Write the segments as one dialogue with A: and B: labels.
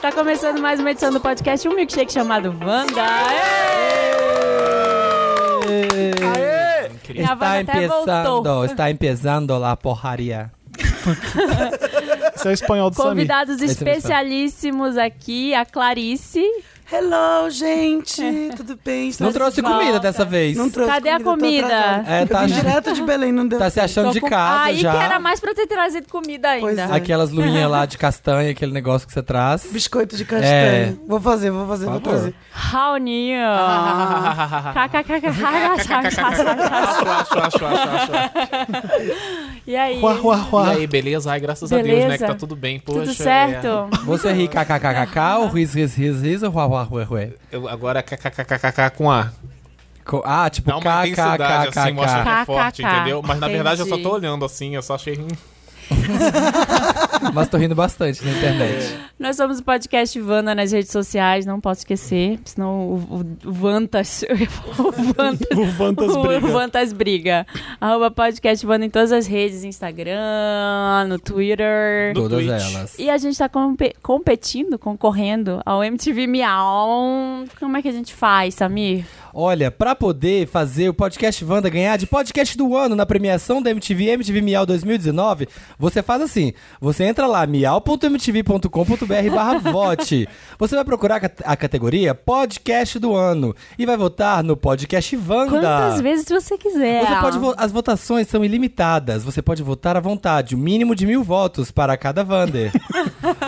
A: Tá começando mais uma edição do podcast Um Milkshake chamado Wanda.
B: Aê!
A: Minha voz
C: Está
A: até voltou.
C: empezando, está empezando lá porraria.
B: Isso é o espanhol do Samir.
A: Convidados
C: Esse mesmo.
A: especialíssimos aqui, a Clarice.
D: Hello, gente! Tudo bem?
C: Não
D: Estamos-
C: trouxe
A: volta.
C: comida dessa vez.
D: Não trouxe
A: Cadê a
D: tô atrasada.
A: comida?
C: É,
D: Eu
C: tá
D: vim
C: ach-
D: direto de Belém, não deu.
C: Tá se achando de casa
A: Aí
C: já.
A: que era mais pra eu ter trazido comida
D: Pois
A: ainda.
D: é.
C: Aquelas luinhas lá de castanha, aquele negócio que você traz.
D: Biscoito de castanha.
C: É.
D: Vou fazer, vou fazer, vou
C: Por favor.
D: trazer.
A: Rauninho.
E: Acho, acho, acho, acho.
A: E aí?
B: Ruá, ruá, ruá.
E: E aí, beleza? Ai, graças a Deus, né?
A: Ah. Beleza.
E: Que tá tudo bem. Poxa,
A: Tudo certo?
C: Você ri kkkk ou riz, riz, riz, riz ou huá, huá, huá, huá?
E: é, eu- agora kkkkk com A.
C: Co- Ah, tipo
E: Dá uma intensidade, assim, mostra que
C: kkkk.
E: é forte,
A: KKK.
E: entendeu? Mas na verdade eu só
A: Entendi.
E: tô olhando assim, eu só achei. hum,
C: Mas tô rindo bastante na internet.
A: Nós somos o podcast Wanda nas redes sociais, não posso esquecer, senão o, o, o Vantas. eu ia falar O Vantas.
B: O Vantas
A: O
B: briga.
A: Vantas Briga. Arroba podcast Wanda em todas as redes, Instagram, no Twitter.
E: No
C: Todas
E: É. Twitch.
C: elas.
A: E a gente tá compe- competindo, concorrendo ao MTV Miau. Como é que a gente faz, Samir?
C: Olha, pra poder fazer o podcast Wanda ganhar de podcast do ano na premiação da MTV MTV Miau 2019, você faz assim: você entra lá, miau.mtv.com.br barra vote. Você vai procurar a cat- a categoria podcast do ano e vai votar no podcast Wanda.
A: Quantas vezes você quiser.
C: Você pode vo- as votações são ilimitadas. Você pode votar à vontade, o mínimo de mil votos para cada Vander.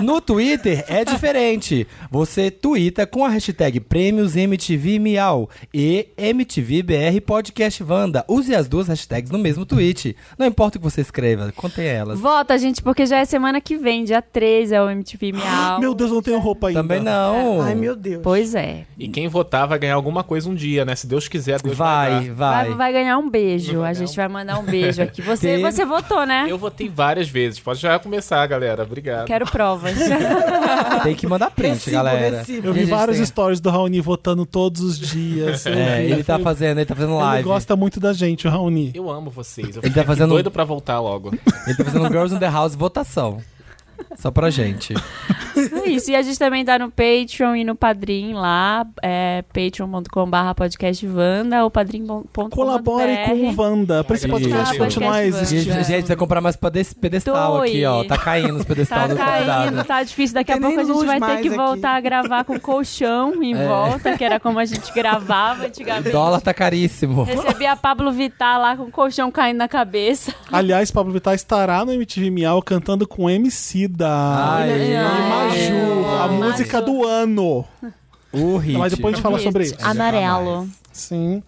C: no Twitter é diferente. Você twitta com a hashtag Prêmios MTV Miau e MTVBR Podcast Vanda. Use as duas hashtags no mesmo tweet. Não importa o que você escreva, contém elas.
A: Vota, gente, porque já é semana que vem, dia 3 é o MTV Miau.
B: Meu Deus, eu não tenho roupa ainda.
C: Também não.
D: Ai, meu Deus.
A: Pois é.
E: E quem votar vai ganhar alguma coisa um dia, né? Se Deus quiser, Deus vai.
C: Vai,
E: dar.
C: vai.
A: Vai, vai ganhar um beijo.
E: Vai
A: A
E: ganhar
A: gente
E: um-
A: vai mandar um beijo aqui. Você,
C: Tem-
A: você votou, né?
E: Eu votei várias vezes. Pode já começar, galera. Obrigado.
A: Quero provas.
C: Tem que mandar print,
D: Recibo,
C: galera.
D: recibo.
B: Eu vi
C: Gente,
B: vários
C: tem-
B: stories do Raoni votando todos os dias. Eu
C: É,
B: vi,
C: ele
B: eu
C: tá
B: falei,
C: fazendo, ele tá fazendo
B: Ele
C: live.
B: gosta muito da gente, o Raoni.
E: Eu amo vocês. Eu
C: Ele tá
E: fiquei
A: um
C: fazendo-
E: doido pra voltar logo.
C: Ele tá fazendo um Girls in the House votação. Só pra gente.
A: É Isso. E a gente também tá no Patreon e no Padrim lá. É patreon.com.br podcastvanda ou padrim.com.br.
B: Colabore com o Wanda pra esse
E: Ah,
B: podcast
C: é
E: podcast
B: continuar
A: Wanda.
B: existindo.
C: Gente, gente, você comprar mais pede- pedestal
A: Doi.
C: aqui, ó. Tá caindo os
A: Tá
C: pedestal do
A: caindo,
C: convidado.
A: tá difícil. Daqui a
D: Não tem
A: pouco a
D: nem
A: gente
D: luz
A: vai ter
D: mais
A: que
D: aqui.
A: voltar a gravar com colchão em
C: É.
A: volta, que era como a gente gravava
C: O
A: antigamente.
C: dólar tá caríssimo.
A: Recebi a Pablo Vittar lá com o colchão caindo na cabeça.
B: Aliás, Pablo Vittar estará no MTV Miau cantando com MC da
C: Ai,
A: Olha,
B: e é Maju, né? a
A: Maju.
B: música do ano.
C: o hit.
B: Mas depois a gente fala sobre isso.
A: Amarelo.
B: Sim.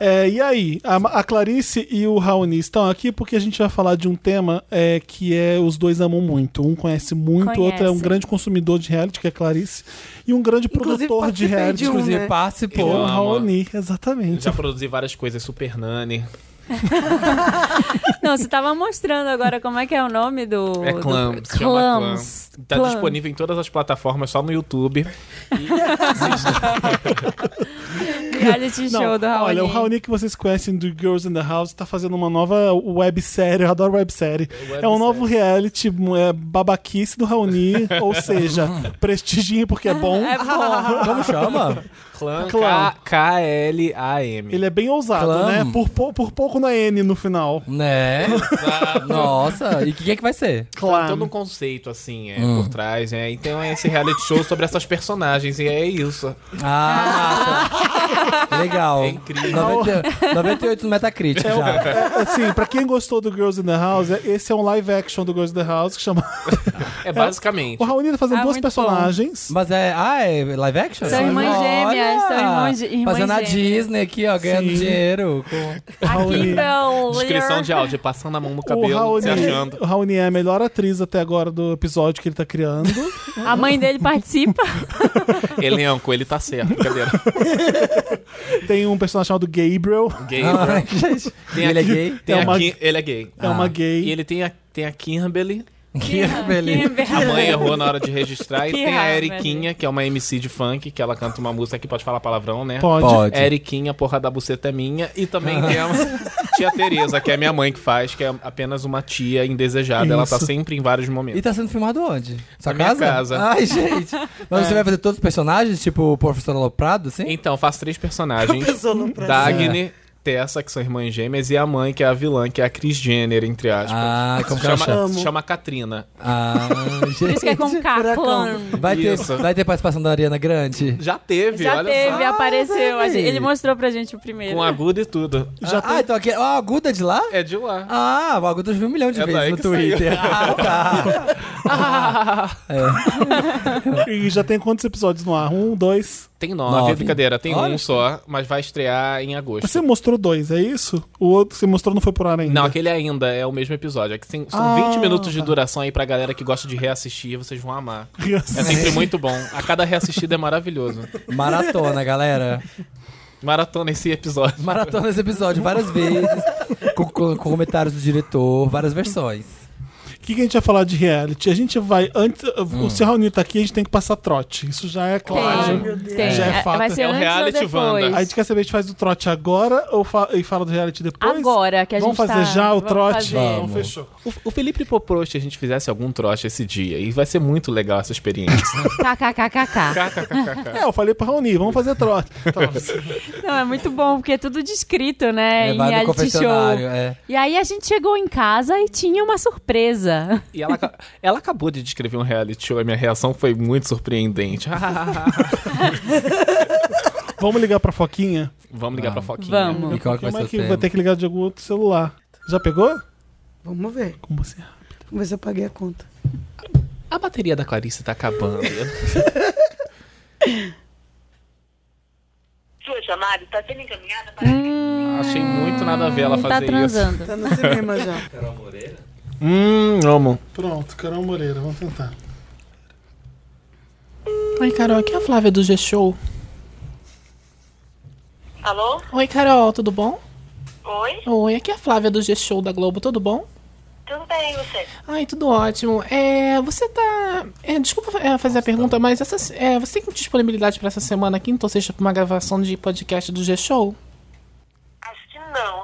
B: É, e aí, a, a Clarice e o Raoni estão aqui porque a gente vai falar de um tema é, que é os dois amam muito. Um conhece muito, o outro é um
A: Conhecem.
B: grande consumidor de reality, que é a Clarice, e um grande
D: Inclusive,
B: produtor de
D: participei
B: reality. é
D: de um,
C: Inclusive,
D: né?
E: Eu
B: O
C: participou.
E: amo.
B: Raoni,
E: Eu
B: exatamente.
E: Já produzi várias coisas, Super Nani.
A: Não, você tava mostrando agora como é que é o nome do.
E: É
A: do-
E: Clams. chama
A: Clams.
E: Tá
A: Clams.
E: disponível em todas as plataformas, só no YouTube.
A: Reality
B: Não,
A: show do Raoni.
B: Olha, o Raoni que vocês conhecem do Girls in the House tá fazendo uma nova websérie, eu adoro websérie. É, um novo reality é, babaquice do Raoni, ou seja, prestigiem porque é bom.
A: É bom.
C: Como chama?
E: Clã
B: Clã.
E: K- K-L-A-M.
B: Ele é bem ousado,
C: Clam.
B: né? Por, pou- por pouco na N no final.
C: né? Nossa, e o que é que vai ser?
E: Tem todo um conceito, assim, é, por trás. É. Então é esse reality show sobre essas personagens. E é isso.
C: Ah, massa. Legal.
E: É incrível.
C: 90 98 no Metacritic já.
B: É, assim, pra quem gostou do Girls in the House, é- esse é um live action do Girls in the House que chama.
E: É basicamente.
B: O Raoni tá fazendo
A: Ah,
B: duas
A: muito
B: personagens.
C: Mas é. Ah, é live
B: tá
C: action?
A: São irmãs
C: Olha!
A: gêmeas, são irmãs- irmãs
C: Fazendo a
A: gêmeas.
C: Disney aqui, ó, ganhando
B: Sim.
C: dinheiro. com-
A: Aqui,
B: Raoni.
A: meu.
E: Descrição de áudio, passando a mão no
B: O
E: cabelo,
B: Raoni,
E: se achando.
B: o Raoni é a melhor atriz até agora do episódio que ele tá criando.
A: A mãe dele participa.
E: Elenco, ele tá certo. Cadê?
B: Tem um personagem chamado Gabriel,
E: Gay.
C: Ah, gente,
E: Tem
C: ele é
E: aqui-
C: gay?
E: Tem
B: É uma-
E: aqui, ele é gay.
B: é uma
C: Ah.
B: gay.
E: E ele tem a, tem a Kimberly.
A: Kira,
C: beleza.
E: é A
A: Kira-
E: mãe é errou na hora de registrar. E
A: Que
E: tem a
A: raiva,
B: né?
E: Eriquinha, que é uma MC de funk, que ela canta uma música que pode falar palavrão, né?
B: Pode.
C: Pode.
E: Eriquinha, porra da buceta é minha. E também tem a tia Tereza, que é minha mãe que faz, que é apenas uma tia indesejada. Ela tá
B: Isso.
E: sempre em vários momentos.
C: E tá sendo filmado onde? Sua
E: Na minha
C: casa?
E: casa. É.
C: Ai, gente. Mas você vai fazer todos os personagens, tipo o professor Aloprado, assim?
E: Então, faço três personagens.
D: Pessoa no Brasil.
E: Dagny, Tessa, que são irmãs gêmeas, e a mãe, que é a vilã, que é a Cris Jenner, entre aspas.
C: Ah, como que ela
E: chama,
C: chama?
E: se chama Katrina.
C: Ah,
A: Por isso que é com K,
D: Furacão.
A: clã.
C: Vai ter,
E: Isso.
C: vai ter participação da Ariana Grande?
E: Já teve,
A: Já
E: olha
A: teve,
C: Ah,
A: apareceu. A gente-
C: velho.
A: ele mostrou pra gente o
E: só.
A: primeiro.
E: Com agudo e tudo.
C: Já ah, então aqui. Ó, a Guda de lá?
E: É de lá.
C: Ah, o Aguda viu um milhão de
E: É
C: vezes
E: daí
C: no
E: que
C: Twitter.
E: saiu.
C: Ah, tá.
B: E já tem quantos episódios no ar? Um, dois.
E: Tem nove,
C: Nove.
E: brincadeira. Tem
C: Olha.
E: um só, mas vai estrear em agosto.
B: Você mostrou dois, é isso? O outro que você mostrou não foi por ar ainda.
E: Não, aquele ainda é o mesmo episódio. É que tem- são
B: Ah,
E: 20 minutos de
B: tá.
E: duração aí pra galera que gosta de reassistir, vocês vão amar. É
B: Criança.
E: sempre muito bom. A cada reassistida é maravilhoso.
C: Maratona, galera.
E: Maratona esse episódio.
C: Maratona esse episódio várias vezes. com, com- com comentários do diretor, várias versões.
B: O que, que a gente vai falar de reality? A gente vai. Antes,
C: Hum.
B: O Se Raoni tá aqui, a gente tem que passar trote. Isso já é claro.
A: Tem, tem.
B: Já é
A: É-
B: fato.
A: Vai ser
E: É o
A: antes
E: reality
A: ou depois?
E: Wanda.
B: A gente quer saber se faz o trote agora ou fa- e fala do reality depois?
A: Agora, que a
B: Vamos
A: gente
B: fazer
A: tá-
B: já o
A: vamos
B: trote?
A: fazer.
B: Então
C: Vamos.
B: fechou.
E: O, o Felipe propôs que a gente fizesse algum trote esse dia. E vai ser muito legal essa experiência.
A: KKKKK.
B: É, eu falei pra Raoni, vamos fazer trote.
A: Não, é muito bom, porque é tudo descrito,
E: É,
A: né? em
C: Levar no
A: reality
C: confessionário.
A: show.
C: É.
A: E aí a gente chegou em casa e tinha uma surpresa.
E: e ela, aca- ela acabou de descrever um reality show e minha reação foi muito surpreendente.
B: Vamos ligar pra Foquinha?
E: Vamos ligar pra Foquinha.
A: Vamos.
C: E qual que vai
B: Como
C: ser
B: é
C: o
B: que
C: tema?
B: vai ter que ligar de algum outro celular? Já pegou?
D: Vamos ver.
B: Como você acha?
D: Vamos ver se eu paguei a conta.
E: A bateria da Clarice tá acabando.
F: Sua chamada está sendo encaminhada para.
E: Achei muito nada a ver ela fazer
A: Hum, tá
E: isso.
A: transando.
D: Tá no cinema já.
E: Hum, amo.
B: Pronto, Carol Moreira, vamos tentar.
G: Oi, Carol, aqui é a Flávia do G-Show.
F: Alô?
G: Oi, Carol, tudo bom?
F: Oi?
G: Oi, aqui é a Flávia do G-Show da Globo, tudo bom?
F: Tudo bem, e você?
G: Ai, tudo ótimo. É, você tá. é, desculpa é, fazer a pergunta, mas essa, é, você tem disponibilidade pra essa semana, então quinta ou sexta, pra uma gravação de podcast do G-Show?
F: Acho que não.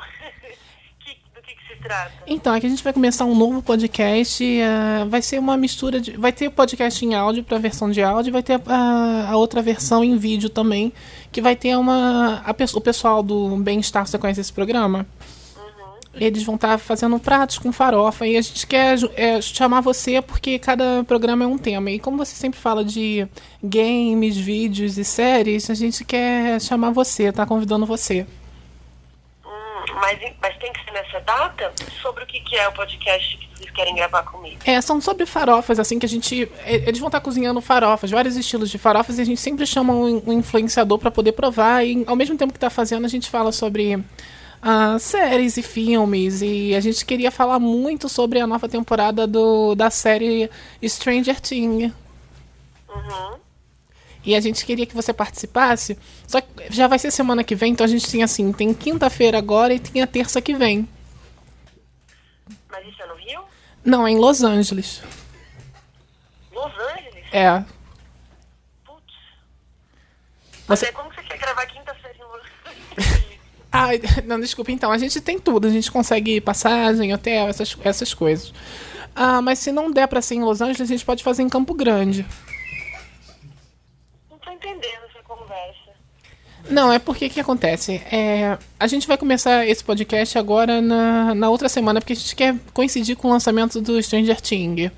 F: Que- do que, que se trata?
G: Então, aqui a gente vai começar um novo podcast. ah, vai ser uma mistura de. Vai ter o podcast em áudio para a versão de áudio, e vai ter a, a outra versão em vídeo também. Que vai ter uma. a pe- o pessoal do Bem-Estar, você conhece esse programa? Eles vão estar fazendo pratos com farofa. E a gente quer ju- é, chamar você porque cada programa é um tema. E como você sempre fala de games, vídeos e séries, a gente quer chamar você, tá convidando você.
F: Hum, mas, e- mas tem que ser nessa data? Sobre o que, que é o podcast que vocês querem gravar comigo?
G: É, são sobre farofas, assim, que a gente. é, Eles vão estar cozinhando farofas, vários estilos de farofas, e a gente sempre chama um, um influenciador para poder provar. E ao mesmo tempo que tá fazendo, a gente fala sobre ah, séries e filmes. E a gente queria falar muito sobre a nova temporada do, da série Stranger Things. E a gente queria que você participasse. Só que já vai ser semana que vem, então a gente tem assim, tem quinta-feira agora e tem a terça que vem.
F: Mas isso é no Rio?
G: Não, é em Los Angeles.
F: Los Angeles?
G: É.
F: Putz. Mas
G: Você-
F: aí como que você quer gravar quinta-feira em Los Angeles?
G: Ah, não, desculpa, então, a gente tem tudo, a gente consegue passagem, hotel, essas, essas coisas. Ah, mas se não der pra ser em Los Angeles, a gente pode fazer em Campo Grande.
F: Não tô entendendo essa conversa.
G: Não, é porque o que acontece? É, a gente vai começar esse podcast agora na, na outra semana, porque a gente quer coincidir com o lançamento do Stranger Things.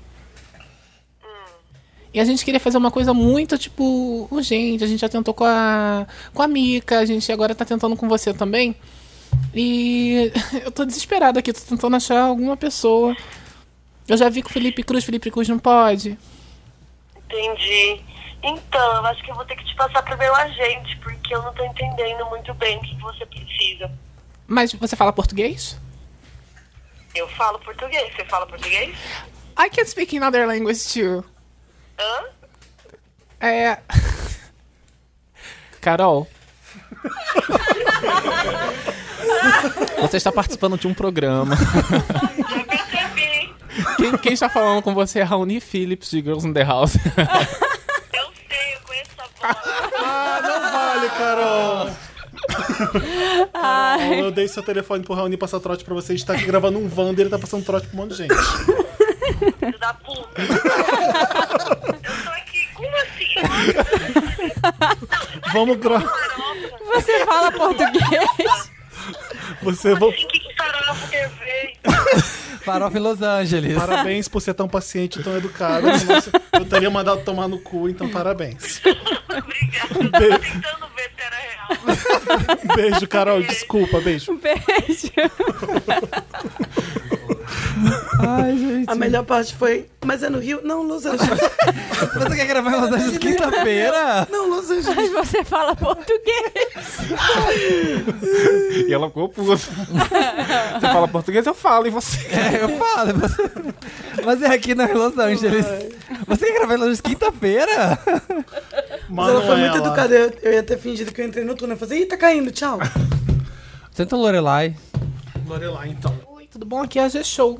G: E a gente queria fazer uma coisa muito, tipo, urgente. A gente já tentou com a, com a Mika, a gente agora tá tentando com você também. E eu tô desesperada aqui, tô tentando achar alguma pessoa. Eu já vi com o Felipe Cruz, Felipe Cruz não pode.
F: Entendi. Então, eu acho que eu vou ter que te passar pro meu agente, porque eu não tô entendendo muito bem o que que você precisa.
G: Mas você fala português?
F: Eu falo português. Você fala português?
G: I can speak another language too.
F: Hã?
G: É. Carol.
E: Você está participando de um programa.
F: Já percebi.
G: Quem, quem está falando com você é Raoni Phillips de Girls in the House.
F: Eu sei, eu conheço a voz.
B: Ah, não vale, Carol! Carol, eu dei seu telefone pro Raoni passar trote pra você. A gente tá aqui gravando um Wanda e ele tá passando trote pra um monte de gente.
F: filho da puta. Eu tô aqui, como assim?
B: Vamos gravar.
F: Farofa?
A: Você fala português?
B: Você. vo-
F: Assim, que que farofa quer ver?
C: Farofa em Los Angeles.
B: Parabéns por ser tão paciente e tão educado. Senão você- Eu teria mandado tomar no cu, então parabéns.
F: Obrigada. Eu tava tentando ver se era real.
B: Beijo, Carol. Desculpa, beijo.
A: Beijo.
C: Ai, gente.
D: A melhor parte foi, mas é no Rio? Não, Los Angeles.
C: Você quer gravar em Los Angeles quinta-feira?
D: Não, Los Angeles.
A: Mas você fala português.
E: E ela ficou puta. Você fala português, eu falo, e você?
C: É, eu falo. Você... Mas é aqui na Los Angeles. Você quer gravar em Los Angeles quinta-feira?
D: Mas ela foi
C: é
D: muito educada. Eu, eu ia ter fingido que eu entrei no túnel. Eu falei, ih, tá caindo, tchau.
C: Senta Lorelai.
B: Lorelai, então.
G: Oi, tudo bom? Aqui é a G-Show.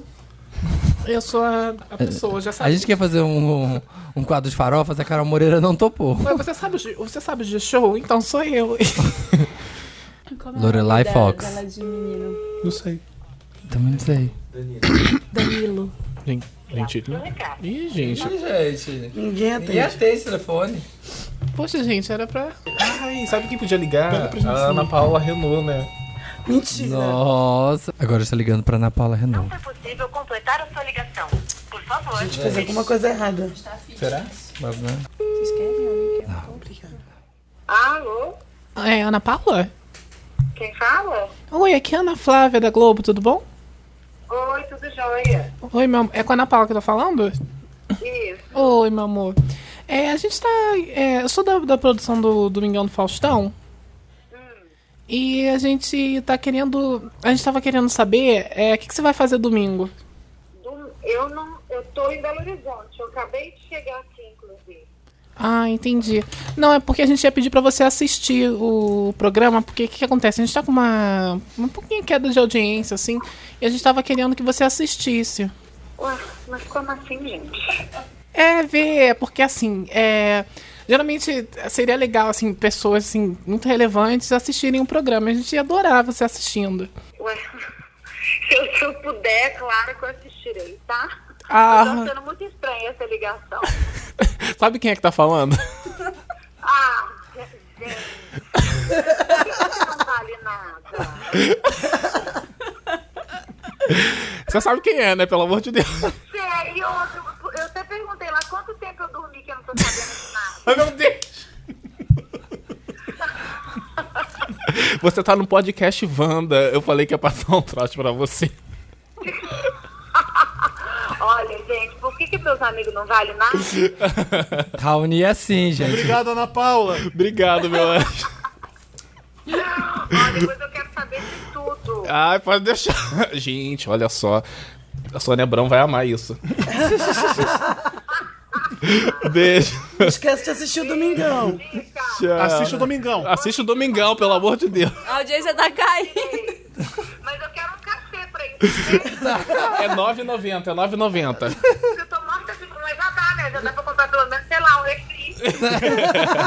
G: Eu sou a, a pessoa, já
C: É. A
G: sabe.
C: gente quer fazer um, um, um quadro de farofas, a Carol Moreira não topou.
G: Ué, Você sabe, o G- você sabe o G-Show? Então sou eu.
A: Como
C: Lorelai
A: é o nome
C: Fox.
A: dela de menino?
B: Não sei.
C: Também não sei.
A: Danilo.
E: Mentira.
F: Obrigada.
G: Ih, gente.
C: Gente,
D: Ninguém atende.
C: atende esse telefone.
G: Poxa, gente, era pra.
E: Ai, sabe quem podia ligar? A Ana Paula Renault, né?
D: Mentira.
C: Nossa. Agora está ligando pra Ana Paula Renault.
F: Foi é possível completar a sua ligação. Por favor.
D: Fez alguma coisa errada.
E: Será?
C: Mas, né?
F: Alô?
G: É, Ana Paula?
F: Quem fala?
G: Oi, aqui é a Ana Flávia da Globo, tudo bom?
F: Oi, tudo jóia?
G: Oi, meu amor. É com a Ana Paula que eu tô falando?
F: Isso.
G: Oi, meu amor. É, a gente tá. é, eu sou da, da produção do Domingão do Faustão. E a gente tá querendo. A gente tava querendo saber é, o que, que você vai fazer domingo.
F: Dom- Eu não. Eu tô em Belo Horizonte. Eu acabei de chegar aqui, inclusive.
G: Ah, entendi. Não, é porque a gente ia pedir pra você assistir o programa, porque o que, que acontece? A gente tá com uma. um pouquinho queda de audiência, assim, e a gente tava querendo que você assistisse.
F: Ué, mas como assim, gente?
G: É, ver, porque assim, é, geralmente seria legal, assim, pessoas assim, muito relevantes assistirem um programa. A gente ia adorar você assistindo.
F: Ué. Se eu, se eu puder, claro que eu assistirei, tá?
G: Ah.
F: Tá sendo muito estranha essa ligação.
G: Sabe quem é que tá falando?
F: Ah, gente. Por que não vale nada?
G: Você sabe quem é, né? Pelo amor de Deus.
F: Sério, é, eu, eu até perguntei lá quanto tempo eu dormi que eu não tô sabendo de nada.
G: Meu Deus!
E: Você tá no podcast Wanda. Eu falei que ia passar um trote pra você.
F: Olha, gente, por que, que meus amigos não valem nada?
C: Raoni é assim, gente.
B: Obrigado, Ana Paula.
E: Obrigado, meu anjo.
F: Olha, depois eu quero saber de tudo.
E: Ai, pode deixar. Gente, olha só. A Sônia Abrão vai amar isso. Beijo.
D: Não esquece de assistir o Domingão.
E: Tchau.
B: Assiste o Domingão.
E: Assiste o Domingão, pelo amor de Deus.
A: A audiência tá caindo.
F: Mas eu quero um café pra isso. né?
E: É 9,90, é 9,90.
F: Eu tô morta de fome, mas já dá, né? Já dá pra comprar pelo menos, sei lá, um refri.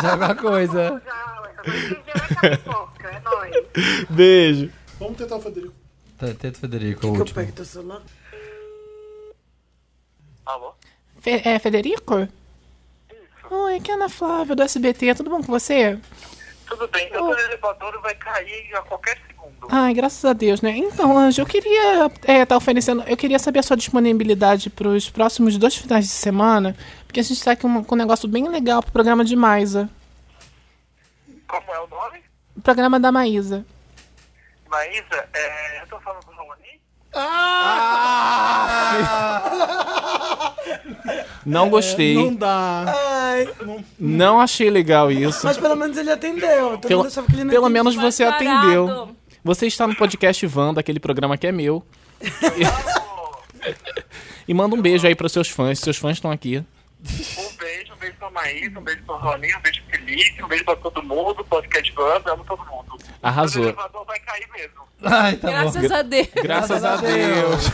C: Já alguma coisa.
F: Já, ué. tá Agora esse dia vai ficar pipoca, é nóis.
E: Beijo.
B: Vamos tentar o Federico.
C: Tá, Tenta o Federico, o
D: Que eu
C: último.
D: pego teu celular.
H: Alô?
G: Fe- é Federico? Oi, aqui é a Ana Flávia do SBT, tudo bom com você?
H: Tudo bem, eu tô no elevador e vai cair a qualquer segundo.
G: Ai, graças a Deus, né? Então, Anjo, eu queria é, tá oferecendo, eu queria saber a sua disponibilidade para os próximos dois finais de semana, porque a gente tá aqui com um, com um negócio bem legal pro programa de Maísa.
H: Como é o nome?
G: O programa da Maísa.
H: Maísa, é, eu tô falando do Raoni.
E: Não gostei.
B: Não
E: não...
B: dá.
D: Ai,
E: achei legal isso.
D: mas pelo menos ele atendeu. Todo
E: Pelo-
D: mundo achava que ele não
G: Pelo
D: atendia.
G: menos você
A: Mascarado. Tá
G: atendeu. Você está no podcast Wanda, aquele programa que é meu. E, e manda um beijo aí para seus fãs, seus fãs estão aqui.
H: Um beijo, um beijo pra Maís, um beijo pro Roninho, um beijo pro Felipe, um beijo pra todo mundo, podcast Banda, amo todo mundo. O
E: Arrasou.
H: elevador vai cair mesmo.
C: Ai, tá bom.
A: Graças a Deus.
E: Graças a Deus.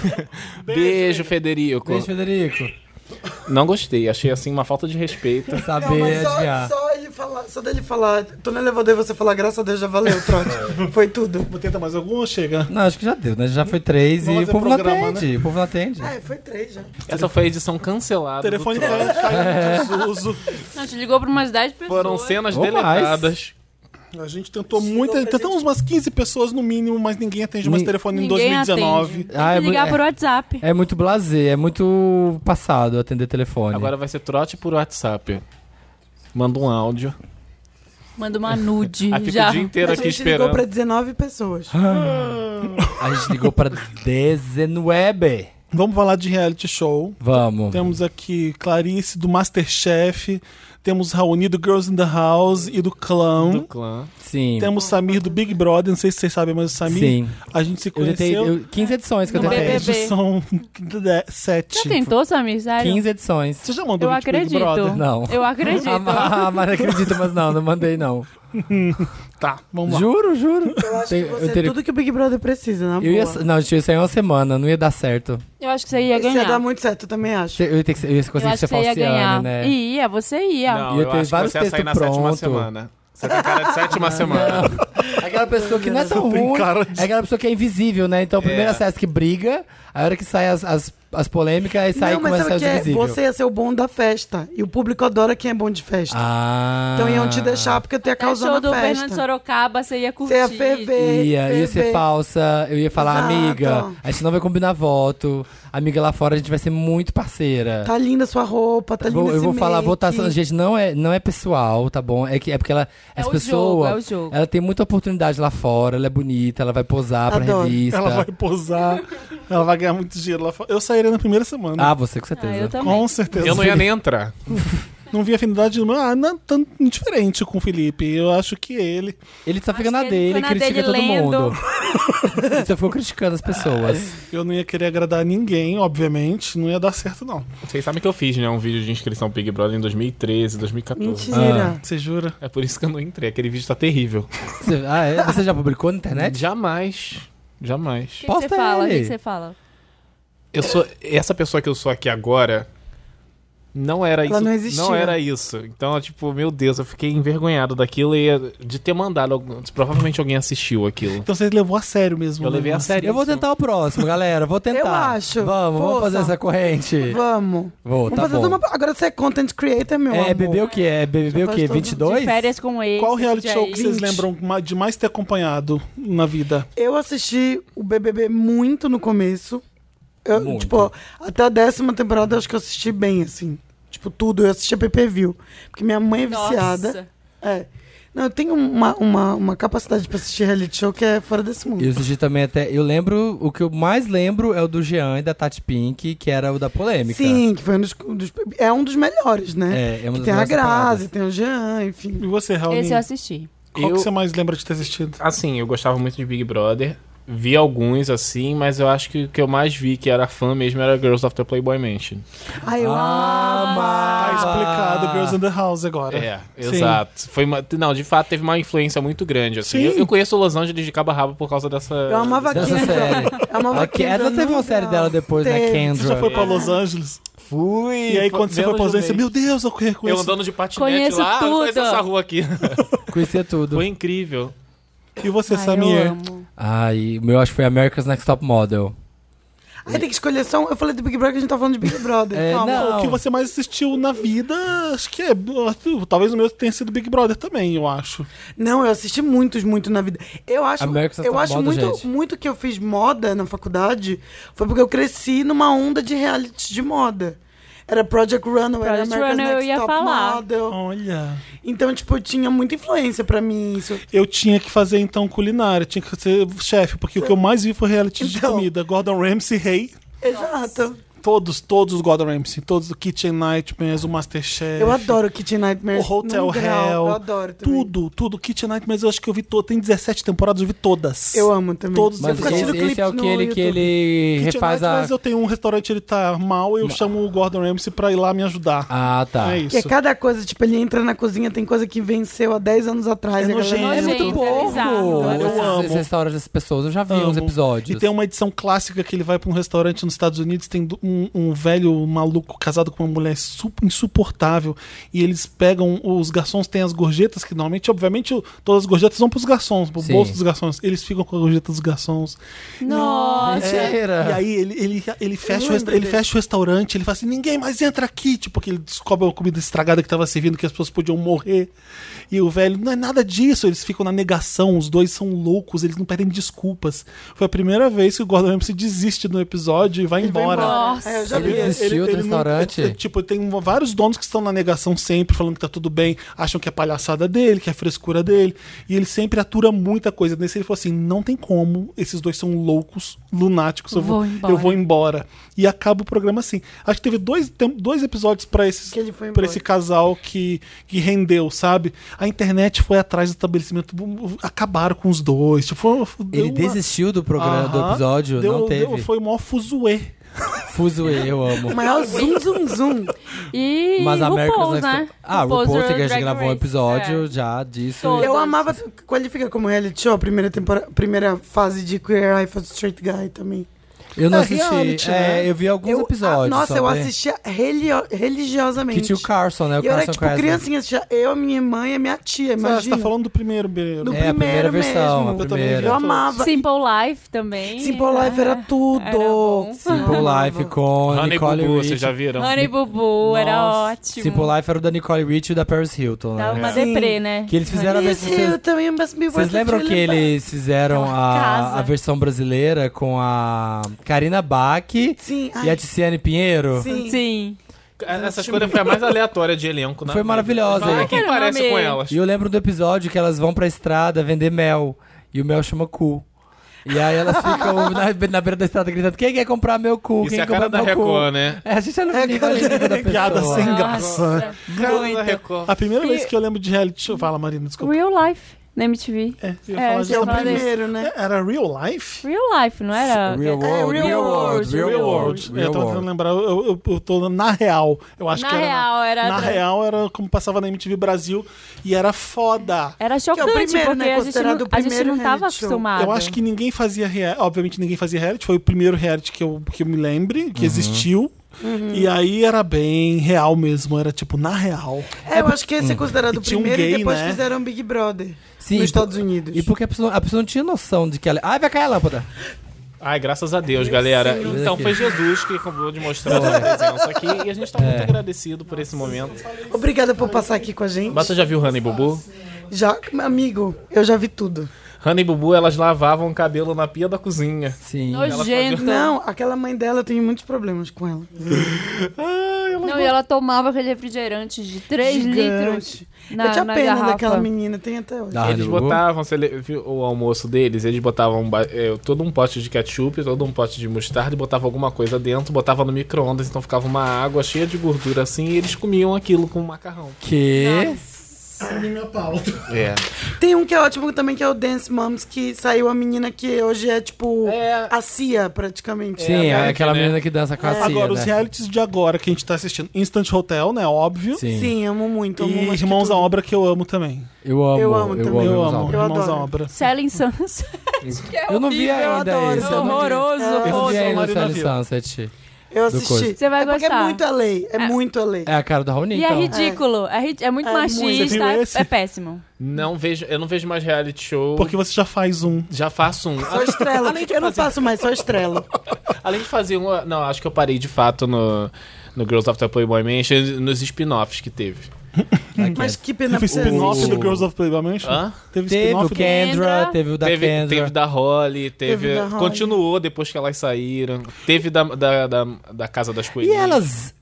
E: Beijo, Federico.
C: Beijo, Federico.
E: Não gostei, achei assim uma falta de respeito.
C: Saber
D: Não, mas só,
C: adiar.
D: só ele falar, só dele falar, tô no elevador e você falar, graças a Deus, já valeu,
C: É.
D: trote. Foi tudo.
B: Tenta mais alguma ou chega?
C: Não, acho que já deu, né? Já foi três
B: Vamos
C: e o
B: fazer
C: povo não
B: programa,
C: atende. O povo não atende.
D: É, foi três já.
E: Essa foi a edição cancelada.
B: O
E: do
B: telefone
E: Troll.
B: cai, cai em desuso.
A: Não, te ligou pra umas 10 pessoas.
E: Foram cenas
C: Ou mais.
E: deletadas.
B: A gente tentou muito, tentamos umas 15 pessoas no mínimo, mas ninguém atende mais
C: Ni-
B: telefone em
A: Ninguém
B: 2019.
A: atende. Tem
C: Ah, é
A: que ligar
C: mu-
A: por WhatsApp.
C: É muito blazer, é muito passado atender telefone.
E: Agora vai ser trote por WhatsApp. Manda um áudio.
A: é. Manda uma nude.
E: Aí Ah, fica
A: já.
E: o dia inteiro
D: a
E: aqui
D: gente ligou pra
E: esperando.
D: 19 pessoas.
C: Ah, a gente ligou pra 19.
B: Vamos falar de reality show.
C: Vamos.
B: Temos aqui Clarice do Masterchef, temos Raoni do Girls in the House e do Clã.
E: Do clã.
C: Sim.
B: Temos Samir do Big Brother, não sei se vocês sabem, mas o Samir,
C: Sim.
B: a gente se
C: Eu já tenho
B: um conheceu.
C: eu- 15 edições que eu
A: No
C: tentei.
A: BBB.
B: São sete.
A: Já tentou, Samir? Sério?
C: 15 edições.
B: Você já mandou
A: Eu
B: vídeo pro Big
A: acredito.
B: Brother?
C: Não.
A: Eu acredito.
C: Ah, mas- ah, mas acredito, mas não, não mandei não.
B: Tá, vamos lá.
C: Juro, juro.
D: Eu acho
C: Tem-
D: que você é
C: teria-
D: tudo que o Big Brother precisa, na
C: eu
D: boa.
C: ia, não, gente, eu ia sair uma semana, não ia dar certo.
A: Eu acho que você ia
E: é
D: Isso ia dar
A: ganhar.
D: muito certo, eu também acho.
C: Eu ia, ter que, ser- eu ia conseguir
A: Eu acho
C: ser
A: que você ia
C: falciana,
A: ganhar.
C: né?
A: Ia, você ia.
E: Não,
C: Ia
E: eu
C: ter
E: acho que
C: vários
E: você ia sair
C: textos
E: na sétima
C: pronto.
E: semana. Você tem cara de
D: Ah,
E: sétima semana.
C: Aquela pessoa que não é tão
B: Tem
C: ruim,
B: cara de-
C: é aquela pessoa que é invisível, né? Então, primeiro
E: É.
C: acesso que briga, a hora que sai as, as, as polêmicas, aí sai e
D: não, mas
C: começa a
D: sabe
C: sair
D: o que
C: os
D: é?
C: invisíveis.
D: Você ia ser o bom da festa. E o público adora quem é bom de festa.
C: Ah.
D: Então iam te deixar porque tu ia
A: Até show
D: causar
A: do
D: na
A: Fernando
D: Tá festa.
A: Sorocaba, você ia curtir.
D: Você ia ferver.
C: Ia, ia ser
D: ferver.
C: falsa, eu ia falar,
D: Exato.
C: amiga, a gente não vai combinar voto, amiga lá fora a gente vai ser muito parceira.
D: Tá linda sua roupa, tá linda
C: Vou- eu
D: esse
C: vou falar,
D: make.
C: votação, gente, não é, não é pessoal, tá bom? É, que, é porque ela,
A: É
C: essa
A: o
C: pessoa,
A: jogo, é o jogo.
C: ela tem muita oportunidade lá fora, ela é bonita, ela vai posar pra
D: Adoro.
C: revista.
B: Ela vai posar, ela vai ganhar muito dinheiro lá fora. Eu sairia na primeira semana.
C: Ah, você com
A: Ah,
C: certeza.
A: eu também.
B: com certeza.
E: Eu não ia nem entrar.
B: Não vi afinidade nenhuma. Ah, não, tão diferente com o Felipe. Eu acho que ele.
C: Ele só fica
A: Acho
C: na
A: que ele
C: dele e
A: ficou na
C: critica
A: dele
C: todo
A: lendo.
C: mundo. ele só ficou criticando as pessoas.
B: Eu não ia querer agradar ninguém, obviamente. Não ia dar certo, não.
E: Vocês sabem que eu fiz, né? Um vídeo de inscrição Big Brother em 2013, 2014.
C: Ah.
D: Mentira.
B: Você jura?
E: É por isso que eu não entrei. Aquele vídeo tá terrível.
C: Você, ah, é? Você já publicou na internet?
E: Jamais. Jamais.
A: O que, que você
C: Posta
A: fala? O que
C: ele.
A: que você fala?
E: Eu sou. Essa pessoa que eu sou aqui agora. Não era
D: Ela
E: isso.
D: não existia.
E: era isso. Então, tipo, meu Deus, eu fiquei envergonhado daquilo e de ter mandado. algum- Provavelmente alguém assistiu aquilo.
B: Então você levou a sério mesmo.
E: Eu
B: né?
E: levei a sério.
C: Eu vou
E: isso.
C: tentar o próximo, galera. Vou tentar.
D: Eu acho.
C: Vamos, vamos
D: Força.
C: fazer essa corrente.
D: Vamos.
C: Vou,
D: Vamos
C: tá
D: fazer
C: bom.
D: toda uma... Agora você é content creator, meu amor.
C: É BBB o quê? É BBB o
D: faz
C: quê?
D: todo-
C: 22?
A: De férias com ele.
B: Qual reality show que vocês lembram ma- de mais ter acompanhado na vida?
D: Eu assisti o BBB muito no começo. Eu,
C: Muito.
D: Tipo, até a décima temporada eu acho que eu assisti bem, assim. Tipo, tudo. Eu assisti a PPV. Porque minha mãe é viciada.
A: Nossa.
D: É. Não, eu tenho uma, uma, uma capacidade pra assistir reality show que é fora desse mundo.
C: Eu assisti também até. Eu lembro. O que eu mais lembro é o do Jean e da Tati Pink, que era o da polêmica.
D: Sim, que foi um dos, dos- é um dos melhores, né?
C: É, é uma das
D: tem a
C: melhores temporadas.
D: Grazi, tem o Jean, enfim.
B: E você, Raul?
A: Esse eu assisti.
B: Qual
E: Eu-
B: que você mais lembra de ter assistido?
E: Assim, eu gostava muito de Big Brother. Vi alguns, assim, mas eu acho que o que eu mais vi, que era fã mesmo, era Girls of the Playboy Mansion.
D: Ai, eu
C: Ah,
B: Tá
C: mas.
B: explicado Girls in the House agora.
E: É,
B: Sim.
E: exato. Foi uma, não, de fato, teve uma influência muito grande, assim.
B: Sim.
E: Eu, eu conheço Los Angeles de cabo a rabo por causa dessa...
D: Eu amava a
C: Dessa
D: Kendra.
C: série.
D: Eu amava
C: A Ke- ela teve uma série dela depois, né?
D: Teve.
B: Você já
C: Kendra.
B: foi pra Los Angeles?
C: Fui.
B: E aí, quando você foi pra Los Angeles, você, meu Deus, eu reconheço.
E: Eu um andando de patinete
A: Conheço
E: lá,
A: tudo.
E: conheço essa rua aqui.
C: Conhecia tudo.
E: Foi incrível.
B: E você,
A: Ai, eu
B: Samir?
A: amo.
C: Ai, o meu acho que foi America's Next Top Model.
D: Aí tem que escolher só um. Eu falei do Big Brother, a gente tá falando de Big Brother.
C: É,
D: Calma.
C: não.
B: O que você mais assistiu na vida, acho que é. Talvez o meu tenha sido Big Brother também, eu acho.
D: Não, eu assisti muitos, muito na vida. Eu acho,
C: America's
D: eu
C: Top
D: acho
C: Model, tá gente.
D: muito, muito que eu fiz moda na faculdade foi porque eu cresci numa onda de reality de moda. Era Project Runway, era
A: Project
D: America's
A: Runway, eu
D: Next
A: ia
D: Top
A: falar.
D: Model.
B: Olha.
D: Então, tipo, tinha muita influência pra mim isso.
B: Eu tinha que fazer, então, culinária. Tinha que ser chefe, porque o que eu mais vi foi reality de
D: Então.
B: comida. Gordon Ramsay, rei.
D: Exato.
B: Todos, todos os God Ramsay, todos o Kitchen Nightmares, o Masterchef.
D: Eu adoro Kitchen Nightmares.
B: O Hotel
D: num grau.
B: Hell.
D: Eu adoro também.
B: Tudo, tudo. Kitchen Nightmares, eu acho que eu vi todo. Tem 17 temporadas, eu vi todas.
D: Eu amo também.
B: Todos
D: eu
C: Mas
D: fico assistindo
C: esse, esse é
D: clipes no
C: aquele que
D: YouTube.
C: ele
B: Kitchen
C: refaz a.
B: Nightmares, eu tenho um restaurante, ele tá mal, eu chamo o Gordon Ramsay pra ir lá me ajudar.
C: Ah, tá.
B: É
D: Que é
B: isso.
D: cada coisa, tipo, ele entra na cozinha, tem coisa que venceu há 10 anos atrás.
B: É
D: e a galera-
B: nojento. É muito
A: bom.
C: Pô,
B: Eu
C: esses-
B: amo.
C: Esses restaurantes dessas pessoas, eu já vi uns
B: Amo.
C: episódios.
B: E tem uma edição clássica que ele vai pra um restaurante nos Estados Unidos, tem do- um, um velho maluco casado com uma mulher su- insuportável, e eles pegam, os garçons têm as gorjetas, que normalmente, obviamente, o- todas as gorjetas vão pros garçons, pro
C: Sim.
B: bolso dos garçons. Eles ficam com a gorjeta dos garçons.
A: Nossa.
B: E
C: Mentira!
B: aí ele, ele, ele, fecha, o,
D: lembro
B: resta- ele
D: desse.
B: fecha o restaurante, ele fala assim, ninguém mais entra aqui, tipo, que ele descobre uma comida estragada que tava servindo, que as pessoas podiam morrer. E o velho, não é nada disso, eles ficam na negação, os dois são loucos, eles não pedem desculpas. Foi a primeira vez que o Gordon Ramsay desiste do episódio e vai embora.
A: Nossa.
D: É, eu já
C: Ele
D: vi.
C: desistiu do
B: não-
C: restaurante?
B: é, tipo, tem um- vários donos que estão na negação sempre, falando que tá tudo bem, acham que é palhaçada dele, que é frescura dele. E ele sempre atura muita coisa. Nesse ele falou assim: não tem como, esses dois são loucos, lunáticos, eu vou,
A: Vou embora.
B: eu vou embora. E acaba o programa assim. Acho que teve dois, tem- dois episódios pra esses-
D: Que ele foi
B: pra esse
D: embora.
B: casal que, que rendeu, sabe? A internet foi atrás do estabelecimento, acabaram com os dois. Tipo, foi, foi- deu
C: Ele
B: uma-
C: desistiu do programa, do
B: Aham.
C: episódio,
B: Deu- um
C: não
B: deu-
C: teve.
B: foi o maior fuzuê.
C: Fuso eu amo.
D: O maior zoom, zoom, zoom.
A: E
C: Mas a
A: RuPaul's,
C: America's
A: né?
C: Next Ah, o RuPaul's que a gente
A: Drag
C: gravou um
A: Race.
C: episódio
A: É.
C: já disso.
A: Todo.
D: Eu amava, qualifica como reality show, a primeira, temporada, primeira fase de Queer Eye for Straight Guy também.
C: Eu não
B: É
C: assisti.
B: reality, né?
C: É, eu vi alguns
D: Eu-
C: episódios.
D: ah, nossa,
C: só,
D: eu
C: né?
D: assistia relio- religiosamente.
C: Que tinha o Carson, né? O
D: E eu
C: Carson
D: era, tipo,
C: Kresner.
D: criancinha, assistia eu, minha mãe e minha tia, imagina.
B: Você tá falando do primeiro, Bereiro.
D: do
C: É, a primeira
D: primeiro
C: versão,
D: mesmo.
C: a
B: Eu também
D: Eu
C: primeira.
D: amava.
A: Simple Life também.
D: Simple Life era tudo.
A: é. Era bom.
D: Ah,
C: Simple Life com
E: Honey
C: Nicole
E: Bubu,
C: Richie.
E: vocês já viram?
A: É. Honey Bubu era
C: Nossa.
A: ótimo.
C: Simple Life era o da Nicole Richie e o da Paris Hilton, né?
A: Dava uma
D: Sim.
A: deprê, né?
C: Que eles fizeram a
D: Please,
C: versão... Vocês,
D: you também must be
C: vocês
D: worth
C: lembram
D: it,
C: que
D: lembra?
C: eles fizeram a,
A: casa.
C: a versão brasileira com a Karina Bach
D: Sim,
C: e a
D: ai,
C: Tiziane Pinheiro?
D: sim.
A: Sim.
E: Essa escolha foi a mais aleatória de elenco, né?
C: Foi maravilhosa,
E: Quem
C: hein?
A: Qual era o
E: parece
A: nome?
E: com elas?
C: E eu lembro do episódio que elas vão pra estrada vender mel. E o mel chama cu. E aí elas ficam na, na beira da estrada gritando: Quem quer comprar meu cu?
E: Isso
C: Quem
E: é a
C: quer
E: cara
C: comprar
E: da
C: meu
E: Record, né?
C: cu? É, a gente não
D: É,
C: liga a língua da pessoa.
B: Piada sem graça.
A: Nossa.
E: Cara da Record.
B: A primeira vez que eu lembro de reality show. Fala, Marina, desculpa.
A: Real Life na MTV.
B: É, eu ia
A: É, eu
B: falar
D: Que é o
A: Fala
B: justamente-
A: desse.
D: primeiro, né?
B: Era Real Life?
A: Real Life, não era?
C: Real world,
D: É,
C: real
D: real
C: world, real world,
B: É, eu
C: real
B: tava tentando
C: world.
B: lembrar, eu, eu, eu tô na real. Eu acho
A: Na
B: que era.
A: real, era.
B: na real, era como passava na MTV Brasil e era foda.
A: Era chocante,
D: primeiro,
A: porque
D: né?
A: a, gente
D: Considerado
A: não,
D: o
A: a gente
D: primeiro
A: não tava
D: reality show.
A: acostumado.
B: Eu acho que ninguém fazia reality. Obviamente, ninguém fazia reality. Foi o primeiro reality que eu, que eu me lembre,
C: Uhum.
B: que existiu. E aí era bem real mesmo. Era tipo, na real.
D: É, eu acho que esse é considerado
B: E
D: o
B: tinha um
D: primeiro
B: gay,
D: e depois
B: né?
D: fizeram Big Brother
C: Hum. Sim,
D: nos
C: e por-
D: Estados Unidos.
C: E porque a pessoa, a pessoa não tinha noção de que ela. Ai, vai cair a lâmpada.
E: Ai, graças a Deus, galera. Então foi Jesus que acabou de mostrar a sua presença aqui e a gente tá muito agradecido por esse momento.
D: Obrigada por passar aqui com a gente.
E: Bata já viu Honey Bubu?
D: Já, amigo, eu já vi tudo.
E: Honey Bubu, elas lavavam o cabelo na pia da cozinha.
C: Sim.
A: Nojento.
D: Não, aquela mãe dela, eu tenho muitos problemas com ela.
A: Não, e ela tomava aquele refrigerante de 3 litros.
D: Gigante.
A: na-
D: eu tinha
A: na
D: pena
A: garrafa.
D: daquele menina, tem até hoje.
C: Da
E: Eles
C: Ah, Honey Boo.
E: botavam, você le- viu o almoço deles, eles botavam ba- é, todo um pote de ketchup, todo um pote de mostarda, e botavam alguma coisa dentro, botavam no micro-ondas, então ficava uma água cheia de gordura assim, e eles comiam aquilo com macarrão.
C: Que.
E: É.
D: Tem um que é ótimo também, que é o Dance Moms, que saiu a menina que hoje é tipo
E: É.
D: a Cia, praticamente.
C: Sim,
E: É,
C: é
E: né?
C: aquela menina que dança com a cia,
B: É. Agora, os
C: né?
B: realities de agora que a gente tá assistindo. Instant Hotel, né? Óbvio.
C: Sim.
D: Sim, amo muito. Amo
B: E
D: mais que
B: Irmãos à
D: tudo.
B: Obra, que eu amo também.
C: Eu amo.
D: Eu amo também.
B: Eu
C: os
B: amo,
C: álbuns.
D: Eu
B: Irmãos à
D: adoro.
B: Obra.
A: Selling Sunset. que é
C: Eu não vi
A: horrível.
C: ainda
D: adoro.
C: esse.
A: É Horroroso.
D: Eu
C: Eu não vi
A: horroroso.
B: Ô,
C: ainda o
B: Marina
C: Sally
B: viu.
C: Sunset.
D: Eu
C: do
D: assisti.
C: coisa.
A: Você vai
D: é porque
A: gostar.
D: é muito a lei. É, muito a lei.
C: É a cara da Raoni,
A: E é
C: então.
A: ridículo. É, ri- é muito
D: É muito.
B: Você
A: machista.
B: viu
A: é-
B: esse?
A: É, péssimo.
E: Não vejo, eu não vejo mais reality show.
B: Porque você já faz um.
E: Já faço um.
D: Só estrela. eu não faço mais, só estrela.
E: Além de fazer um. Não, acho que eu parei de fato no, no Girls After Playboy Mansion, nos spin-offs que teve.
D: Mas que pena
B: Teve
D: pra você.
B: spin-off
C: O-
B: do Girls of Playboy Mansion?
E: Hã?
B: Teve
C: Teve o
B: spin-off do...
C: Kendra,
A: Kendra.
C: teve o da
E: teve,
C: Kendra.
E: teve da Holly, teve.
D: Teve da Holly.
E: Continuou depois que elas saíram. Teve da, da, da, da Casa das
C: E
E: Coelhinhas.
C: elas.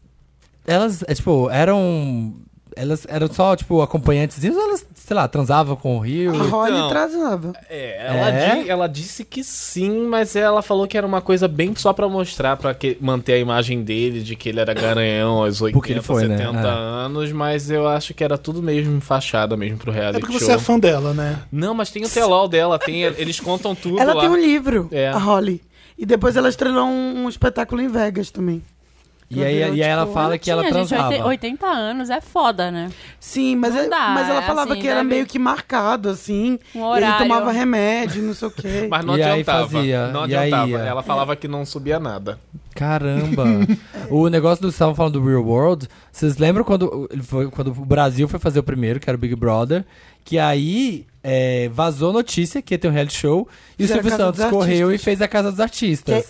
C: Elas, é, tipo, eram. Elas eram só, tipo, acompanhantes ou elas sei lá, transava com o Rio.
D: A Holly
E: Então.
D: trazava.
E: É, ela,
C: É?
E: di- ela disse que sim, mas ela falou que era uma coisa bem só pra mostrar, pra que- manter a imagem dele, de que ele era garanhão aos 80,
C: Porque ele foi, né?
E: 70
C: É.
E: anos, mas eu acho que era tudo mesmo fachada mesmo pro
B: É
E: reality
B: porque você
E: show.
B: é fã dela, né?
E: Não, mas tem o telol dela, tem, eles contam tudo
D: Ela
E: lá.
D: tem um livro,
E: É.
D: a Holly. E depois ela estreou um, um espetáculo em Vegas também.
C: E aí, e aí ela fala É que ela
A: Tinha, tipo, gente,
C: transava.
A: 80 80 anos é foda, né?
D: Sim, mas, é-
A: dá,
D: mas ela
A: é
D: falava
A: assim,
D: que era
A: deve-
D: meio que marcado, assim.
A: Um
D: E
A: horário.
D: ele tomava remédio, não sei o quê.
E: Mas não
C: E aí
E: adiantava.
C: fazia,
E: Não
C: e aí
E: adiantava.
C: ia.
E: Ela falava que não subia nada.
C: Caramba! o negócio do que estavam falando do Real World, vocês lembram quando, ele foi- quando o Brasil foi fazer o primeiro, que era o Big Brother, que aí é, vazou notícia que ia ter um reality show e o
D: Fizeram
C: Silvio
D: a Casa
C: Santos
D: dos
C: correu
D: Artistas.
C: e fez a Casa dos
D: que é
C: Artistas.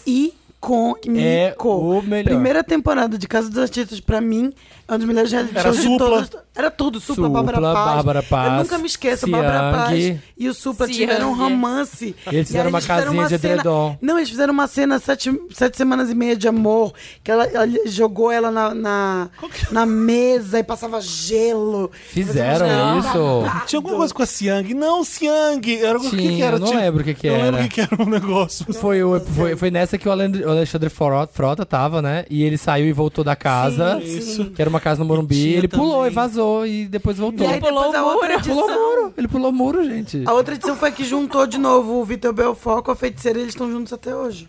D: icônico.
C: É o melhor.
D: Primeira temporada de Casa dos Artistas, pra mim, é um dos melhores reality
B: Era
D: shows de
B: Supla.
D: todas. Era tudo. Supla, Bárbara
C: Supla,
D: Paz.
C: Bárbara Paz,
D: Eu nunca me esqueço. Bárbara Paz
C: Siang.
D: e o Supla
A: Siang.
D: tiveram um romance.
C: Eles
D: E aí
C: fizeram uma
D: fizeram
C: casinha de
D: cena-
C: edredom.
D: Não, eles fizeram uma cena sete, sete semanas e meia de amor, que ela, ela jogou ela na, na,
C: é?
D: na mesa e passava gelo.
C: Fizeram
D: Ah, Não.
C: isso?
B: Tinha alguma coisa com a Siang. Não, Siang! Era o que, que
C: Tinha,
B: era?
C: eu não
B: Tinha-
C: lembro o que que
B: Eu lembro o
C: era.
B: que, que era um negócio.
C: Foi, o- foi, foi nessa que o Alend- o Alexandre Foro- Frota tava, né? E ele saiu e voltou da casa,
D: sim.
C: que era uma casa no Morumbi.
B: tinha
C: Ele pulou
B: também-
C: e vazou e depois voltou.
D: E aí
A: Pulou
D: depois a
A: o muro.
D: outra
C: Pulou
D: edição-
C: muro, ele pulou muro, gente.
D: A outra edição foi que juntou de novo o Vitor Belfort com a feiticeira e eles estão juntos até hoje.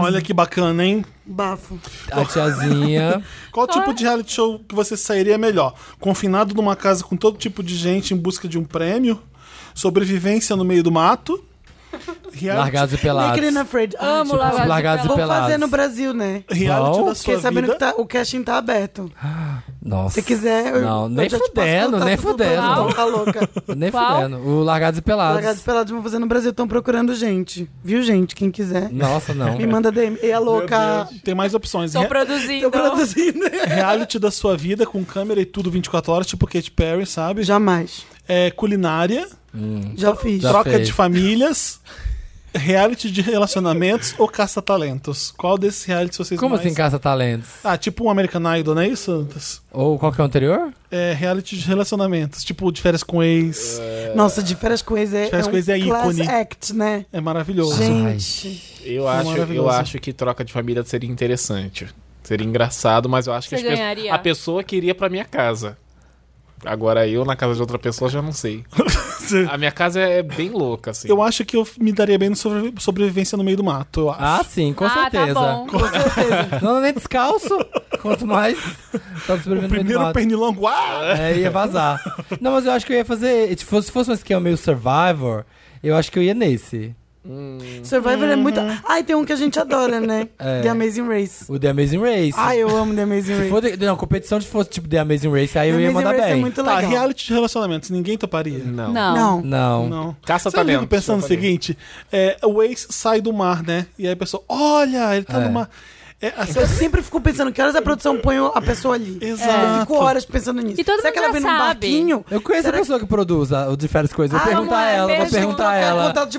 B: Olha que bacana, hein?
D: Bafo.
C: A tiazinha.
B: Qual tipo de reality show que você sairia melhor? Confinado numa casa com todo tipo de gente em busca de um prêmio? Sobrevivência no meio do mato? Reality,
C: Largados e pelados.
D: Naked and Afraid. Ai,
A: Amo
D: gente,
A: Largados e
C: Tipo, Largados e
D: Vou fazer
C: pelados.
D: no Brasil, né?
B: reality
C: Bom.
B: da
D: Fiquei
B: sua
D: sabendo
B: vida.
D: que tá- o casting tá aberto.
C: Nossa.
D: Se quiser, eu.
C: Não,
D: eu
C: nem
D: já te passo
C: fudendo,
D: contato
C: nem
D: do
C: fudendo.
D: pessoal, Tá louca.
C: Nem
A: Qual?
C: fudendo. O Largados e Pelados.
D: Largados e pelados vão fazer no Brasil, estão procurando gente. Viu, gente? Quem quiser.
C: Nossa, não.
D: Me manda DM. E a louca.
B: Tem mais opções. né?
A: Tô
B: Re-
A: produzindo.
D: Tô produzindo.
B: reality da sua vida com câmera e tudo 24 horas, tipo Katy Perry, sabe?
D: Jamais.
B: É, culinária,
C: Tá
D: Já fiz.
C: Já-
B: troca
C: fez.
B: de famílias, reality de relacionamentos ou caça-talentos. Qual desses realities vocês
C: Como
B: mais...
C: assim, Caça Talentos?
B: Ah, tipo um American Idol, não é isso?
C: Ou qual que é o anterior?
B: É, reality de relacionamentos, tipo de férias com ex.
D: É. Nossa, de férias coisas é.
B: De Férias
D: é um
B: com Ex é
D: class
B: ícone.
D: act, né?
B: É maravilhoso.
D: Gente.
E: Eu acho, eu
B: Maravilhoso.
E: acho que troca de família seria interessante. Seria engraçado, mas eu acho que
A: Você
E: as pe-
A: ganharia?
E: a pessoa queria pra minha casa. Agora eu na casa de outra pessoa já não sei. a minha casa é bem louca, assim.
B: Eu acho que eu me daria bem no sobre- sobrevivência no meio do mato, eu acho.
C: Ah, sim, com
A: ah, tá
C: certeza.
A: bom.
C: Não, nem descalço. Quanto mais. Tá
B: o
C: sobrevivendo
B: primeiro
C: bem do mato.
B: pernilongo. Ah!
C: É, ia vazar. Não, mas eu acho que eu ia fazer. Tipo, se fosse um esquema meio Survivor, eu acho que eu ia nesse.
D: Survivor é muito. Ai, tem um que a gente adora, né?
C: É.
D: The Amazing Race.
C: O The Amazing Race.
D: Ai, Ah, eu amo The Amazing
C: se
D: Race.
C: for de- não, competição se fosse tipo The Amazing Race, aí
D: The
C: eu ia
D: Amazing
C: mandar
D: Race
C: bem.
D: é muito
B: Tá,
D: legal.
B: reality de relacionamentos, ninguém toparia.
E: Não.
A: Não.
D: Não.
C: Não.
B: Não.
C: tá
B: Sabe o que
E: Caça
B: eu
E: talento.
B: fico pensando o
E: Caça talento.
B: seguinte? É, o ex sai do mar, né? E aí a pessoa, olha, ele tá
C: É.
B: numa. É, assim,
D: Eu sempre fico pensando que horas a produção põe a pessoa ali.
B: Exato.
D: Eu fico horas pensando nisso.
A: E todo
D: Será
A: mundo
D: que ela
A: já
D: vem num
A: sabe.
D: barquinho?
C: Eu conheço a
D: Será
C: pessoa que produz a- o de férias coisas.
D: Ah,
C: Vou perguntar
A: vamos
C: a
A: lá,
C: ela, vou
A: beijo,
C: perguntar a
D: que
C: ela.
D: contato de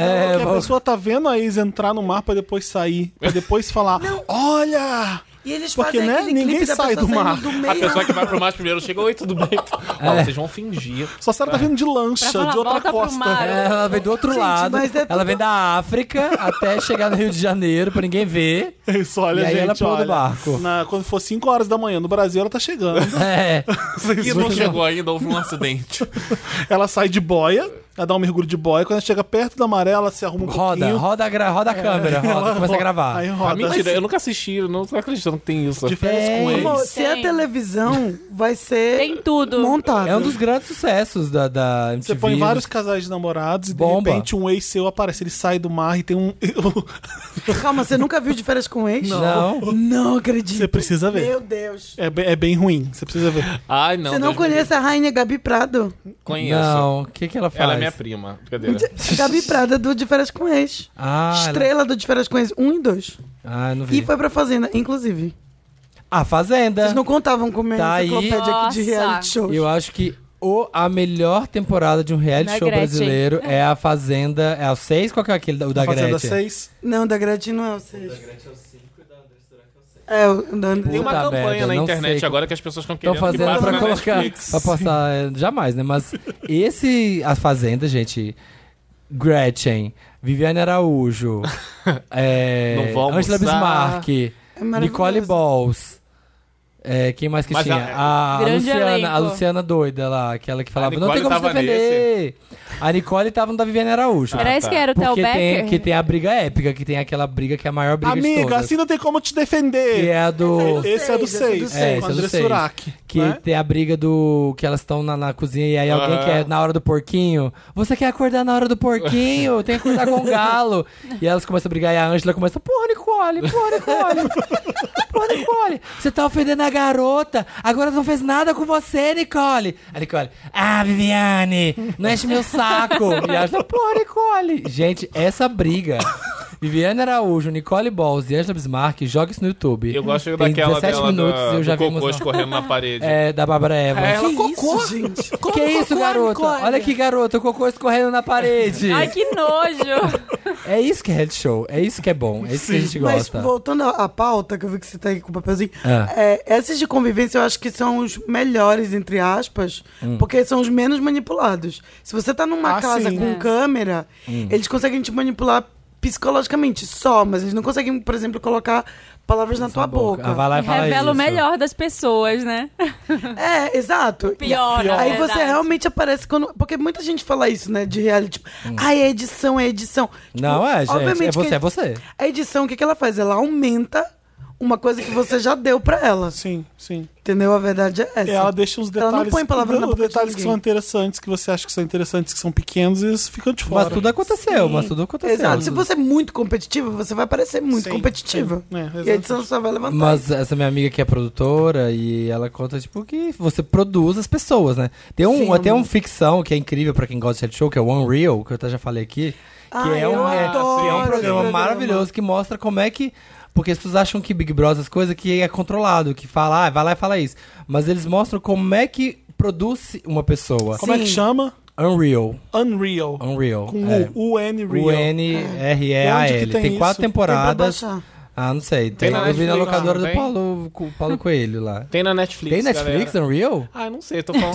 C: É,
D: né?
B: porque a
C: vou-
B: pessoa tá vendo a ex entrar no mar pra depois sair. Pra depois falar, olha!
D: E eles
B: Porque,
D: fazem
B: né,
D: aquele
B: ninguém
D: clipe da
B: sai
D: pessoa
B: do
D: saindo
B: mar.
D: do
E: A
D: meio.
E: pessoa que vai pro mar primeiro chega, oi, tudo bem? Ó,
B: É.
E: vocês vão fingir.
B: Só se ela tá vindo de
A: Pra
B: lancha,
A: falar,
B: de outra
A: volta pro
B: costa.
A: mar.
C: É, ela vem do outro lado.
D: mas é
C: Ela
D: tudo-
C: vem da África até chegar no Rio de Janeiro pra ninguém ver.
B: É Isso, olha,
C: E aí
B: gente,
C: ela pula do
B: olha,
C: barco.
B: na- quando for 5 horas da manhã no Brasil, ela tá chegando.
C: É.
E: E não chegou ainda, houve um acidente.
B: Ela sai de boia, ela dá um mergulho de boia. Quando ela chega perto da maré, ela se arruma um
C: Roda,
B: pouquinho.
C: roda, a gra- roda a câmera, roda, começa a
B: Aí
C: gravar.
E: Ah,
B: roda.
E: mentira, eu nunca assisti, eu não tô acreditando que tem isso.
B: De férias com
C: Tem.
B: ele.
D: Amor, se a
A: Tem.
D: televisão vai ser
A: Tem tudo.
D: montada.
C: É um dos grandes sucessos da, da MTV.
B: Você põe vários casais de namorados e
C: Bomba.
B: de repente um ex seu aparece. Ele sai do mar e tem um.
D: Calma, você nunca viu de férias com ex?
C: Não.
D: Não acredito.
B: Você precisa ver.
D: Meu Deus.
B: É, be- é bem ruim, você precisa ver.
E: Ai, não.
D: Você não
E: Deus me livre.
D: conhece a rainha Gabi Prado?
E: Conheço.
C: Não, o que, que ela faz?
E: Ela é minha prima. Brincadeira.
D: Gabi Prado é do De Férias com Ex.
C: ah, ela-
D: Estrela do De Férias com Ex 1 e 2.
C: Ah, não vi.
D: E foi pra Fazenda, inclusive.
C: A Fazenda.
D: Vocês não contavam com a minha
C: É. Tá aí.
D: enciclopédia aqui de
A: Nossa.
D: reality shows.
C: Eu acho que o, a melhor temporada de um reality
A: Da
C: show
A: Gretchen.
C: brasileiro é a Fazenda. É a 6? Qual que é aquele? da- O da
B: Fazenda
C: Gretchen?
B: 6.
D: Não, da Gretchen não é o 6. É, andando.
E: Tem uma
C: Puta
E: campanha
C: merda,
E: na
C: não
E: internet
C: sei.
E: agora que as pessoas estão
C: Estão
E: querendo que
C: fazendo
E: passe
C: pra
E: na
C: colocar.
E: Netflix.
C: Pra passar. é, Jamais, né? Mas esse. A Fazenda, gente. Gretchen, Viviane Araújo, é,
E: Não vou
C: Angela
E: almoçar.
C: Bismarck,
D: é maravilhoso.
C: Nicole Balls. é, quem mais que
E: Mas
C: tinha?
E: a-
C: A, a
A: Grande
C: Luciana, a
A: elenco.
C: Luciana doida lá, aquela que falava,
E: A
C: não tem como
E: Nicole
C: se
E: tava
C: defender. A Nicole tava no da Viviane Araújo.
A: Era esse
E: tá.
A: que era o Theo
C: Ah, Porque tem,
A: Becker?
C: que tem a briga épica, que tem aquela briga que é a maior briga de
B: Amiga,
C: todas.
B: assim não tem como te defender.
C: Que é a do.
B: Esse é do
D: Esse é do
C: seis.
B: 6. com
C: É, esse é do
B: André
C: seis.
B: Surak.
C: Que
B: né?
C: tem a briga do. Que elas estão na, na cozinha e aí alguém
E: Aham.
C: quer, na hora do porquinho, você quer acordar na hora do porquinho, tem que acordar com o galo. E elas começam a brigar e a Ângela começa, porra, Nicole, porra, Nicole. Porra, Nicole, você tá ofendendo a garota. Agora não fez nada com você, Nicole. A Nicole, ah, Viviane, não enche meu saco. E a Ângela, porra, Nicole. Gente, essa briga. Viviane Araújo, Nicole Balls e Angela Bismarck, joga isso no YouTube.
E: Eu gosto
C: Tem
E: daquela
C: 17
E: dela
C: minutos,
E: da,
C: eu já
E: do
C: vi
E: cocô
C: emoção.
E: escorrendo na parede.
C: É, da Bárbara Evans.
E: É, ela
D: Que isso, gente?
C: Que é isso, garoto? Olha que garoto, o cocô escorrendo na parede.
A: Ai, que nojo!
C: É isso que é head show, é isso que é bom, é isso que a gente
D: Mas
C: gosta.
D: voltando à à pauta, que eu vi que você tá aí com o papelzinho,
C: Ah.
D: é, essas de convivência eu acho que são os melhores, entre aspas,
C: Hum.
D: porque são os menos manipulados. Se você tá numa
B: Ah,
D: casa
B: sim.
D: com
A: É.
D: câmera,
C: Hum.
D: eles conseguem te manipular psicologicamente só, mas eles não conseguem, por exemplo, colocar palavras na tua boca.
C: Ah, vai lá e fala
A: Revela o
C: isso.
A: melhor das pessoas, né?
D: É, exato.
A: Pior,
D: E-
A: na
D: Aí
A: verdade.
D: você realmente aparece quando. Porque muita gente fala isso, né? De reality. Tipo, ai, é edição, é edição. Tipo,
C: Hum. Não, é, gente, é
D: obviamente que
C: você,
D: a-
C: é você.
D: A edição, o que, que ela faz? Ela aumenta uma coisa que você já deu pra ela.
B: Sim, sim.
D: Entendeu? A verdade é essa.
B: Ela deixa uns detalhes.
D: Ela não põe palavra na
B: não,
D: boca de
B: detalhes que
D: ninguém.
B: são interessantes, que você acha que são interessantes, que são pequenos, e isso fica de fora.
C: Mas tudo aconteceu, mas tudo aconteceu.
D: Exato. Se você é muito competitiva, você vai parecer muito
B: Sim,
D: competitiva.
B: sim. É,
D: e a
B: exato.
D: edição só vai levantar.
C: Mas essa minha amiga que é produtora e ela conta, tipo, que você produz as pessoas, né? Tem um,
D: Sim,
C: até
D: amor.
C: um ficção que é incrível pra quem gosta de reality show, que é o Unreal, que eu até já falei aqui. Que é,
D: Ai, Ah, eu
C: um, é-
D: adoro
C: que é um programa
D: esse programa.
C: maravilhoso que mostra como é que. Porque as pessoas acham que Big Brother, as coisas que é controlado, que fala, ah, vai lá e fala isso. Mas eles mostram como é que produz uma pessoa.
B: Como é que
D: Sim.
B: chama?
C: Unreal.
B: Unreal.
C: Unreal.
B: Com
C: é.
B: o UN Real.
C: U N R E A
B: Onde
C: L.
B: que
C: Tem,
B: tem
C: quatro
B: isso? Tem pra
C: temporadas.
D: baixar?
C: Ah, não sei. Tem,
E: Tem na
C: eu vi na
E: Netflix,
C: locadora do
E: não tem?
C: Paulo, com o Paulo Coelho lá.
E: Tem na Netflix.
C: Tem Netflix,
E: galera.
C: Unreal?
E: Ah, eu não sei, tô falando.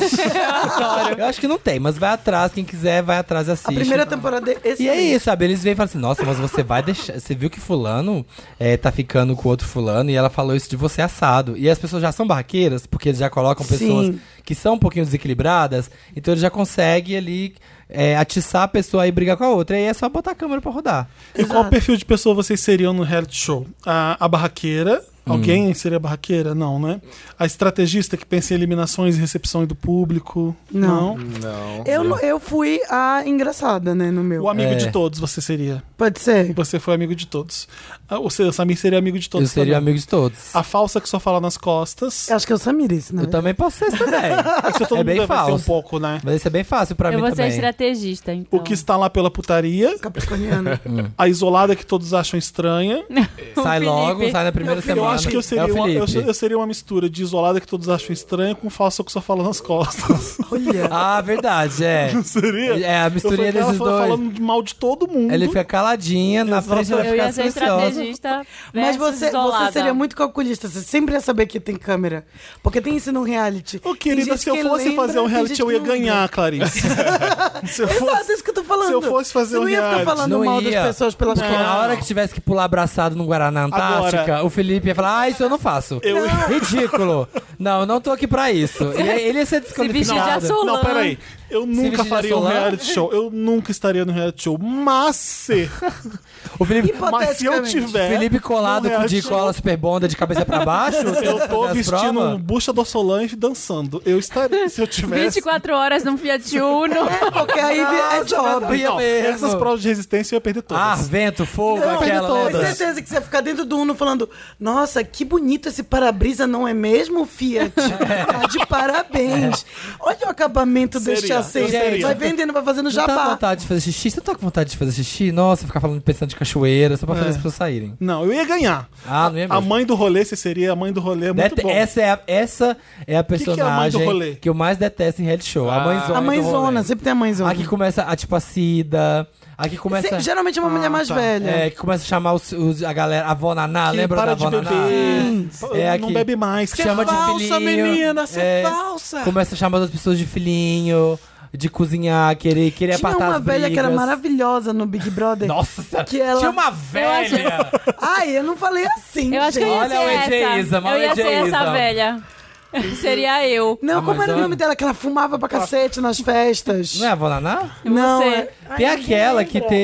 C: Eu acho que não tem, mas vai atrás, quem quiser vai atrás e
D: A
C: assiste.
D: primeira temporada é esse
C: E é isso, sabe? Eles vêm e falam assim, nossa, mas você vai deixar. Você viu que fulano eh, tá ficando com outro fulano e ela falou isso de você assado. E as pessoas já são barraqueiras, porque eles já colocam pessoas
D: Sim.
C: que são um pouquinho desequilibradas, então eles já conseguem ali eh, atiçar a pessoa e brigar com a outra. E aí é só botar a câmera pra rodar.
B: E qual perfil de pessoa vocês seriam no reality show? A, a barraqueira.
C: Hum.
B: Alguém seria barraqueira? Não, né? A estrategista que pensa em eliminações e recepção do público?
D: Não.
E: não.
D: Eu, não- eu fui a engraçada, né, no meu.
B: O amigo
C: É.
B: de todos você seria.
D: Pode ser?
B: Você foi amigo de todos. Ah, Ou seja, o Samir seria amigo de
C: Eu
B: todos.
C: seria
B: também. Ah,
C: amigo de todos.
B: A falsa que só fala nas costas.
D: Acho que é o Samir esse, né?
C: Eu também posso ser isso também.
B: Acho que todo
C: é bem
B: mundo deve ser
C: falso.
B: um pouco, né?
C: Mas isso é bem fácil pra
A: Eu
C: mim
A: vou ser
C: também.
A: estrategista, então.
B: O que está lá pela putaria.
D: Capricorniana.
B: A isolada que todos acham estranha.
A: O
C: Sai
A: Felipe.
C: logo, sai na primeira semana.
B: Eu acho que eu
C: é
B: seria,
C: o
B: uma, eu,
C: Felipe.
B: eu seria uma mistura de isolada que todos acham estranha com falsa que só fala nas costas.
D: Olha.
C: Ah, verdade, é.
B: seria?
C: É, a misturinha
B: eu falei que
C: desses
B: ela
C: dois.
B: falando mal de todo mundo.
C: Ela fica caladinha na frente, ela
A: Eu
C: fica
A: ia ser
C: silenciosa.
A: estrategista.
D: Mas
A: versus
D: você,
A: isolada.
D: você seria muito calculista. Você sempre ia saber que tem câmera. Porque tem isso no reality.
B: Ô,
D: Tem
B: querida,
D: gente
B: se eu
D: que
B: fosse
D: lembra,
B: fazer um
D: tem
B: reality,
D: gente
B: eu ia
D: que não lembra.
B: ganhar, Clarice. se eu
D: Exato,
B: fosse...
D: é isso que eu tô falando.
B: se eu fosse fazer
D: Você
B: um
D: não ia ficar
B: reality.
D: falando mal
C: ia,
D: das pessoas pelas
C: Porque
D: costas.
C: na hora que tivesse que pular abraçado no Guaraná Antártica,
B: Agora-
C: o Felipe ia falar, ah, isso eu não faço.
B: Eu- Não.
C: Ridículo. não, eu não tô aqui pra isso. E aí ele ia ser
A: vestir de
C: desqualificado.
A: azul. Solano.
B: Não, peraí. Eu
C: vestir
B: nunca
C: de
B: faria um
C: Solano?
B: reality show. Eu nunca estaria no reality show. Mas se,
C: O Felipe,
B: mas se eu tiver.
C: Felipe colado
B: num
C: com
B: reality
C: de cola super bonda de cabeça pra baixo,
B: é assim, Eu tô
C: fazer as
B: vestindo
C: provas.
B: um bucha do Solange dançando. Eu estaria, se eu tivesse.
A: 24 horas num Fiat Uno.
D: Porque aí é job.
C: ia
B: Não,
C: mesmo.
B: essas provas de resistência eu ia perder todas.
C: Ar, Ah, vento, fogo,
D: Não,
C: aquela. né?
D: eu tenho
C: lembra?
D: certeza que você um ia ficar dentro do Uno falando Nossa, que bonito esse para-brisa, não é mesmo, Fiat?
C: É.
D: Tá de parabéns. Olha o acabamento deste
B: Seria, eu
D: chassi.
B: seria.
D: Vai vendendo, vai fazendo
C: Você tá com
D: jabá.
C: vontade de fazer xixi? Você tá com vontade de fazer xixi? Nossa, ficar falando pensando de cachoeira, só pra fazer as pessoas saírem.
B: Não, eu ia ganhar.
C: Ah, não é
B: A
C: mesmo?
B: mãe do rolê, você seria a mãe do rolê, é muito
C: Dete-
B: bom.
C: essa, é a, essa é a
B: que é a mãe do
C: personagem que,
B: rolê?
C: eu mais detesto em reality show. a mãezona.
D: A
C: do rolê.
D: mãezona, sempre tem a mãezona.
C: Aqui começa a tipo a Cida, Aqui começa.
D: Se- geralmente é uma mulher mais velha.
C: É, que começa a chamar os, os- a galera, a avó Naná,
B: Que
C: lembra da
B: para
C: avó
B: de beber,
C: Naná?
B: pa-
C: É
B: não
C: aqui.
B: bebe mais.
C: Você chama de
G: falsa,
C: filhinho,
G: menina, você
C: é,
G: é falsa.
C: Começa a chamar as pessoas de filhinho, de cozinhar, querer, querer
D: Tinha
C: apartar
D: uma
C: as
D: velha que era
C: brigas.
D: maravilhosa no Big Brother.
C: Nossa senhora.
D: Que ela-
C: Tinha uma velha.
D: Ai, eu não falei assim,
A: Eu acho que eu ia
D: gente.
C: Olha o
A: ser
C: EJismo,
A: essa.
C: olha
A: eu ia
C: o
A: ser
C: EJismo.
A: essa velha. Seria eu.
D: Não,
C: Ah,
D: como
C: mas
D: era o nome
C: olha.
D: dela? Que ela fumava pra cacete nas festas.
C: Não é a avó Naná?
D: Não,
A: Você.
D: é-
C: Tem aquela que teve.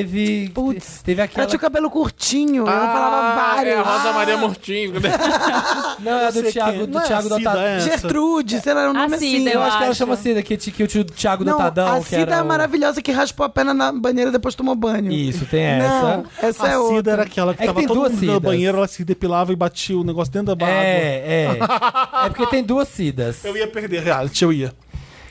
C: Teve
D: Ela
C: aquela.
D: tinha o cabelo curtinho,
C: Ah,
D: ela falava
E: É a
D: vários.
E: Rosa Maria Mortinho. né?
C: Não, é a do
B: sei
C: Thiago,
B: quem.
C: do
B: Não é
C: Thiago
B: Cida,
C: Dotadão.
B: é?
D: Gertrude, sei lá, era um
A: A
D: nome assim.
A: Cida,
C: Eu
A: eu
C: acho que ela
A: acho.
C: chama Cida, que, ti- que o tio Thiago
D: Não,
C: Dotadão.
D: a
C: que era
D: Cida é a
C: o-
D: maravilhosa que raspou a perna na banheira e depois tomou banho.
C: Isso, tem essa.
D: Não, essa
B: A
D: é outra.
B: Cida era aquela que
C: É que
B: tava
C: tem
B: todo
C: duas
B: mundo na
C: Cidas.
B: banheira, ela se depilava e batia o negócio dentro da barra.
C: É, é. É porque tem duas Cidas.
B: Eu ia perder reality, eu ia.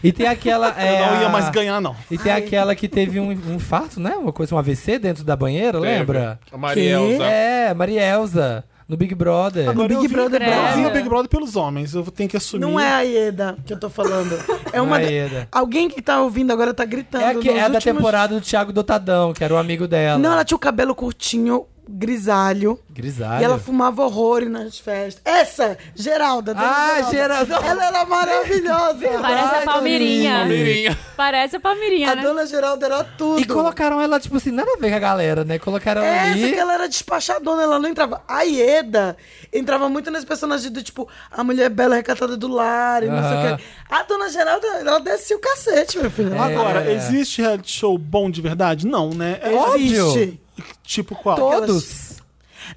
C: E tem aquela.
B: Eu
C: é,
B: não ia
C: a-
B: mais ganhar, não.
C: E tem aquela que teve um, um infarto, né? Uma coisa, um AVC dentro da banheira, lembra?
E: A Maria Elza.
C: É, Maria Elza, no Big Brother.
B: Agora
D: Big
B: eu vi,
D: Brother
B: Eu vi
A: Brasil.
B: o Big Brother pelos homens, eu tenho que assumir.
D: Não é a Ieda que eu tô falando. É uma.
C: Não é
D: da-
C: Ieda.
D: Alguém que tá ouvindo agora tá gritando.
C: é a, que-
D: nos
C: é a da
D: últimos-
C: temporada do Thiago Dotadão, que era o amigo dela.
D: Não, ela tinha o cabelo curtinho, grisalho.
C: Grisalha.
D: E ela fumava horror nas festas. Essa, Geralda. dona
C: Ah, Geralda.
D: Ela era maravilhosa.
A: Parece
D: Ai,
A: a Palmeirinha.
E: Palmeirinha.
A: Parece a Palmeirinha,
D: A
A: né?
D: dona Geralda era tudo.
C: E colocaram ela, tipo assim, nada a ver com a galera, né? Colocaram ela
D: Essa
C: ali.
D: que ela era despachadona, ela não entrava. A Ieda entrava muito nesse personagem do tipo, a mulher bela recatada do lar e não sei
C: Aham.
D: o que. A dona Geralda, ela descia o cacete, meu filho. Ela
B: Agora,
C: É.
B: existe reality show bom de verdade? Não, né? É
C: Óbvio.
D: Existe.
B: Tipo qual?
C: Todos.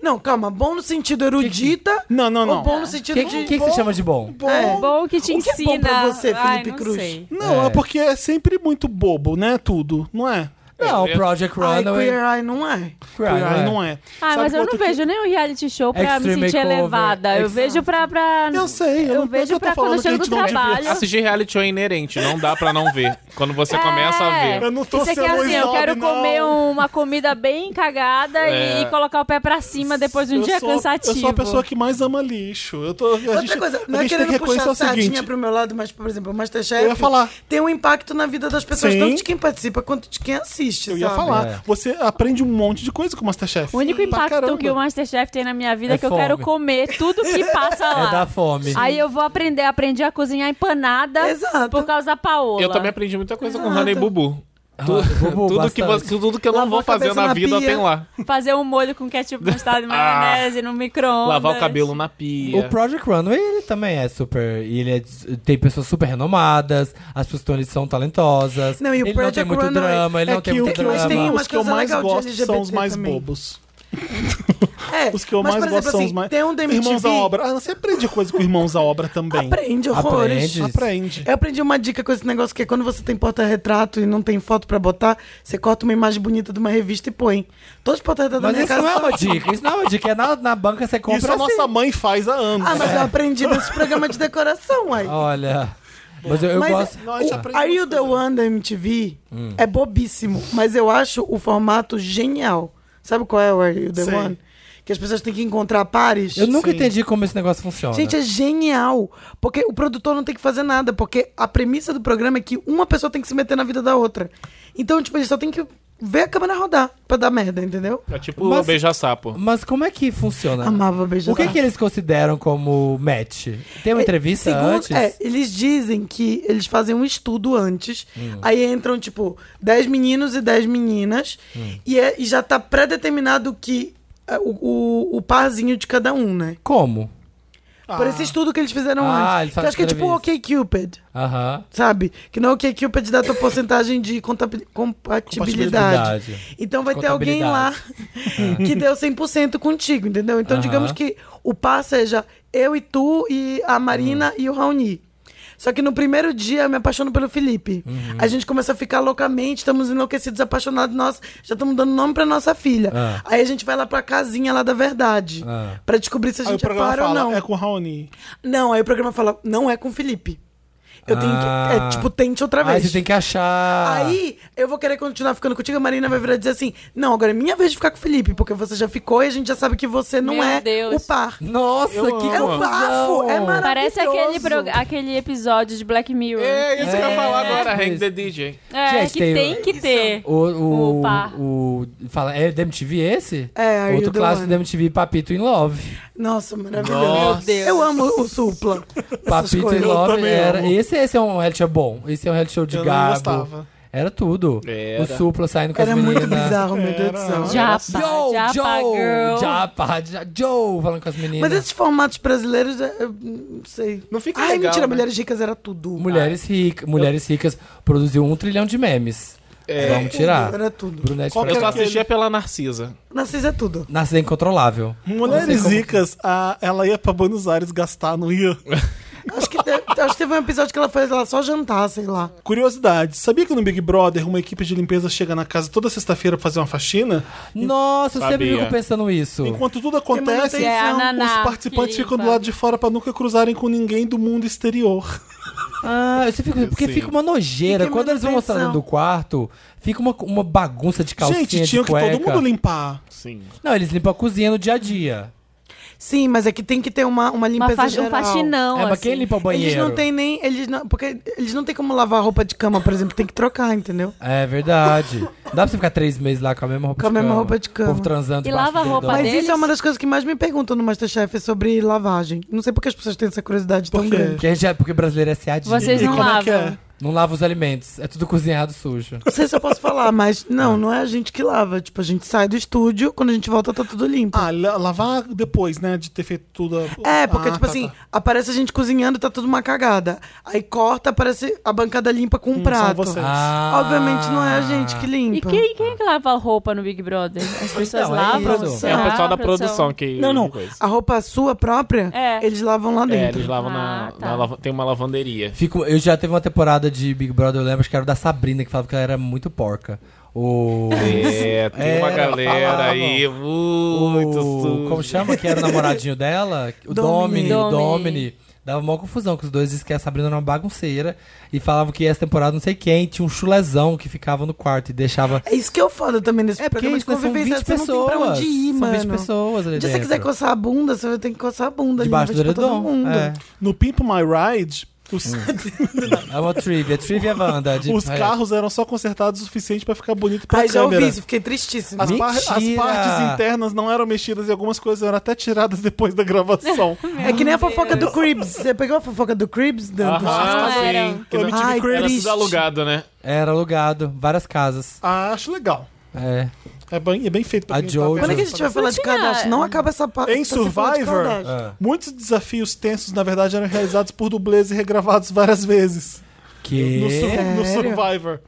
D: Não, calma, bom no sentido erudita.
B: Não, não,
D: Ou
B: não.
D: bom no
C: O
D: sentido
C: que,
D: de.
C: que, que você chama de bom?
D: bom? É.
A: Bom que te
D: O que é
A: ensina.
D: bom pra você,
A: Ai,
D: Felipe
A: não
D: Cruz?
A: sei.
B: Não, é.
C: É.
B: porque é sempre muito bobo, né? Tudo, não é?
C: Não,
E: é-
C: Project
D: Ai,
C: Runway.
D: Queer Eye não é.
C: Queer Eye,
B: Aí
C: é.
B: não é.
A: Ah,
B: Sabe
A: mas eu
B: outro
A: não
B: que-
A: vejo nenhum reality show pra
C: Extreme
A: me sentir
C: Makeover,
A: elevada. Eu
C: exato.
A: vejo pra, pra.
B: Eu sei, eu
A: Eu,
B: não- eu
A: vejo
B: tô
A: pra
B: falando
A: quando eu
B: que a
A: chego do
B: gente não devia
A: trabalho.
E: Assistir reality show é inerente, não dá pra não ver. Quando você começa a ver.
B: Eu não tô
A: Isso aqui é
B: sendo um
A: assim, eu
B: snob,
A: quero
B: não.
A: comer uma comida bem cagada
E: É.
A: e colocar o pé pra cima depois de um
B: eu
A: dia
B: sou,
A: cansativo.
B: Eu sou a pessoa que mais ama lixo. Eu tô, a gente,
D: Outra coisa, não
B: a gente tem
D: é
B: que
D: querendo
B: reconhecer
D: puxar
B: o
D: a sardinha
B: seguinte.
D: pro meu lado, mas, por exemplo, o Masterchef
B: Eu ia falar.
D: tem um impacto na vida das pessoas,
B: Sim.
D: tanto de quem participa quanto de quem assiste.
B: Eu ia
D: sabe?
B: falar.
C: É.
B: Você aprende um monte de coisa com o Masterchef.
A: O único
B: Pra
A: impacto
B: caramba.
A: que o Masterchef tem na minha vida
C: É
A: é, que eu quero
C: fome.
A: comer tudo que passa lá.
C: É da fome.
A: Ah, Aí eu vou aprender, aprendi a cozinhar empanada
D: Exato.
A: por causa da Paola.
E: Eu também aprendi muita coisa com Hannah e Bubu.
C: Ah,
E: Tu-
C: Bubu,
E: tudo, que,
C: bastante.
E: você- tudo que eu não
D: Lavar
E: vou
D: a
E: fazer
D: cabeça
E: na,
D: na
E: vida
D: pia.
E: tem lá.
A: Fazer um molho com ketchup, mostarda e maionese no micro-ondas.
E: Ah. Lavar o cabelo na pia.
C: O Project Runway, ele também é super. e Ele é- tem pessoas super renomadas, as pessoas que estão ali são talentosas.
D: Não, e o
C: ele não
D: Project
C: tem muito
D: Runway
C: drama, ele
B: é
C: não tem
B: que o
C: muito
B: que
D: mas
C: drama.
D: tem uma
B: os que eu
D: coisa
B: mais
D: legal de
B: gosto são os
D: LGBT
B: mais
D: também.
B: bobos.
D: É,
B: Os que eu
D: mas,
B: mais
D: por
B: gosto
D: exemplo,
B: são os
D: assim,
B: mais.
D: Tem um da MTV,
B: Irmãos à obra. Ah, você aprende coisa com irmãos à obra também.
D: Aprende horrores.
C: Aprende.
B: Aprende.
D: Eu aprendi uma dica com esse negócio que é quando você tem porta-retrato e não tem foto pra botar, você corta uma imagem bonita de uma revista e põe. Todos os porta-retratos da
C: Mas
D: minha
C: isso não
D: casa
C: é
D: são assim.
C: uma dica, isso não é uma dica. É na, na banca você compra
B: Isso a
C: assim.
B: nossa mãe faz há anos.
D: Ah, mas eu aprendi nesse programa de decoração,
B: Ah,
D: uai.
C: Olha. Mas eu, eu
D: mas é
C: gosto. Hum.
B: Não, a gente
D: o
B: aprende
D: Are
B: muita
D: You The One da MTV é bobíssimo, mas eu acho o formato genial. Sabe qual é o Are You The
B: Sei.
D: One? Que as pessoas têm que encontrar pares.
C: Eu nunca
B: Sim.
C: entendi como esse negócio funciona.
D: Gente, é genial. Porque o produtor não tem que fazer nada. Porque a premissa do programa é que uma pessoa tem que se meter na vida da outra. Então, tipo, ele só tem que ver a câmera rodar pra dar merda, entendeu?
E: É tipo
C: Mas-
E: beijar sapo.
C: Mas como é que funciona?
D: Amava beijar.
C: O que, que eles consideram como match? Tem uma entrevista
D: É, Segundo-
C: antes?
D: É, eles dizem que eles fazem um estudo antes.
C: Hum.
D: Aí entram, tipo, 10 meninos e 10 meninas.
C: Hum.
D: E, é- e já tá pré-determinado que é, o, o, o parzinho de cada um, né?
C: Como?
B: Ah,
D: Por esse estudo que eles fizeram
C: Ah,
D: antes.
C: eles
D: que
C: fazem
D: eu acho que é tipo o
C: entrevista.
D: OK Cupid.
C: Aham.
D: sabe? Que não é o que Cupid dá a tua porcentagem de contabi- compatibilidade.
C: Compatibilidade.
D: Então vai ter alguém lá que deu 100% contigo, entendeu? Então
C: Aham.
D: digamos que o par seja eu e tu e a Marina
C: Uhum.
D: e o Raoni. Só que no primeiro dia eu me apaixono pelo Felipe.
C: Uhum.
D: A gente começa a ficar loucamente, estamos enlouquecidos, apaixonados, nós já estamos dando nome pra nossa filha.
C: Ah.
D: Aí a gente vai lá pra casinha lá da verdade.
C: Ah.
D: Pra descobrir se a
B: Aí o
D: gente é
B: programa
D: par ou
B: fala,
D: não.
B: é com o Raoni.
D: Não, aí o programa fala, não é com o Felipe. Eu tenho que.
C: Ah.
D: É, tipo, tente outra
C: Aí
D: vez.
C: você tem que achar.
D: Aí eu vou querer continuar ficando contigo, a Marina vai virar e dizer assim: Não, agora é minha vez de ficar com o Felipe, porque você já ficou e a gente já sabe que você não
A: Meu
D: é
A: Deus.
D: o par.
C: Nossa, que
D: É um bafo, é maravilhoso.
A: Parece aquele, prog- aquele episódio de Black Mirror.
E: É isso que eu ia falar
C: É.
E: agora, um Hang the DJ.
A: É,
C: Gente,
A: que
C: tem-
A: tem, que ter.
C: O, o,
A: Opa.
C: o, fala, é da MTV esse?
D: É, Are
C: Outro
D: You the
C: clássico
D: One?
C: da MTV, Papito in Love.
D: Nossa, maravilhoso.
E: Nossa.
A: Meu Deus.
D: Eu amo o Supla. Essas
C: Papito in
D: coisas.
B: Eu
C: Love
B: também
C: era.
B: amo.
C: Esse, esse é um reality show bom. Esse é um reality show de
B: Eu não
C: gabo.
B: gostava.
C: Era tudo.
E: Era.
C: O Supla saindo com
D: Era
C: as
D: muito
C: meninas.
D: bizarro, meu Deus do céu.
A: Japa,
C: Yo,
A: Japa Girl.
C: Joe! Japa, Ja- Joe! Falando com as meninas.
D: Mas esses formatos brasileiros, é, eu não sei.
E: Não fica
D: Ai,
E: legal,
D: mentira,
E: né?
D: Mulheres Ricas era tudo.
C: Mulheres, rica, mulheres ricas produziu um trilhão de memes. Vamos tirar.
D: Ah, Era tudo.
C: Brunete
B: É. Qual
C: pra
E: Eu só
C: cá.
B: aquele?
E: assistia pela Narcisa.
D: Narcisa é tudo.
C: Nascida incontrolável. Não sei
B: Mulheres
C: como-
B: ricas, a- ela ia pra Buenos Aires gastar, não ia.
D: Acho que, teve, acho que teve um episódio que ela foi lá só jantar, sei lá.
B: Curiosidade, sabia que no Big Brother uma equipe de limpeza chega na casa toda sexta-feira pra fazer uma faxina?
C: Nossa, eu sempre
E: Sabia.
C: fico pensando isso.
B: Enquanto tudo acontece,
D: Tem manutenção. É, a
A: Naná
B: os participantes
A: que
B: ficam do
A: limpa.
B: lado de fora pra nunca cruzarem com ninguém do mundo exterior.
C: Ah, eu sempre fico. Porque
E: Sim.
C: fica uma nojeira.
D: Fica
C: Quando eles vão mostrar dentro
D: manutenção.
C: do quarto, fica uma, uma bagunça de calcinha
B: Gente, tinha
C: de
B: que todo
C: cueca.
B: mundo limpar.
E: Sim.
C: Não, eles limpam a cozinha no dia a dia.
D: Sim, mas é que tem que ter uma, uma
A: Uma
D: limpeza
A: fa um
D: geral.
A: faxinão.
C: é, mas
A: assim.
C: quem limpa o banheiro?
D: Eles não têm nem. Eles não, porque eles não têm como lavar a roupa de cama, por exemplo, tem que trocar,
A: Tá
D: entendeu?
C: É verdade. Dá pra você ficar três meses lá com a mesma roupa
D: Com a
C: de
D: mesma
C: cama.
D: roupa de cama.
C: O povo transando
A: E
C: debaixo
A: lava
C: do
A: a roupa
C: dedão.
D: Mas
A: deles?
D: isso é uma das coisas que mais me perguntam no Masterchef é sobre lavagem. Não sei porque as pessoas têm essa curiosidade tão
B: Por quê?
D: grande.
C: Porque, a gente é, porque brasileiro é seadinho.
A: Vocês
B: E
A: não
B: como é que
A: lavam.
B: é?
C: Não lava os alimentos. É tudo cozinhado sujo.
D: Não sei se eu posso falar, mas
B: Ah.
D: não, não é a gente que lava. Tipo, a gente sai do estúdio, quando a gente volta tá tudo limpo.
B: Ah, la- lavar depois, né? De ter feito tudo. a-
D: É, porque,
B: Ah,
D: tipo
B: tá,
D: assim,
B: tá.
D: aparece a gente cozinhando e tá tudo uma cagada. Aí corta, aparece a bancada limpa
B: Hum,
D: com um prato.
B: vocês.
C: Ah.
D: Obviamente não é a gente que
A: E
D: limpa.
A: quem, quem é que lava a roupa no Big Brother? As pessoas
C: Então, é
A: lavam?
C: isso.
A: Tá, produção,
E: É o pessoal
A: a
E: da produção
C: Tipo
E: que.
D: Não, Ah, não.
E: coisa.
D: A roupa sua própria,
A: É.
D: eles lavam lá
E: É,
D: dentro.
E: eles lavam
A: Ah,
E: na.
A: tá.
E: na lava- Tem uma lavanderia.
C: Fico, eu já teve uma temporada de Big Brother, eu lembro, acho que era da Sabrina, que falava que ela era muito porca. O.
E: É, tem uma
C: É,
E: galera
C: falavam.
E: aí. Muito
C: o
E: suja.
C: como chama? Que era o namoradinho dela? O Domini.
D: Domini.
C: O Domini.
A: Domini.
C: Dava uma confusão, que os dois diziam que a Sabrina era uma bagunceira. E falavam que essa temporada, não sei quem, tinha um chulezão que ficava no quarto e deixava.
D: É isso que eu foda também nesse
C: É porque
D: programa de
C: isso, né, são
D: convivência.
C: 20
D: você não tem pra
C: pessoas.
D: onde ir,
C: São
D: mano.
C: 20 pessoas ali
D: Se você
C: dentro.
D: quiser coçar a bunda, você vai ter que coçar a bunda
C: Debaixo do
D: ali, mas pra todo
C: edredom.
D: mundo.
C: É.
B: No Pimp My Ride, os,
C: é uma trivia. Trivia Wanda. de-
B: os
C: é.
B: carros eram só consertados o suficiente pra ficar bonito pra
D: Ai, Tá, já
B: câmera.
D: ouvi isso, fiquei tristíssima.
B: As, par- as
C: Mentira!
B: partes internas não eram mexidas e algumas coisas eram até tiradas depois da gravação.
D: É que nem a fofoca do Cribs. Você pegou a fofoca do Cribs, Dan?
E: Ah,
A: Não eram.
E: sim. Que
B: Eu
E: não-
B: me tive
D: Ai,
E: Era
B: cringe.
E: tudo alugado, né?
C: Era alugado, várias casas.
B: Ah, acho legal.
C: É.
B: É bem, é bem feito pra
C: A
B: quem
C: Jojo.
B: tá
D: Quando é
B: vendo.
D: que a gente vai falar de cadastro? Não acaba essa parte.
B: Em Survivor, muitos desafios tensos, na verdade, eram realizados por dublês e regravados várias vezes.
C: Que.
B: No, su- no Survivor.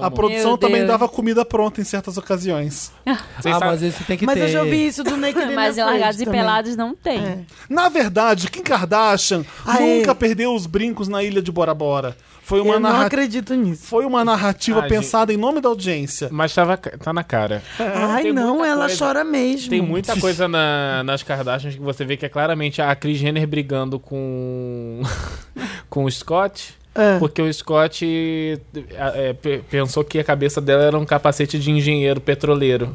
B: A produção
A: Meu
B: também
A: Deus.
B: dava comida pronta em certas ocasiões.
E: Vocês
C: ah,
E: sabem-
C: mas isso tem que
D: Mas
C: ter.
D: eu já ouvi isso do Naked and
A: Mas em
D: Afraid
A: largados e
D: também. É.
A: pelados não tem.
B: Na verdade, Kim Kardashian
D: Aê.
B: nunca perdeu os brincos na ilha de Bora Bora. Foi uma,
D: Ah, é? Eu não
B: narra-
D: acredito nisso.
B: Foi uma narrativa
E: Ah,
B: pensada em nome da audiência.
E: Mas tava, tá na cara.
D: Ai,
E: tem
D: não,
E: muita
D: ela
E: coisa.
D: chora mesmo.
E: Tem muita coisa na- nas Kardashians que você vê que é claramente a Kris Jenner brigando com, com o Scott.
D: É.
E: Porque o Scott eh, eh, pe- pensou que a cabeça dela era um capacete de engenheiro petroleiro.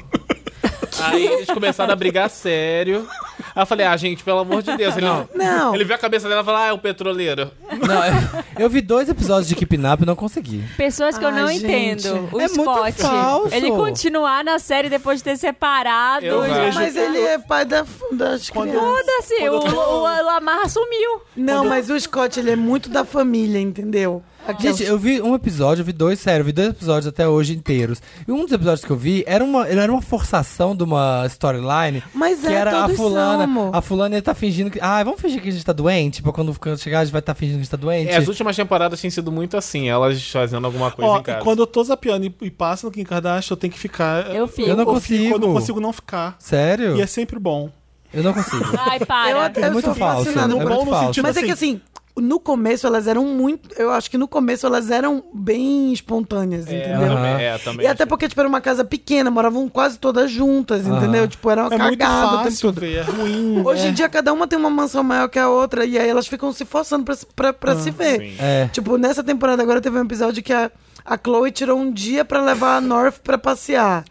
E: Aí eles começaram a brigar sério. Aí eu falei, ah, gente, pelo amor de Deus. Ele,
D: Não.
E: ele viu a cabeça dela e falou, ah, é o petroleiro.
C: Não, eu- eu vi dois episódios de Keep Up e não consegui.
A: Pessoas que eu
D: Ai,
A: não
D: gente.
A: entendo. O
C: É muito
A: Scott.
C: falso.
A: Ele continuar na série depois de ter separado.
E: Eu
A: já-
E: vejo-
D: Mas ele é pai da, das
B: Quando-
D: crianças.
A: Foda-se, o, o, o Lamar sumiu.
D: Não, mas o Scott, ele é muito da família, entendeu? Aquela-
C: Gente, eu vi um episódio, eu vi dois, sério, eu vi dois episódios até hoje inteiros. E um dos episódios que eu vi era uma, era uma forçação de uma storyline.
D: Mas
C: que
D: é,
C: era a
D: todos
C: fulana.
D: são, amor.
C: A fulana ia tá fingindo que. Ah, vamos fingir que a gente tá doente? Pra quando, quando chegar, a gente vai estar fingindo que a gente tá doente.
E: É, as últimas temporadas têm sido muito assim, elas fazendo alguma coisa
B: Ó,
E: em casa.
B: e quando eu tô zapeando e, e passa no Kim Kardashian, eu tenho que ficar.
A: Eu fico.
C: Eu não
B: fico
C: consigo.
B: quando eu consigo não ficar.
C: Sério?
B: E é sempre bom.
C: Eu não consigo.
A: Ai, para.
D: Eu até-
C: É muito
D: sou
C: falso.
D: fascinada
C: É
D: por-
C: muito
B: Bom no
C: falso.
B: sentido-
D: Mas é
B: assim,
D: que assim, No começo elas eram muito. Eu acho que no começo elas eram bem espontâneas, entendeu?
E: também- é, também
D: E até
E: acho.
D: porque, tipo, era uma casa pequena, moravam quase todas juntas, entendeu? Tipo, era uma
B: É muito
D: cagada. o tempo
B: fácil,
D: todo.
B: velho. É ruim.
D: Hoje em dia, cada uma tem uma mansão maior que a outra, e aí elas ficam se forçando pra, se- pra, pra se ver.
C: É.
D: Tipo, nessa temporada agora teve um episódio que a, a Chloe tirou um dia pra levar a North pra passear.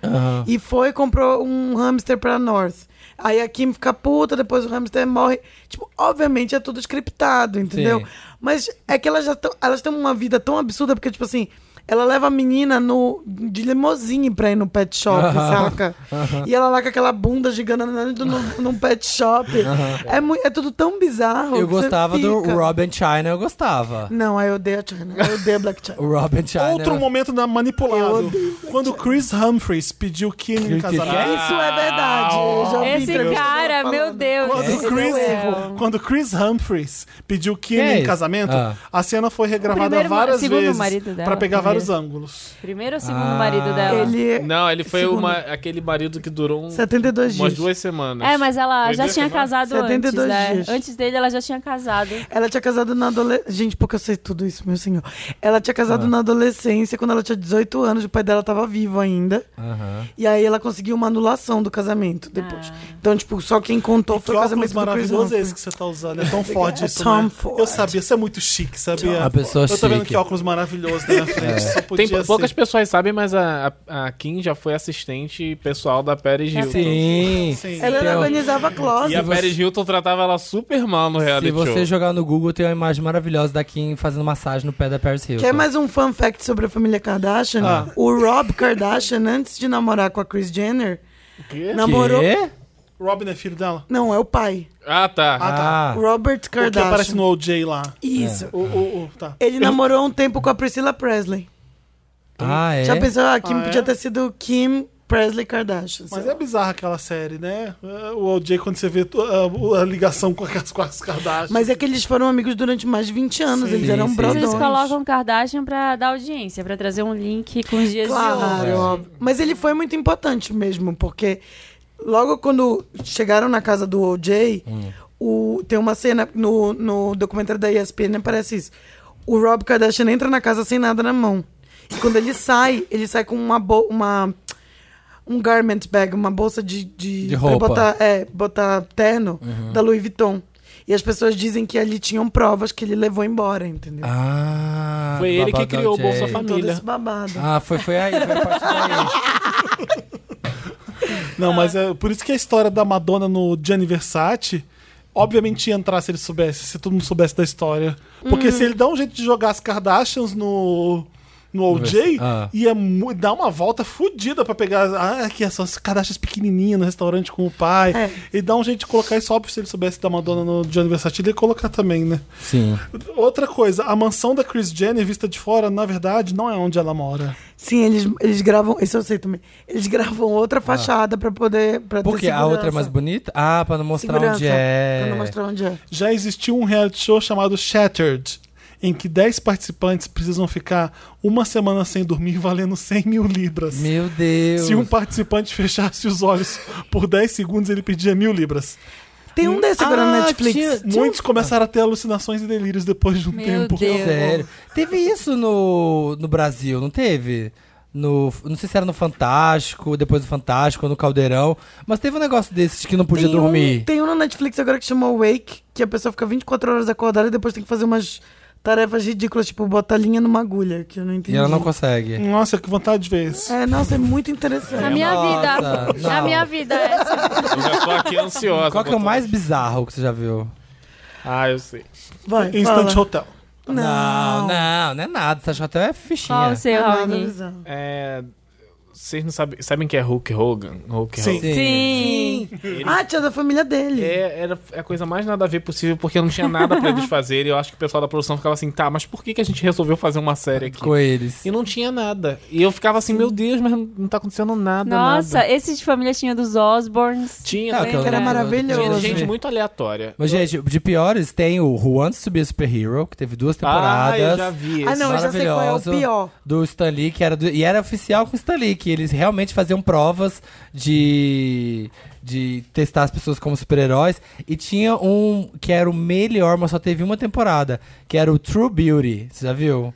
D: E foi e comprou um hamster pra North. Aí a Kim fica puta, depois o hamster morre. Tipo, obviamente é tudo scriptado, entendeu?
C: Sim.
D: Mas é que elas já tão, elas têm uma vida tão absurda, porque, tipo assim, ela leva a menina no, de limousine pra ir no pet shop, saca? E ela lá com aquela bunda gigante andando no- num pet shop. É, mui- é tudo tão bizarro.
C: Eu
D: que você
C: gostava do
D: fica.
C: Robin China, eu gostava.
D: Não, aí eu odeio a China. Eu odeio a Black China.
C: O Robin China.
B: Outro momento da manipulado. Quando Chris Humphreys pediu Kim em
C: Que- que-
B: casamento.
D: Isso é verdade. Eu já vi
A: Esse
D: entrevista
A: cara,
D: falando.
A: meu Deus.
B: Quando
A: do
B: Chris,
A: céu.
B: quando Chris Humphreys pediu Kim
C: Que é
B: em
C: isso?
B: casamento,
C: Ah.
B: a cena foi regravada
A: primeiro ma-
B: várias
A: segundo
B: vezes
A: marido dela,
B: pra pegar
A: primeiro.
B: vários ângulos.
A: Primeiro ou segundo
C: Ah.
A: marido dela?
D: Ele... é
E: Não, ele foi
D: Segundo.
E: uma, aquele marido que durou um,
D: 72
E: umas
D: dias.
E: duas semanas.
A: É, mas ela
E: Foi
A: já
E: duas
A: tinha
E: semanas?
A: casado antes,
D: 72
A: né?
D: dias.
A: Antes dele, ela já tinha casado.
D: Ela tinha casado na adolescência. Gente, porque eu sei tudo isso, meu senhor. Ela tinha casado na adolescência, quando ela tinha 18 anos, o pai dela tava vivo ainda. E aí ela conseguiu uma anulação do casamento
A: Ah.
D: depois. Então, tipo, só quem contou
B: Que
D: foi o
B: óculos
D: casamento do Chris
B: maravilhoso é esse
D: Humphries.
B: que você tá usando. É tão forte
D: É
B: isso,
D: Tom
B: né?
D: Ford.
B: Eu sabia, você é muito chique, sabia?
C: Uma pessoa
B: Eu tô vendo
C: chique. É.
B: que óculos maravilhoso na minha frente. Só podia
E: Tem pou- poucas
B: ser.
E: pessoas sabem, mas a, a, a Kim já foi assistente pessoal da Paris Hilton.
C: Sim.
B: Sim.
D: Ela
C: Então,
D: organizava a
E: E
D: closet.
E: a Paris Hilton tratava ela super mal no reality
C: Se você
E: show.
C: jogar no Google, tem uma imagem maravilhosa da Kim fazendo massagem no pé da Paris Hilton.
D: Quer mais um fun fact sobre a família Kardashian?
C: Ah.
D: O Rob Kardashian, antes de namorar com a Kris Jenner,
E: Quê?
D: namorou.
C: Quê?
B: Robin é filho dela?
D: Não, é o pai.
E: Ah, tá.
C: Ah,
D: Robert
B: O que
D: Kardashian.
B: aparece no OJ lá.
D: Isso.
B: O, o, o- tá.
C: É.
D: Ele namorou um tempo com a Priscilla Presley.
C: ah, é?
D: Já pensou, ah, Kim
B: Ah, é?
D: podia ter sido Kim Presley Kardashian. sei
B: Mas
D: lá.
B: é bizarra aquela série, né? O OJ, quando você vê tu- a, a ligação com as, com as Kardashian.
D: Mas é que eles foram amigos durante mais de 20 anos,
C: Sim,
D: eles eram
C: sim.
A: Mas Eles
D: brodões.
A: colocam Kardashian um pra dar audiência, pra trazer um link com os dias de hoje.
D: Claro,
C: É.
D: óbvio. Mas ele foi muito importante mesmo, porque logo quando chegaram na casa do OJ, o, tem uma cena no, no documentário da ESPN, aparece né, isso. O Rob Kardashian entra na casa sem nada na mão. E quando ele sai, ele sai com uma... bol- uma um garment bag, uma bolsa de, de,
C: De roupa.
D: pra botar, é, botar terno da Louis Vuitton. E as pessoas dizem que ali tinham provas que ele levou embora, entendeu?
C: Ah,
E: Foi
C: do
E: ele que
C: babado
E: criou o
C: da
E: Bolsa
C: Jay.
E: Família.
D: Todo esse babado.
C: Ah, foi, foi aí, foi a partir daí.
B: Não, mas é por isso que a história da Madonna no Gianni Versace. Obviamente ia entrar se ele soubesse, se todo mundo soubesse da história. Porque
D: Uhum.
B: se ele dá um jeito de jogar as Kardashians no. No OJ,
C: Vers- ah.
B: ia mu- dar uma volta fodida pra pegar. Ah, aqui essas Kardashians pequenininhas no restaurante com o pai.
D: É.
B: E dá um jeito de colocar isso, óbvio, se ele soubesse da Madonna no Gianni Versace, ele ia colocar também, né?
C: Sim.
B: Outra coisa, a mansão da Kris Jenner vista de fora, na verdade, não é onde ela mora.
D: Sim, eles, eles gravam. Isso eu sei também. Eles gravam outra fachada pra poder. Pra ter
C: Ah. Porque a outra é mais
D: segurança.
C: bonita? Ah, pra não mostrar
D: Segurança,
C: onde é.
D: Pra não mostrar onde é.
B: já existiu um reality show chamado Shattered, em que 10 participantes precisam ficar uma semana sem dormir valendo 100 mil libras.
C: Meu Deus.
B: Se um participante fechasse os olhos por 10 segundos, ele pedia mil libras.
D: Tem um desse agora na
C: Ah,
D: Netflix.
C: tinha-
B: Muitos começaram a ter alucinações e delírios depois de um
A: Meu
B: tempo.
A: Deus.
C: Sério. Teve isso no, no Brasil, não teve? No, não sei se era no Fantástico, depois do Fantástico, no Caldeirão. Mas teve um negócio desses que não podia
D: tem Um,
C: dormir.
D: tem um na Netflix agora que chama Wake, que a pessoa fica 24 horas acordada e depois tem que fazer umas tarefas ridículas, tipo botar linha numa agulha, que eu não entendi.
C: E ela não consegue.
B: Nossa, que vontade de ver esse.
D: É, nossa, é muito
A: A
D: interessante.
A: minha
C: Nossa,
A: vida.
C: não.
A: A minha vida. é Essa.
E: Eu já tô aqui ansiosa.
C: Qual que é o mais bizarro que você já viu?
E: Ah, eu sei.
D: Vai,
B: Instant
D: fala.
B: Hotel.
C: É. Não, não, não é nada. Essa até é
A: Qual
C: fichinha.
A: o seu,
D: Nada,
A: Raoni?
D: bizarro.
E: É, vocês não sabem... Sabem quem é Hulk Hogan? Hulk
B: Sim.
E: Hogan.
A: Sim.
D: Ah, tia da família dele.
E: É, era a coisa mais nada a ver possível, porque não tinha nada pra eles fazerem. Eu acho que o pessoal da produção ficava assim, tá, mas por que, que a gente resolveu fazer uma série aqui?
C: Com eles.
E: E não tinha nada. E eu ficava assim, meu Deus, mas não- não tá acontecendo nada,
A: Nossa,
E: nada.
A: esse de família tinha dos Osborns.
E: Tinha,
C: Ah,
E: também.
C: que eu
D: Era
C: lembro.
D: maravilhoso.
E: tinha
D: eu
E: gente muito aleatória.
C: Mas, gente, de piores tem o Who Wants to Be a Superhero, que teve duas
E: Ah, eu
C: temporadas.
E: já vi
D: Ah,
E: esse.
D: não, eu já sei qual é o
C: Maravilhoso.
D: pior.
C: Do Stan Lee, que era do- e era oficial com o Stan Lee, que que eles realmente faziam provas de, de testar as pessoas como super-heróis. E tinha um que era o melhor, mas só teve uma temporada, que era o True Beauty. Você já viu?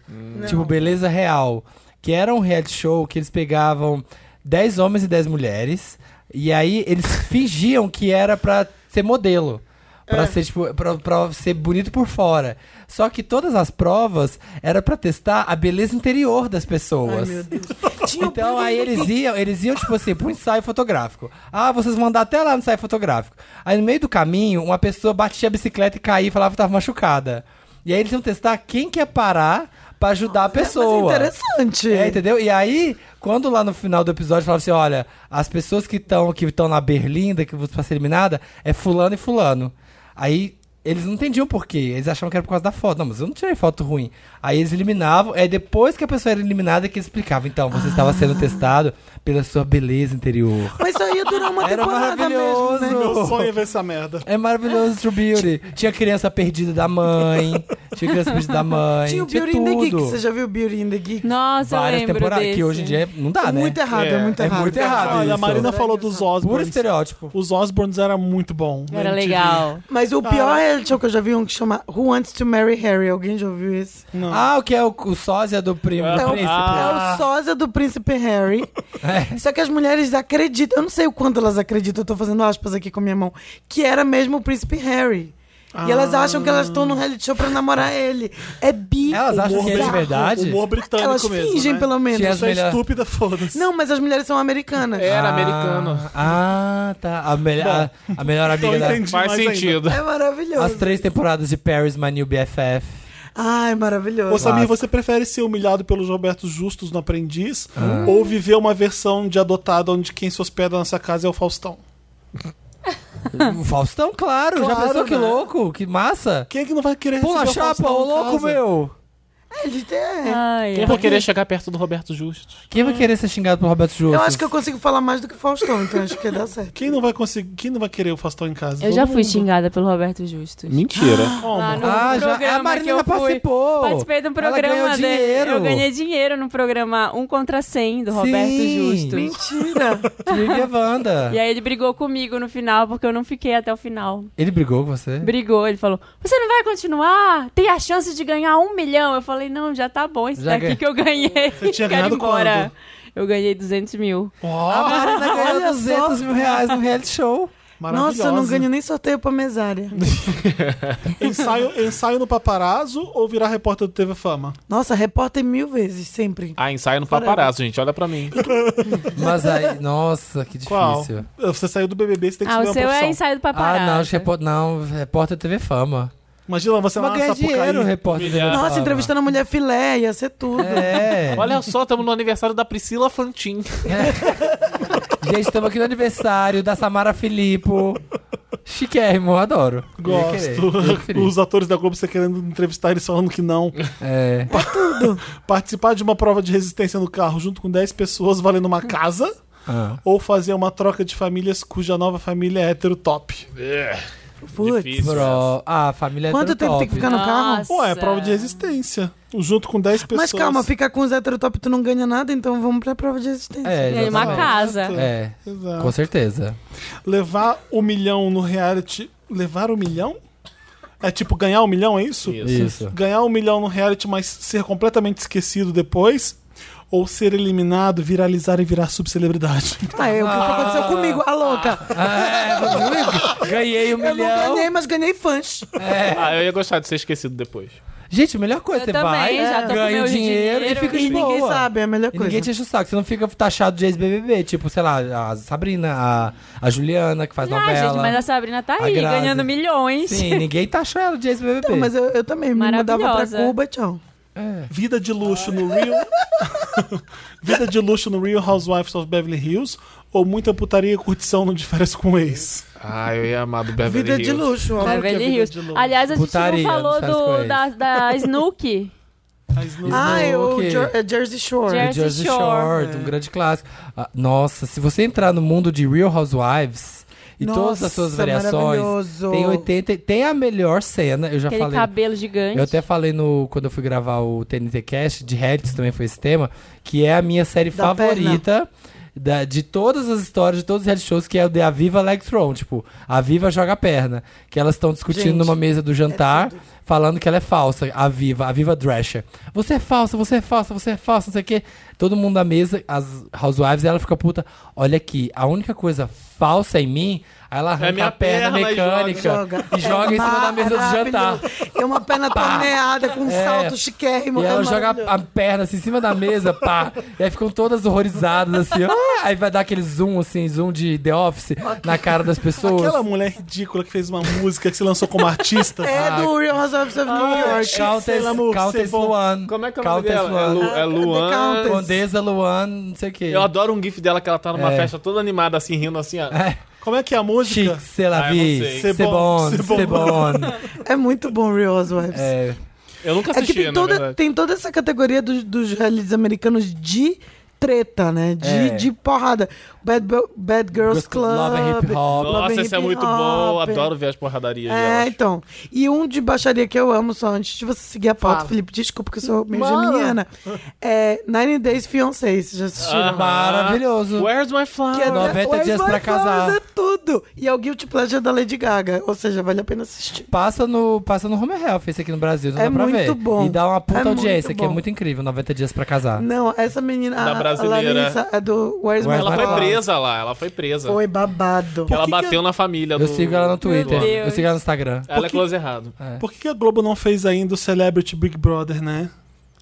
C: Tipo, Beleza Real. Que era um reality show que eles pegavam 10 homens e 10 mulheres. E aí eles fingiam que era pra ser modelo. Pra,
D: É.
C: ser, tipo, pra, pra ser bonito por fora. Só que todas as provas era pra testar a beleza interior das pessoas.
D: um
C: Então aí eles iam, eles iam, tipo assim, pra um ensaio fotográfico. Ah, vocês vão andar até lá no ensaio fotográfico. Aí no meio do caminho, uma pessoa batia a bicicleta e caía e falava que tava machucada. E aí eles iam testar quem quer parar pra ajudar a pessoa.
D: Mas é interessante.
C: É, entendeu? E aí, quando lá no final do episódio falava assim, olha, as pessoas que estão que estão na berlinda, que você pra ser eliminada, é fulano e fulano. Aí eles não entendiam por quê. Eles achavam que era por causa da foto. Não, mas eu não tirei foto ruim. Aí eles eliminavam, é depois que a pessoa era eliminada que eles explicavam, então,
D: Ah.
C: você estava sendo testado pela sua beleza interior.
D: Mas isso aí ia durar uma
C: Era
D: temporada mesmo, né?
C: maravilhoso.
B: Meu sonho é ver essa merda.
C: É maravilhoso True Beauty. Tinha criança perdida da mãe. Tinha criança perdida da mãe.
D: Tinha o Beauty in the Geek.
C: tudo.
D: Você já viu o Beauty in the Geek?
A: Nossa,
C: Várias
A: eu lembro
C: temporadas.
A: desse.
C: Que hoje em dia é- não dá, né?
D: Muito errado, é,
E: É,
D: muito
C: é
D: errado.
C: muito errado.
B: Olha, a
C: isso.
B: Marina é um falou dos
C: Puro
B: Osborns.
C: estereótipo.
B: Os Osborns era muito bom.
A: Era
B: né?
A: legal.
D: Mas o pior reality show que eu já vi um que chama Who Wants to Marry Harry. Alguém já ouviu isso?
B: Não.
C: Ah, o que é o, o sósia do primo,
E: É
C: do
B: Então,
D: É o,
C: príncipe.
B: ah,
D: é o sósia do príncipe Harry.
C: É.
D: Só que as mulheres acreditam, eu não sei o quanto elas acreditam, eu tô fazendo aspas aqui com a minha mão, que era mesmo o príncipe Harry. E elas acham que elas estão no reality show pra namorar ele. É bi.
C: Elas acham
B: Humor
C: que é de
B: bizarro,
C: verdade?
B: Humor britânico
D: Elas
B: mesmo.
D: fingem,
B: né?
D: pelo menos.
C: Tinha as
B: Você é
C: melhor-
B: estúpida, foda-se.
D: Não, mas as mulheres são americanas.
E: Era
C: Ah,
E: americano.
C: Ah, tá. A, mel- a- a melhor
B: então
C: amiga da...
B: entendi
E: Faz
B: mais ainda.
E: sentido.
D: É
C: As
D: maravilhoso.
C: três temporadas de Paris, My New BFF.
D: Ai, maravilhoso.
B: Ô, Samir,
C: Clássico.
B: você prefere ser humilhado pelos Robertos Justos no Aprendiz
C: Ah.
B: ou viver uma versão de adotado onde quem se hospeda nessa casa é o Faustão?
C: O Faustão, claro. já
B: Claro,
C: pensou que
B: né?
C: louco? Que massa.
B: Quem é que não vai querer
C: Pula a
B: receber o
C: chapa,
B: Faustão
C: ô
B: em
C: louco,
B: casa?
C: meu.
D: Ele
C: É.
D: tem-
A: Ai,
E: Quem
A: ai.
E: vai querer chegar perto do Roberto Justo?
C: Quem
B: Hum.
C: vai querer ser xingado por Roberto Justus?
D: Eu acho que eu consigo falar mais do que o Faustão, então acho que dá certo.
B: Quem não vai conseguir? Quem não vai querer o Faustão em
C: é?
B: casa?
A: Eu já
B: Todo
A: fui
B: mundo.
A: xingada pelo Roberto Justus.
E: Mentira.
B: Como?
A: Lá no
C: Ah, já.
A: programa
C: A Marina
A: que eu fui.
C: participou.
A: Participei de um
C: Ela
A: programa
C: ganhou
A: dele.
C: dinheiro.
A: Eu ganhei dinheiro no programa Um contra 100 do
C: Sim.
A: Roberto Justo.
D: Mentira.
C: Trivia Wanda.
A: E aí ele brigou comigo no final porque eu não fiquei até o final.
C: Ele brigou com você?
A: Brigou, ele falou: "Você não vai continuar? Tem a chance de ganhar um milhão". Eu falei: "Não, já tá bom isso
C: Já
A: daqui
C: ganhei.
A: que eu ganhei". Você
B: tinha ganhado
A: embora. Eu ganhei 200 mil.
C: A Marina ganhou
D: Olha
C: 200
D: só.
C: mil reais no reality show.
D: Nossa,
B: Maravilhosa.
D: eu não ganho nem sorteio pra mesária.
B: Ensaio, ensaio no paparazzo ou virar repórter do TV Fama?
D: Nossa, repórter mil vezes, sempre.
E: Ah, ensaio no paparazzo, gente. Olha pra mim.
C: Mas aí, nossa, que
B: Qual?
C: difícil.
B: Você saiu do BBB, você tem que
A: Ah,
B: escolher
A: o
B: uma
A: seu é
B: profissão.
A: ensaio do paparazzo.
C: Ah, não, acho que é po- não, repórter TV Fama.
B: Imagina você lá
C: Mas
B: na
C: ganha dinheiro,
B: Sapucaí.
C: repórter TV Fama.
D: Nossa, entrevistando a mulher filé, ia ser tudo.
C: Ah. É.
E: Olha só, estamos no aniversário da Priscila Fantin.
C: Gente, estamos aqui no aniversário da Samara Filippo. Chiquérrimo, adoro. Eu ia querer, eu ia
B: Gosto.
C: preferir.
B: Os atores da Globo, você querendo entrevistar eles falando que não.
C: É.
B: Participar de uma prova de resistência no carro junto com 10 pessoas valendo uma casa.
C: Ah.
B: Ou fazer uma troca de famílias cuja nova família é hétero top.
E: É.
D: Putz.
E: Difícil.
C: Bro, ah, a família é
D: Quanto tempo tem que ficar no carro?
A: Nossa.
B: Ué, é prova de resistência. Junto com 10 pessoas.
D: Mas calma, ficar com os heterotop tu não ganha nada, então vamos pra prova de resistência.
C: É,
A: E aí, uma
C: exatamente.
A: casa.
C: É,
B: Exato.
C: com certeza.
B: Levar o milhão no reality. Levar o milhão? É tipo ganhar um milhão, é isso?
C: Isso.
B: Ganhar um milhão no reality, mas ser completamente esquecido depois? Ou ser eliminado, viralizar e virar subcelebridade?
D: Ah, é o que aconteceu comigo, a louca.
C: Ah, ganhei um
D: eu não
C: milhão.
D: ganhei, mas ganhei fãs.
E: Ah, eu ia gostar de ser esquecido depois.
C: Gente, a melhor coisa,
A: Eu
C: você
A: também,
C: vai,
A: já tô com
C: ganha o
A: meu
C: dinheiro,
A: dinheiro
C: e fica de
D: E ninguém
C: boa.
D: sabe, é a melhor
C: E
D: coisa.
C: ninguém te enche o saco, você não fica taxado de ex-BBB, tipo, sei lá, a Sabrina, a, a Juliana, que faz
A: Ah,
C: novela.
A: gente, mas a Sabrina tá
C: A
A: aí,
C: Grazi.
A: ganhando milhões.
C: Sim, ninguém taxa ela de ex-BBB.
A: Então,
D: Não, mas eu, eu também me mudava
A: Maravilhosa.
D: pra Cuba, tchau.
B: Vida de luxo no Real. Vida de luxo no Real Housewives of Beverly Hills. Ou muita putaria e curtição no de férias com o ex.
E: Ah, eu ia amar do Beverly
D: Vida de
E: Hills.
D: luxo, ó.
B: que é
A: Beverly
B: vida
A: Hills.
B: de louco.
A: Aliás, a gente
C: Putaria,
A: não falou
C: não faz com
A: do,
C: eles.
A: da, da Snook.
B: Mas não-
D: Ah, eu,
C: Snook.
D: Jer- é Jersey Shore.
A: Jer-
C: The
A: Jersey
C: Jersey
A: Shore,
C: Shore, um grande clássico. Ah, nossa, se você entrar no mundo de Real Housewives, E todas as
D: Nossa,
C: suas variações.
D: maravilhoso.
C: Tem 80. Tem a melhor cena, eu já
A: Aquele
C: falei.
A: cabelo gigante.
C: Eu até falei no quando eu fui gravar o TNT Cast, de Reddit também foi esse tema, que é a minha série
D: Da
C: favorita da- de todas as histórias, de todos os reality shows, que é o de A Viva Leg Thrown. Tipo, A Viva joga a perna. Que elas estão discutindo
D: Gente, é
C: numa mesa do jantar, falando que ela é falsa. A Viva, a Viva Drescher. Você é falsa, você é falsa, você é falsa, não sei o quê. Todo mundo na mesa, as housewives, e ela fica puta. Olha aqui, a única coisa falsa em mim, aí ela arranca
E: minha
C: É a perna,
E: perna e joga.
C: mecânica e joga em cima da mesa do jantar.
D: Maravilhoso. É uma perna torneada com um
C: É.
D: salto chiquérrimo.
C: E
D: é
C: ela joga
D: maravilhoso.
C: a perna assim, em cima da mesa, pá. e aí ficam todas horrorizadas, assim. ó. Aí vai dar aquele zoom, assim, zoom de The Office na cara das pessoas.
B: Aquela mulher ridícula que fez uma música que se lançou como artista.
D: É
C: Ah,
D: do Real Housewives of New York.
C: Countess,
B: Sei lá, amor,
C: Countess
B: você é bom.
C: Luan.
E: Como é que é o nome
C: Countess
E: dela? É, Lu,
C: Luan.
E: é
D: Countess.
E: Luan.
C: Condesa Luan, não sei o quê.
E: Eu adoro um gif dela que ela tá numa
C: É.
E: festa toda animada, assim, rindo assim, ó.
C: É,
B: Como é que é a música?
C: Chic, sei lá,
E: Ah, eu não
C: vi.
E: sei.
C: Sebon,
B: Sebon.
C: Sebon.
D: É muito bom o Real Housewives. É.
C: É.
E: Eu nunca
D: que
E: assisti,
D: tem
E: na
D: toda,
E: verdade.
D: tem toda essa categoria dos, dos realities americanos de treta, né? De,
C: É.
D: de porrada. Bad, Bo- Bad Girls
C: Gosto-
D: Club.
C: Love and Hip Hop.
D: Love and
E: Nossa, esse é
D: Hip
E: muito bom.
D: Hop.
E: Adoro ver as porradarias
D: É,
E: delas.
D: então. E um de baixaria que eu amo, só antes de você seguir a pauta,
A: Fala.
D: Felipe, desculpa que eu sou meio geminiana. É Nine Days Fiancé, vocês já assistiram?
C: Maravilhoso.
E: Where's my
D: Que é
E: flower?
D: da-
C: 90
D: Where's
C: dias
D: My
C: pra
D: Flowers
C: casar.
D: É tudo. E é o Guilty Pleasure da Lady Gaga. Ou seja, vale a pena assistir.
C: Passa no, passa no Home Health, esse aqui no Brasil, não
D: É
C: dá pra
D: muito
C: ver.
D: bom.
C: E dá uma puta
D: É muito
C: audiência, que é
D: bom.
C: muito incrível, 90 dias pra casar.
D: Não, essa menina, a,
E: Da brasileira.
D: a Larissa, é do
C: Where's
D: Where's,
E: Ela
C: My
D: My
E: foi
D: Flowers.
E: presa lá, ela foi presa.
D: Foi babado.
E: Ela
B: que que
E: bateu na família
C: Eu
E: do-
C: sigo ela no Twitter, eu
A: Deus.
C: sigo ela no Instagram.
E: Ela é close errado.
B: Por que que a Globo não fez ainda o Celebrity Big Brother, né?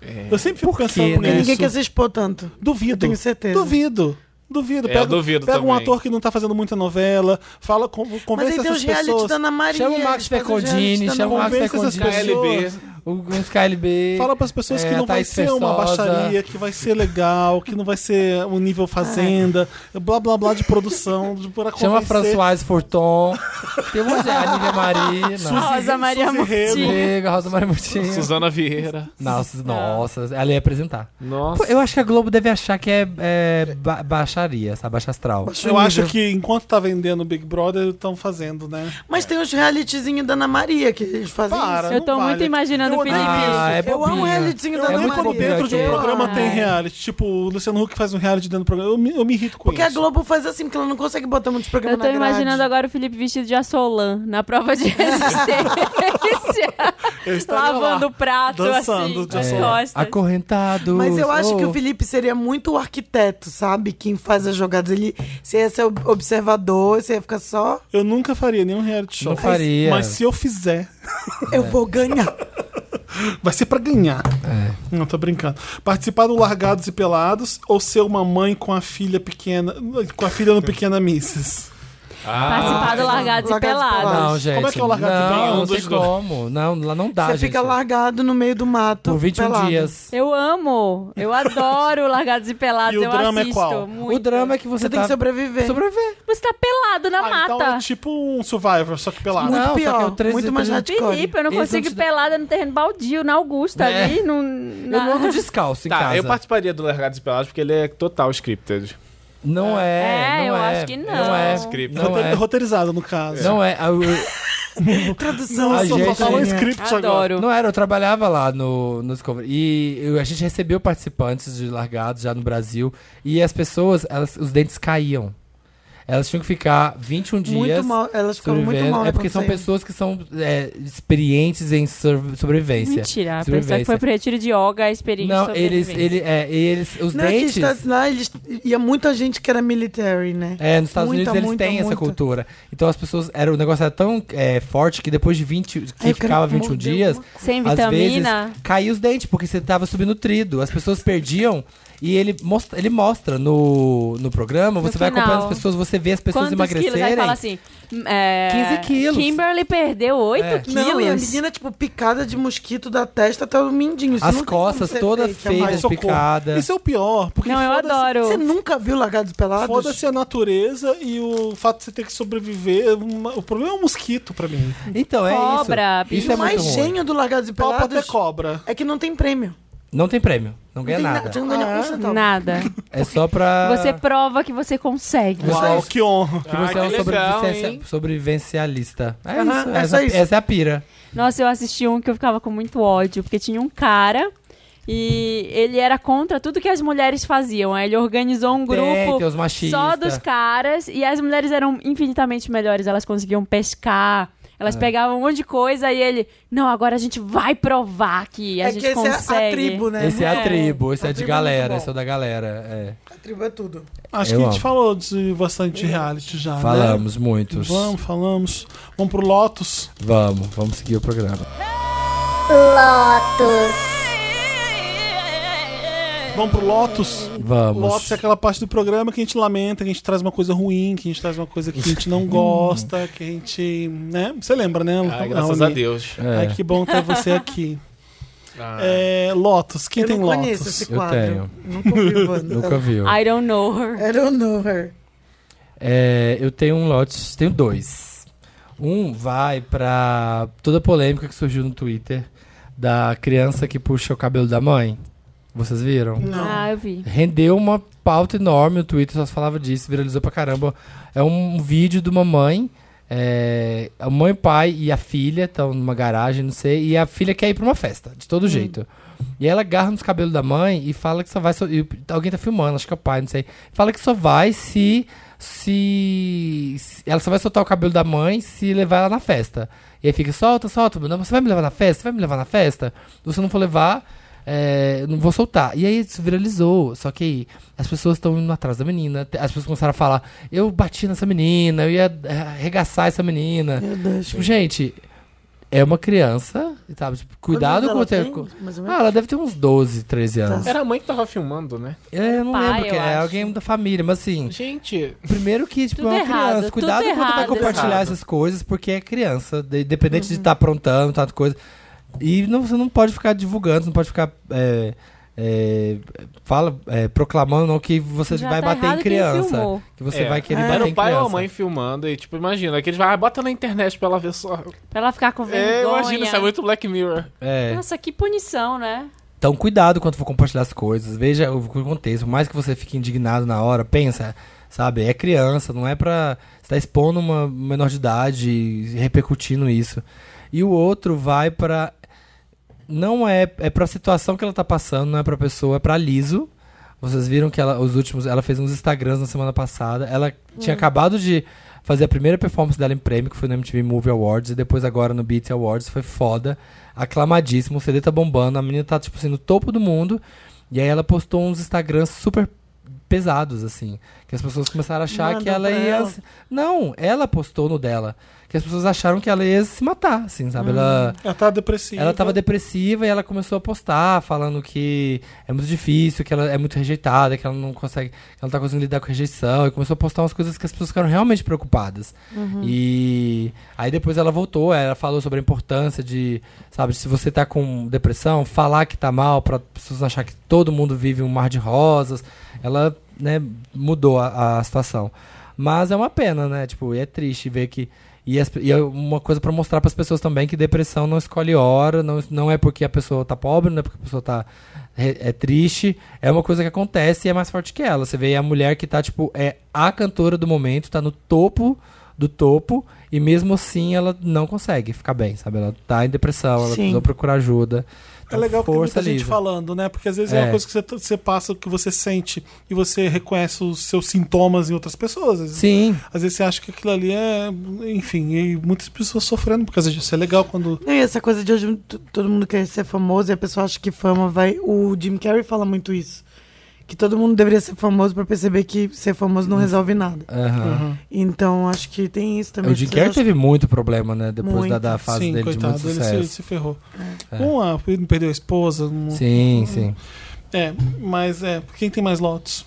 E: É.
B: Eu sempre fico pensando
C: né?
D: Porque
B: nisso.
D: ninguém quer se expor tanto.
B: Duvido.
D: Eu tenho certeza.
B: Duvido. Duvido.
E: É,
B: Pega,
E: eu duvido
B: pega um
E: também.
B: ator que não tá fazendo muita novela, fala, con-
D: Mas
B: convence
D: aí tem os
B: essas
D: reality
B: pessoas.
D: da Ana Maria.
C: Chama o Max
D: eles fazem os reality
C: Pecodini,
D: da Ana
C: chama o Max
B: Convence essas
C: Pecodini.
E: KLB.
C: Os KLB.
B: Fala pras pessoas
C: É,
B: que
C: a
B: não vai
C: Thaís
B: ser uma
C: Festosa.
B: baixaria, que vai ser legal, que não vai ser um nível fazenda, blá blá blá de produção, de para
C: Chama a
B: convencer.
C: Françoise Forton. Tem um uma a Nívia Maria. não.
A: Rosa Maria
B: Suzy
A: Murti.
B: Rego.
C: Chega, Rosa Maria Murtinho.
E: Suzana Vieira.
C: Nossa, nossa, ela ia apresentar. Pô,
E: Nossa.
C: eu acho que a Globo deve achar que é, é ba- baixaria, essa baixa astral.
B: Eu acho que enquanto tá vendendo Big Brother, estão fazendo, né?
D: Mas tem os realityzinhos da Ana Maria que eles fazem
B: Para,
D: isso.
A: Eu tô
B: não vale.
A: muito imaginando
B: Eu
A: o Felipe.
B: odeio
C: Ah, é
D: eu amo
C: bobinha.
D: realityzinho
B: Eu
D: da
C: É
D: Ana
B: nem
C: muito
D: Maria.
B: quando
C: bobinha
B: dentro de um
C: aquilo.
B: programa
A: Ah,
B: tem
A: é.
B: reality. Tipo, o Luciano Huck faz um reality dentro do programa. Eu me, eu me irrito com
D: Porque a
B: isso.
D: Globo faz assim, porque ela não consegue botar muitos programas
A: Eu
D: na
A: tô
D: grade.
A: imaginando agora o Felipe vestido de Assolan na prova de resistência.
B: Eu estaria lá.
A: lavando o prato,
B: dançando
A: assim,
B: de
A: nas
B: Assolan.
A: costas.
C: É, Acorrentado.
D: Mas eu acho que
C: Oh.
D: o Felipe seria muito o arquiteto, sabe? Quem faz as jogadas. Ele, você ia ser ob- observador, você ia ficar só.
B: Eu nunca faria nenhum reality show.
C: Não faria.
B: Mas se eu fizer,
C: É.
D: Eu vou ganhar.
B: vai ser pra ganhar.
C: É.
B: Não, tô brincando. Participar do Largados e Pelados ou ser uma mãe com a filha pequena. Com a filha no Pequena Misses?
E: Ah,
A: Participar
C: Ah,
A: do Largados e
D: Largados e
A: Pelados.
D: Pelados.
C: Não, gente.
B: Como é que é o largado de
C: Não,
B: bem?
C: não
B: Um
C: sei
B: dos dois.
C: como. Não, lá não dá,
D: você
C: Tá, gente.
D: fica largado no meio do mato.
C: Por 21
D: pelado.
C: dias.
A: Eu amo, eu adoro Largados e Pelados,
B: E o
A: eu
B: drama é
A: assisto
B: qual?
A: muito.
C: O drama é que você,
D: Você tem
C: tá...
D: que sobreviver.
C: sobreviver.
A: Você tá pelado na
B: Ah, então
A: mata.
B: é tipo um Survivor, só que pelado.
D: Muito
C: Não, só que
D: pior.
C: é o 13,
D: muito mais
C: 13.
D: hardcore.
A: Felipe, eu não
C: Eles vão
A: consigo
C: te
A: ir
C: dar-
A: pelada no terreno baldio, na Augusta,
C: um É.
A: ali. No,
C: Eu não
A: na...
C: ando descalço em
E: Tá,
C: casa.
E: eu participaria do Largados e Pelados porque ele é total scripted.
C: Não
A: É,
C: é, não
A: eu
C: é.
A: acho que não.
C: Não é.
E: Script.
C: Não
B: Rote-
C: é.
B: Roteirizado, no caso.
C: Não é. Eu- eu-
D: Tradução.
C: A
B: Nossa,
C: gente-
B: só fala um script agora.
A: Adoro.
C: Não era, eu trabalhava lá no, no Discovery. E eu- a gente recebeu participantes de largados já no Brasil. E as pessoas, elas, os dentes caíam. Elas tinham que ficar 21 dias.
D: Muito mal. Elas ficam muito
C: sobrevivendo.
A: né,
D: mal.
C: É porque são
D: acontecendo.
C: pessoas que são é, experientes em sur- sobrevivência.
A: Mentira, a pessoa que
C: Sobrevivência.
A: foi pro retiro de yoga, a experiência
C: Não, eles,
A: sobrevivência.
C: ele, é, eles, os
D: Não, é que
C: dentes.
D: está- lá eles, ia muita gente que era military, né?
C: É, nos Estados
D: Muita,
C: Unidos eles
D: muita,
C: têm essa
D: muita.
C: cultura. Então as pessoas. Era, o negócio era tão é, forte que depois de 20. que
D: Ai, eu quero
C: ficava 21
D: morder
C: dias.
D: uma
A: Sem
C: Às vezes
A: vitamina.
C: caía os dentes, porque você tava subnutrido. As pessoas perdiam. E ele mostra, ele mostra no, no programa, você vai
A: final.
C: acompanhando as pessoas, você vê as pessoas
A: Quantos quilos?
C: emagrecerem.
A: Aí fala assim: é,
C: 15 quilos.
A: Kimberly perdeu 8
C: É.
A: quilos.
D: Não, e a menina, tipo, picada de mosquito da testa até o mindinho. Isso
C: As
D: não tem
C: costas
D: como ser
C: toda
D: fake,
C: feia.
D: amado.
B: Ai, socorro.
C: Picada.
B: Isso é o pior, porque
A: Não, eu
B: foda-se-
A: adoro.
D: Você nunca viu largados pelados?
B: Foda-se a natureza e o fato de você ter que sobreviver. uma- O problema é o mosquito pra mim.
C: Então, é
A: assim, Cobra,
C: isso. Isso é
D: o mais
C: muito ruim.
D: gênio do largados e
B: Pau pra ter
D: pelados
B: cobra.
D: é que não tem prêmio.
C: Não tem prêmio. Não
D: Não
C: ganha
D: tem na-
C: nada.
D: Você não ganha
A: Ah,
D: um centavo.
A: Nada.
C: É só pra.
A: Você prova que você consegue.
B: Uau, que honra.
C: Que você
E: Ah,
C: é um
E: que legal,
C: sobrevivencia-
E: hein?
C: sobrevivencialista. É
D: Aham,
C: isso,
D: é
C: essa,
D: só isso.
C: essa é a pira.
A: Nossa, eu assisti um que eu ficava com muito ódio, porque tinha um cara e ele era contra tudo que as mulheres faziam. Aí ele organizou um
C: Tem,
A: grupo
C: tem os machistas.
A: só dos caras e as mulheres eram infinitamente melhores. Elas conseguiam pescar,
C: É.
A: elas pegavam um monte de coisa e ele, não, agora a gente vai provar que a
D: é
A: gente
D: que esse
A: consegue.
D: é a tribo, né?
C: Esse é a
D: Muito
C: tribo,
D: bom.
C: esse
D: A
C: é de
D: tribo muito
C: galera,
D: bom.
C: esse é o da galera. é.
D: A tribo é tudo.
B: Acho
C: Eu
B: que a
C: amo.
B: gente falou de bastante reality já. né?
C: Falamos muitos.
B: Vamos, falamos. Vamos pro Lotus.
C: Vamos, vamos seguir o programa.
B: Vamos pro Lotus.
C: Vamos.
B: Lotus é aquela parte do programa que a gente lamenta, que a gente traz uma coisa ruim, que a gente traz uma coisa que a gente
C: Hum.
B: não gosta, que a gente. né? Você lembra, né?
E: Ai, Ah, graças a
B: Raoni?
E: Deus. Ah.
C: É,
B: Ai, que bom ter você aqui. É, Lotus, quem
D: Eu
B: tem
D: não
B: Lotus?
D: conheço esse
C: Eu
D: quadro.
C: tenho.
D: Nunca ouvi,
B: né?
D: Wanda.
C: Nunca viu.
A: I don't know her.
D: I don't know her.
C: É, eu tenho um lote, tenho dois. Um vai pra toda a polêmica que surgiu no Twitter da criança que puxa o cabelo da mãe. Vocês viram?
B: Hum.
A: Ah, eu vi.
C: Rendeu uma pauta enorme no Twitter, só se falava disso, viralizou pra caramba. É um vídeo de uma mãe, é, a mãe, o pai e a filha estão numa garagem, não sei, e a filha quer ir pra uma festa, de
B: Hum.
C: todo jeito. E ela agarra nos cabelos da mãe e fala que só vai. só- e alguém tá filmando, acho que é o pai, não sei. Fala que só vai se. Se, se- Ela só vai soltar o cabelo da mãe se levar ela na festa. E aí fica, solta, solta. Não, você vai me levar na festa? Você vai me levar na festa? Se você não for levar, é, eu não vou soltar. E aí isso viralizou. Só que aí as pessoas estão indo atrás da menina. As pessoas começaram a falar: eu bati nessa menina, eu ia é, arregaçar essa menina.
D: Meu Deus.
C: Tipo, gente, é uma criança, sabe? Tipo, cuidado com o
D: Quantos
C: teu.
D: anos ela tem, mais ou menos?
C: Ah, ela deve ter uns 12, 13 anos.
E: Era a mãe que tava filmando, né?
C: É, eu não
A: Pai,
C: lembro quem
A: eu
C: é,
A: acho.
C: alguém da família, mas assim,
E: Gente,
C: primeiro que, tipo,
A: Tudo
C: é uma
A: errado,
C: criança.
A: tudo
C: Cuidado quando vai
A: errado.
C: compartilhar
E: Errado.
C: essas coisas, porque é criança, de- independente de estar aprontando, tal coisa. E não, você não pode ficar divulgando, não pode ficar. é, é, fala, é, proclamando não, que você
A: Já
C: vai
A: tá
C: bater
A: errado
C: em
A: quem
C: criança.
A: filmou.
C: Que você
E: É.
C: vai querer
D: É.
C: bater
E: era
C: em
E: o pai
C: criança.
E: ou a mãe filmando e, tipo, imagina, que eles vão, ah, bota na internet pra ela ver só.
A: Pra ela ficar com vergonha.
E: É, imagina, isso é muito Black Mirror.
C: É.
A: Nossa, que punição, né?
C: Então, cuidado quando for compartilhar as coisas. Veja o que acontece. Por mais que você fique indignado na hora, pensa, sabe? É criança, não é pra. Você tá expondo uma menor de idade e repercutindo isso. E o outro vai pra. Não é. É pra situação que ela tá passando, não é pra pessoa, é pra liso. Vocês viram que ela, os últimos. Ela fez uns Instagrams na semana passada. Ela
D: Hum.
C: tinha acabado de fazer a primeira performance dela em prêmio, que foi no MTV Movie Awards, e depois agora no Beat Awards. Foi foda. Aclamadíssimo. O CD tá bombando. A menina tá, tipo assim, no topo do mundo. E aí ela postou uns Instagrams super pesados, assim. Que as pessoas começaram a achar
D: Mandam
C: que ela
D: pra
C: ia.
D: ela.
C: Não, ela postou no dela. Que as pessoas acharam que ela ia se matar, assim, sabe?
D: Uhum.
C: Ela.
B: Ela tá depressiva.
C: Ela tava depressiva e ela começou a postar, falando que é muito difícil, que ela é muito rejeitada, que ela não consegue, que ela não tá conseguindo lidar com rejeição. E começou a postar umas coisas que as pessoas ficaram realmente preocupadas. E aí depois ela voltou, ela falou sobre a importância de, sabe, se você tá com depressão, falar que tá mal, pra pessoas não achar que todo mundo vive um mar de rosas. Ela, né, mudou a, a situação. Mas é uma pena, né? Tipo, e é triste ver que. E, as- e é uma coisa pra mostrar pras pessoas também que depressão não escolhe hora, não, não é porque a pessoa tá pobre, não é porque a pessoa tá re- é triste, é uma coisa que acontece e é mais forte que ela. Você vê a mulher que tá tipo é a cantora do momento, tá no topo do topo e mesmo assim ela não consegue ficar bem, sabe? Ela tá em depressão, ela
D: Sim.
C: precisou procurar ajuda.
B: É
C: Então,
B: legal que tem
C: força
B: muita gente
C: Lisa.
B: falando, né? Porque às vezes é,
C: É.
B: uma coisa que você, você passa, que você sente e você reconhece os seus sintomas em outras pessoas. Às vezes,
C: Sim.
B: às vezes você acha que aquilo ali é. Enfim, e muitas pessoas sofrendo por causa disso. É legal quando.
C: Ah.
D: Não, E essa coisa de hoje t- todo mundo quer ser famoso e a pessoa acha que fama vai. O Jim Carrey fala muito isso. Que todo mundo deveria ser famoso pra perceber que ser famoso não resolve nada.
C: Aham.
D: Então acho que tem isso também.
C: É, O Jim
D: Vocês
C: Carrey
D: acham-
C: teve muito problema, né? Depois
D: Muito.
C: da, da fase
B: Uhum. Sim,
C: dele
B: coitado,
C: de muito
B: ele
C: sucesso. É.
B: se, se ferrou. Um, ah, ele perdeu a esposa. um-
C: Sim, sim.
B: É, mas é. Quem tem mais lotes?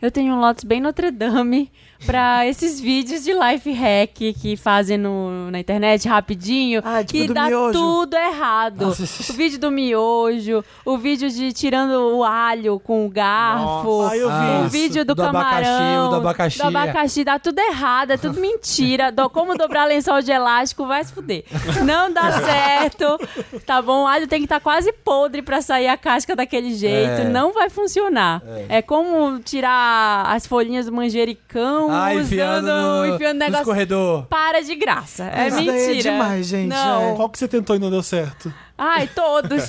A: Eu tenho um Lotus bem Notre Dame pra esses vídeos de life hack que fazem no, na internet rapidinho.
D: Ah, tipo
A: que
D: do
A: dá
D: miojo.
A: tudo errado. O vídeo do miojo, o vídeo de tirando o alho com o garfo.
D: Ah,
B: Aí eu vi
A: O
C: Ah, Isso,
A: vídeo do,
C: do abacaxi,
A: camarão,
C: o do abacaxi. é.
A: do abacaxi, dá tudo errado, é tudo mentira. Do, como dobrar lençol de elástico, vai se fuder. Não dá
D: É.
A: certo, tá bom? O alho tem que estar quase podre pra sair a casca daquele jeito,
C: É.
A: não vai funcionar. É. como tirar as folhinhas do manjericão
C: Ah,
A: usando,
C: enfiando no,
A: enfiando
C: no
A: negócio...
C: escorredor.
A: Para de graça, é
D: Isso daí é
A: mentira.
D: demais, gente, é.
A: Não.
B: É, Qual que você tentou e não deu certo?
A: Ai, todos.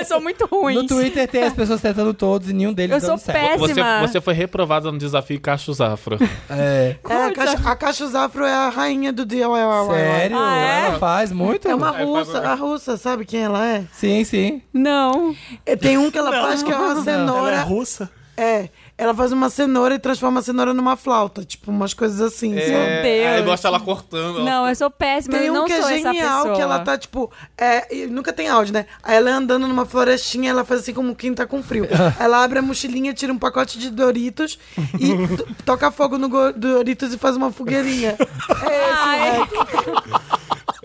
A: Eu sou muito ruim.
C: No Twitter tem as pessoas tentando todos e nenhum deles
A: Eu
C: dando
A: sou
C: certo.
E: Você,
A: péssima.
E: você foi reprovada no desafio Cachos Afro.
C: É.
D: É, a Caixa, a Caixa Zafro é a rainha do DIY.
C: Sério?
A: Ah, é?
C: Ela faz muito?
D: É uma russa, a russa, sabe quem ela é?
C: Sim, sim.
A: Não.
D: É, Tem um que ela faz que é uma
B: Ela é
D: cenoura.
B: russa?
D: É, ela faz uma cenoura e transforma a cenoura numa flauta, tipo umas coisas assim. sabe?
E: É,
A: Deus.
E: Aí mostra ela cortando.
A: Não, eu sou péssima,
D: Tem
A: eu
D: um
A: não
D: que é
A: sou essa
D: genial,
A: pessoa.
D: que ela tá, tipo, é, e nunca tem áudio, né? Aí ela andando numa florestinha, ela faz assim como quem tá com frio. ela abre a mochilinha, tira um pacote de Doritos e to- toca fogo no go- Doritos e faz uma fogueirinha.
A: Ai,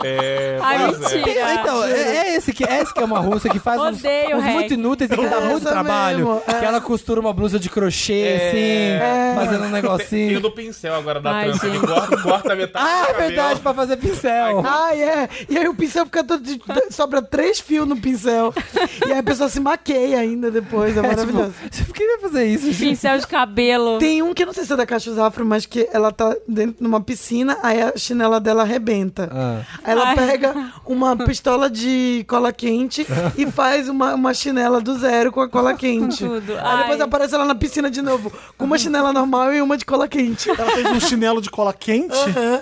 E: É,
A: ai,
E: pois é.
A: mentira.
C: Então, é, é esse que é esse que é uma russa que faz uns,
A: Odeio,
C: uns
A: Hank.
C: muito inúteis e que dá
D: É,
C: muito
D: essa
C: trabalho.
D: mesmo, é.
C: Que ela costura uma blusa de crochê, assim, fazendo um
E: Tem, tem o
C: negocinho.
E: do pincel agora da
A: Ai,
E: trança, que
A: gente.
E: corta, corta a metade do
C: Ah, é
E: cabelo.
C: verdade, pra fazer pincel.
D: Ai, é. E aí o pincel fica todo. de- Sobra três fios no pincel. E aí a pessoa se maqueia ainda depois. É
C: É,
D: maravilhoso.
C: tipo, por que vai fazer isso, gente?
A: Pincel de cabelo.
D: Tem um que eu não sei se é da Caixa Afro, mas que ela tá dentro de uma piscina, aí a chinela dela arrebenta.
C: Ah.
D: Aí ela
A: Ai.
D: pega uma pistola de cola quente e faz uma, uma chinela do zero com a cola quente.
A: Tudo.
D: Aí depois
A: Ai.
D: aparece ela na piscina de novo, com uma chinela normal e uma de cola quente.
C: Ah.
B: Ela fez um chinelo de cola quente,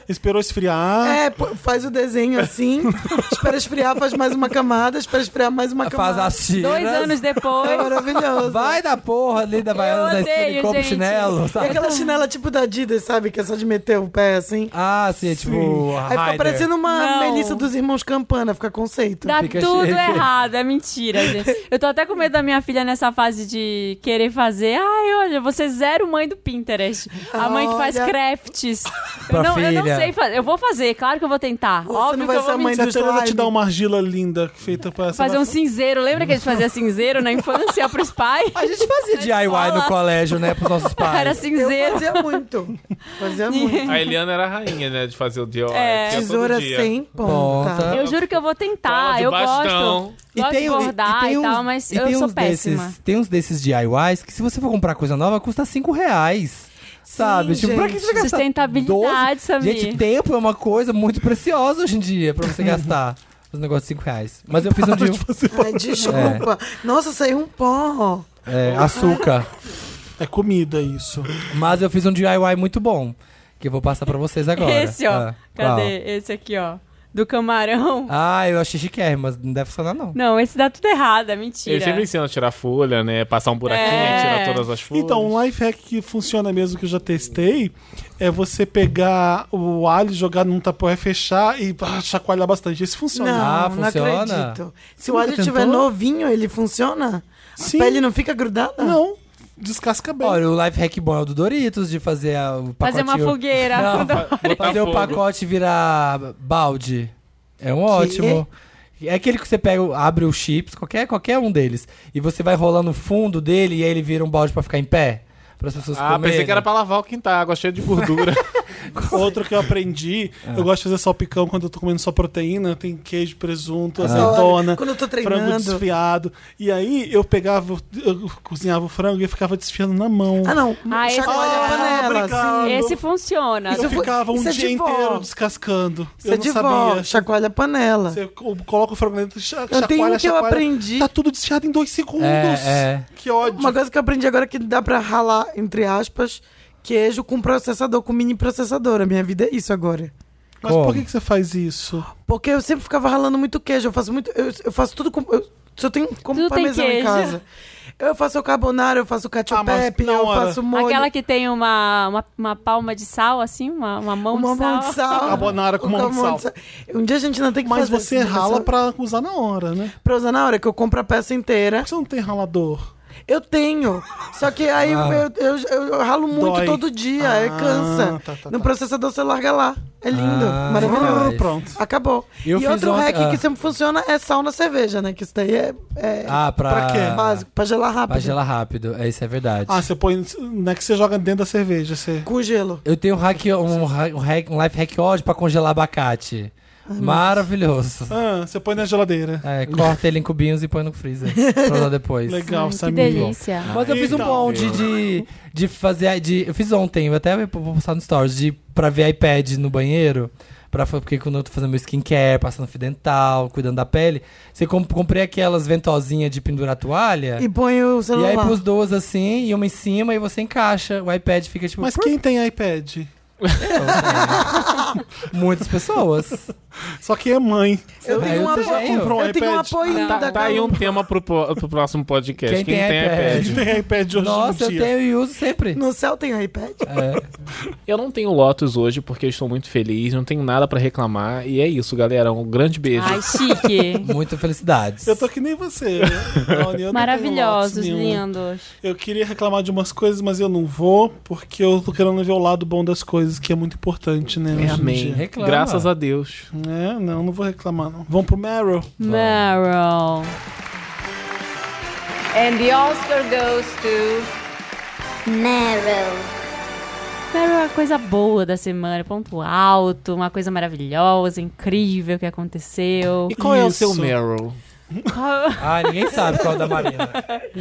B: esperou esfriar.
D: É, pô, faz o desenho assim, espera esfriar, faz mais uma camada, espera esfriar mais uma
C: Faz
D: camada.
C: as tiras.
A: Dois anos
D: É
A: depois.
D: maravilhoso.
C: Vai da porra ali da baiana da
A: odeio,
C: Skinny Cop
A: gente.
C: chinelo,
D: E
C: sabe?
D: aquela
A: Tá.
D: chinela tipo da Adidas, sabe? Que é só de meter o pé assim.
C: Ah, sim, tipo.
D: Aí fica
C: Ryder.
D: parecendo uma
A: Não.
D: Melissa dos Irmãos Campana, fica conceito.
A: Dá
C: Fica
A: tudo
C: cheio.
A: errado, é mentira, gente. Eu tô até com medo da minha filha nessa fase de querer fazer. Ai, olha, você zero mãe do Pinterest. A mãe que faz
D: Olha.
A: crafts.
C: Pra
A: Eu não, eu não
C: filha.
A: sei fazer. Eu vou fazer, claro que eu vou tentar.
D: Você
A: Óbvio
D: não vai
A: que eu
D: ser
A: vou
D: a mãe
A: me-
B: Se a
D: do
B: Teresa te
D: slime.
B: dá uma argila linda feita pra essa.
A: fazer um cinzeiro. Lembra que a gente fazia cinzeiro na infância pros pais?
C: A gente fazia DIY no
A: escola.
C: colégio, né? Pros nossos pais.
A: Era
D: Eu
A: cinzeiro.
D: fazia muito. Fazia muito.
E: A Eliana era a rainha, né, de fazer o DIY.
A: É.
E: que
D: Tesoura
E: todo dia.
D: sem ponta.
C: Ponta.
A: Eu juro que eu vou tentar.
E: Bola de
A: Eu
E: bastão.
A: gosto. Gosto de bordar e, tal, mas
C: e
A: eu
C: um tem
A: sou
C: uns
A: péssima.
C: Desses, tem uns desses DIYs que se você for comprar coisa nova, custa 5 reais. Sabe? tipo, pra que você vai gastar
A: Sustentabilidade,
C: 12?
A: Samir.
C: Gente, tempo é uma coisa muito preciosa hoje em dia pra você gastar. Os negócios de 5 reais. Mas eu fiz um Uhum. de
D: Ai, desculpa. Nossa, saiu um pó.
C: é, açúcar.
B: É comida isso.
C: Mas eu fiz um DIY muito bom. Que eu vou passar pra vocês agora.
A: Esse, ó.
C: Ah, qual?
A: Cadê? Esse aqui, ó. Do camarão.
C: Ah, eu achei chiquérrimo, mas não deve funcionar, não.
A: Não, esse dá tudo errado, é mentira.
E: Ele sempre ensina a tirar folha, né? Passar um buraquinho e tirar
A: É.
E: todas as folhas.
B: Então, um life hack que funciona mesmo, que eu já testei, é você pegar o alho, jogar num tapoé, fechar e ah, chacoalhar bastante. Esse funciona.
C: Ah,
D: Não, não
C: funciona?
D: acredito. Se o
B: Nunca
D: alho estiver
B: tentou?
D: novinho, ele funciona?
B: Sim.
D: A pele não fica grudada?
B: Não, descasca bem.
C: Olha, o life hack bom é o do Doritos, de fazer a- o pacote.
A: Fazer uma fogueira.
C: Não,
A: Não.
E: Botar
C: fazer o
E: Tá fogo.
C: pacote virar balde. É um ótimo. É aquele que você pega, abre os chips, qualquer, qualquer um deles, e você vai rolando o fundo dele e aí ele vira um balde pra ficar em pé. Para as pessoas
E: Ah,
C: comerem.
E: pensei que era pra lavar o quintal, água cheia de gordura.
B: Outro que eu aprendi,
C: Ah.
B: eu gosto de fazer salpicão quando eu tô comendo só proteína, tem queijo, presunto,
C: Ah.
B: azeitona,
D: Olha, quando eu tô
B: frango
D: treinando.
B: desfiado. E aí eu pegava, eu cozinhava o frango e eu ficava desfiando na mão.
D: Ah, não.
A: Ah, esse
D: Chacoalha a
A: é-
D: panela.
B: Obrigado.
D: sim.
A: Esse funciona.
B: eu
D: Isso foi-
B: ficava um
D: isso é
B: dia
D: de vó.
B: inteiro descascando.
D: Isso
B: eu
D: é de
B: não sabia.
D: vó. Chacoalha a panela.
B: Você co- coloca o frango dentro, cha
D: Eu tenho
B: chacoalha,
D: um que eu
B: chacoalha.
D: aprendi.
B: Tá tudo desfiado em dois segundos.
C: É, é.
B: Que ódio.
D: Uma coisa que eu aprendi agora é que dá pra ralar, entre aspas, queijo com processador, com mini processador. A minha vida é isso agora.
B: Mas
C: Como?
B: por que, que você faz isso?
D: Porque eu sempre ficava ralando muito queijo. Eu faço muito. Eu, eu faço tudo com. Eu, se eu tenho um como
A: Tudo tem
D: parmesão em
A: queijo.
D: casa. Eu faço o carbonara, eu faço o cacio
B: Ah, mas
D: pepe,
B: na
D: eu
B: hora.
D: faço um molho.
A: Aquela que tem uma, uma, uma palma de sal, assim, uma, uma mão
D: uma
A: de sal.
D: mão de sal.
B: Carbonara com
D: uma
B: mão de sal.
D: Um dia a gente não tem que
B: Mas
D: fazer.
B: você
D: isso, né?
B: rala
D: Só
B: pra usar na hora, né?
D: pra usar na hora, que eu compro a peça inteira.
B: Por que você não tem ralador?
D: Eu tenho. Só que aí eu, eu- eu- eu ralo muito
B: Dói.
D: todo dia,
B: Ah,
D: é cansa.
B: tá, tá,
D: no
B: tá.
D: processador você larga lá. É lindo,
C: Ah,
D: maravilhoso.
C: rapaz.
B: Pronto.
D: Acabou.
C: Eu
D: e
C: fiz
D: outro
C: ontem-
D: hack
C: ah.
D: que sempre funciona é sal na cerveja, né? Que isso daí é, é
C: Ah, pra...
B: Pra quê?
D: básico, pra gelar rápido.
C: Pra gelar rápido. É, isso é verdade.
B: Ah, você põe. Não é que você joga dentro da cerveja. Você...
D: Com gelo.
C: Eu tenho um, hack, um, ha- um hack- um life hack ódio pra congelar abacate. Maravilhoso.
B: Ah, você põe na geladeira.
E: Ah,
C: É, corta ele em cubinhos e põe no freezer. pra usar depois.
B: Legal,
A: Hum, que
B: Samir.
A: delícia.
C: Mas eu fiz um
B: Então,
C: bonde de, de fazer. De, eu fiz ontem, eu até vou postar no Stories, de, pra ver iPad no banheiro. Pra, fa- porque quando eu tô fazendo meu skincare, passando fio dental, cuidando da pele, você comp- comprei aquelas ventosinhas de pendurar toalha.
D: E põe o
C: E,
D: celular.
C: aí pros duas assim, e uma em cima, e você encaixa. O iPad fica tipo.
B: Mas quem tem iPad?
C: Muitas pessoas.
B: Só que é mãe.
D: Eu
C: Ah, eu
D: tenho um apo-
C: tenho.
D: eu
B: Comprou um
D: tenho um
B: iPad.
D: apoio
E: Tá,
D: da
E: tá aí um
D: Canon.
E: tema pro, po- pro próximo podcast.
C: Quem
E: Quem,
C: tem
E: tem,
C: iPad?
E: iPad?
B: Quem tem iPad hoje
C: Nossa,
B: em
C: eu
B: dia?
C: tenho e uso sempre. É,
D: No céu tem iPad?
E: Eu não tenho Lotus hoje porque eu estou muito feliz, não tenho nada pra reclamar. E é isso, galera. Um grande beijo.
A: Ai, chique.
C: Muita felicidade.
B: Eu tô que nem você. né? Não, eu não tenho
A: Maravilhosos,
B: lotes nenhum.
A: lindos.
B: Eu queria reclamar de umas coisas, mas eu não vou, porque eu tô querendo ver o lado bom das coisas, que é muito importante, né? hoje em
E: Amém.
B: dia.
C: Reclama.
E: Graças a Deus.
B: É, não, não vou reclamar, não. Vamos pro Meryl.
A: Meryl.
I: And the Oscar goes to.
J: Meryl.
A: Meryl é a coisa boa da semana, ponto alto, uma coisa maravilhosa, incrível que aconteceu.
E: E qual é o seu
B: Isso.
E: Meryl?
C: Ah, ninguém sabe qual é o da Marina.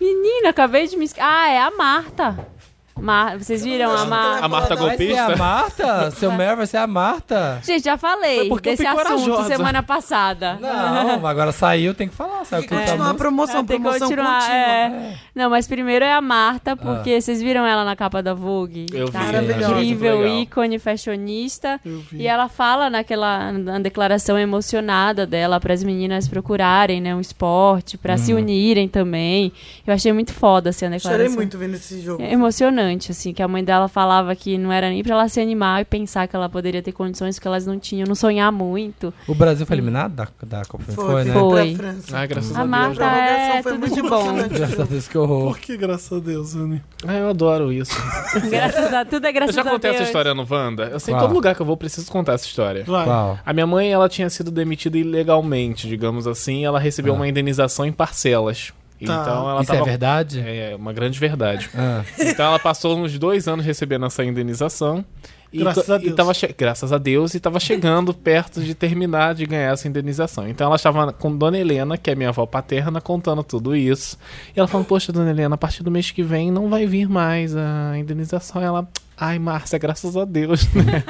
A: Menina, acabei de me. esque- Ah, é a Marta. Mar- Vocês viram a Marta?
E: A Marta
C: Vai ser a
E: Golpista?
C: Marta? Seu Meryl vai ser a Marta?
A: Gente, já falei
E: Foi É porque eu
A: desse
E: fui
A: assunto
E: corajosa.
A: semana passada.
C: Não, agora saiu, tem que falar. Sabe
D: Tem que
C: quem tá
D: continuar a
C: muito-
D: promoção,
A: É, Tem que
D: promoção
A: continuar,
D: contínua.
A: é. Não, mas primeiro é a Marta, porque vocês viram ela na capa da Vogue?
E: Ah. Eu vi, é.
A: Cara,
C: achei muito
A: incrível,
E: legal.
A: ícone, fashionista. E ela fala naquela na declaração emocionada dela para as meninas procurarem né, um esporte, para se
B: Uhum.
A: unirem também. Eu achei muito foda assim, a declaração.
D: Chorei muito vendo esse jogo.
A: É emocionante, assim, que a mãe dela falava que não era nem pra ela se animar e pensar que ela poderia ter condições que elas não tinham, não sonhar muito.
C: O Brasil foi eliminado da, da Copa? Foi,
D: Foi,
C: né?
A: Foi.
D: foi. pra França.
E: Ai, graças
A: A
E: a, Deus.
A: Marta
E: né?
A: é
D: prorrogação foi
A: tudo
D: muito
A: de bom.
D: emocionante.
C: Graças a Deus, que horror.
B: Por que, graças a Deus, Anny?
E: Ai, Ah, eu adoro isso.
A: Graças a tudo é
E: Eu
A: graças a
E: já
A: Deus.
E: contei essa história no Wanda. Eu sei em
C: Qual?
E: todo lugar que eu vou, preciso contar essa história.
B: Vai.
C: Qual?
E: A minha mãe, ela tinha sido demitida ilegalmente, digamos assim. e Ela recebeu uma indenização em parcelas. Então ela
C: Ah. Tá. Isso
E: tava...
C: é verdade?
E: É, é uma grande verdade.
C: Ah.
E: Então ela passou uns dois anos recebendo essa indenização. E
B: Graças
E: ta-
B: a Deus.
E: E tava che- graças a Deus, e tava chegando perto de terminar de ganhar essa indenização. Então ela estava com Dona Helena, que é minha avó paterna, contando tudo isso. E ela falou: Poxa, Dona Helena, a partir do mês que vem não vai vir mais a indenização. E ela. Ai, Márcia, graças a Deus, né?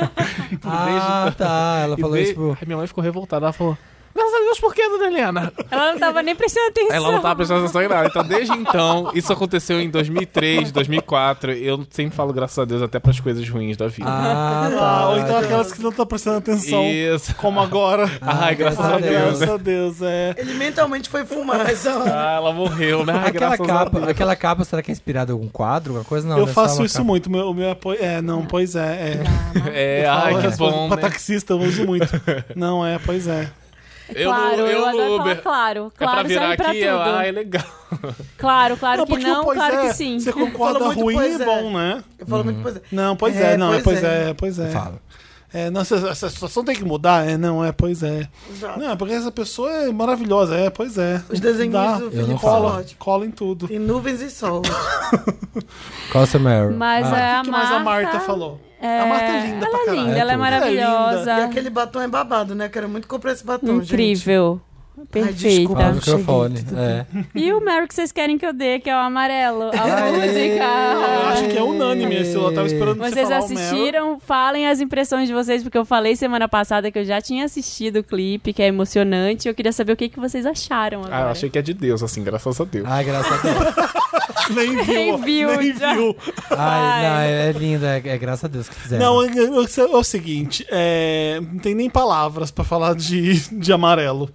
C: Ah, tá. Ela
E: E
C: falou
E: de-
C: isso pro...
E: Aí minha mãe ficou revoltada. Ela falou: Graças a Deus, por que, Dona Helena?
A: Ela não tava nem prestando atenção.
E: Ela não tava prestando atenção em nada. Então, desde então, isso aconteceu em 2003, 2004. Eu sempre falo graças a Deus até pras coisas ruins da vida.
C: Ah, tá.
B: Ah, ou então aquelas que não estão prestando atenção,
E: Isso.
B: como agora.
E: Ai, graças a Deus. né?
B: Graças a Deus, é.
D: Ele mentalmente foi fumar essa hora.
E: Ah, ela morreu, né? Ai,
C: Aquela
E: graças a
C: capa,
E: Deus.
C: aquela capa, será que é inspirada em algum quadro, alguma coisa? Não,
B: eu
C: né? Só
B: faço
C: uma
B: isso
C: capa.
B: muito. Meu, o meu apoio. É, não, pois é. é.
E: É, ai, que bom.
B: Pra
E: né?
B: taxista, eu uso muito. Não, é, pois é.
E: Eu
A: claro,
E: no- eu no
A: adoro falar
E: Uber.
A: claro.
E: É pra
A: Claro,
E: virar
A: serve pra
E: aqui, é,
A: tudo.
E: ah, é legal.
A: Claro, claro que
B: porque o
A: não,
B: pois
A: claro
B: é,
A: que sim.
B: Você
D: Fala
B: concorda
D: muito
B: ruim
D: pois
B: é
D: é.
B: bom, né?
D: Eu falo
C: Uhum.
D: muito coisa.
B: Não, pois é,
D: É,
B: não, é,
D: pois
B: pois
D: é.
B: é, pois é.
C: Fala.
B: É, não, essa, essa situação tem que mudar, é, não, é, pois é.
D: Exato.
B: Não, é porque essa pessoa é maravilhosa, é, pois é.
D: Os desenhos
B: Dá,
D: do
C: não falo.
D: Felipe são
B: cola,
D: ótimos.
B: cola em tudo.
D: Tem nuvens e sol.
C: Qual é o seu Meryl?
A: Mas
C: Ah.
A: é
B: O
A: a Marta.
B: que mais a
D: tá?
B: Marta falou?
A: É,
B: A Marta é linda pra
A: Ela é
B: caralho.
A: linda, ela é
C: É tudo.
A: maravilhosa.
D: E aquele batom é babado, né? Quero muito comprar esse batom, gente.
A: Tá. Incrível. Perfeita.
D: desculpa,
C: Fala no
D: eu cheguei,
C: microfone.
D: tudo
C: É.
A: E o Meryl que vocês querem que eu dê, que é o amarelo. A
B: Eu
A: música.
B: acho que é unânime esse, eu tava esperando você
A: Vocês
B: falar o Meryl.
A: assistiram? Falem as impressões de vocês, porque eu falei semana passada que eu já tinha assistido o clipe, que é emocionante. Eu queria saber o que, que vocês acharam agora.
E: Ah, eu achei que é de Deus, assim, graças a Deus.
C: Ai, graças a Deus.
B: Nem viu,
A: Nem viu,
B: nem
D: então.
A: já.
B: viu.
C: Ai, não, é, é linda. É, é graças a Deus que fizeram.
B: Não, é, é- é o seguinte, é, não tem nem palavras pra falar de, de amarelo.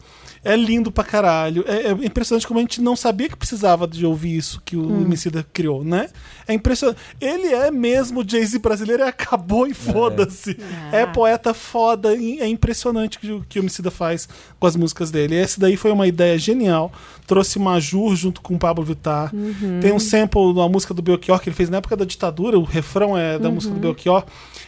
B: É lindo pra caralho. É, é impressionante como a gente não sabia que precisava de ouvir isso que o Emicida criou, né? É impressionante. Ele é mesmo Jay-Z brasileiro e acabou e foda-se. É. poeta foda. e É impressionante que, o- que o Emicida faz com as músicas dele. Essa daí foi uma ideia genial. Trouxe Majur junto com o Pablo Vittar. Tem um sample da música do Belchior que ele fez na época da ditadura. O refrão é da música do Belchior.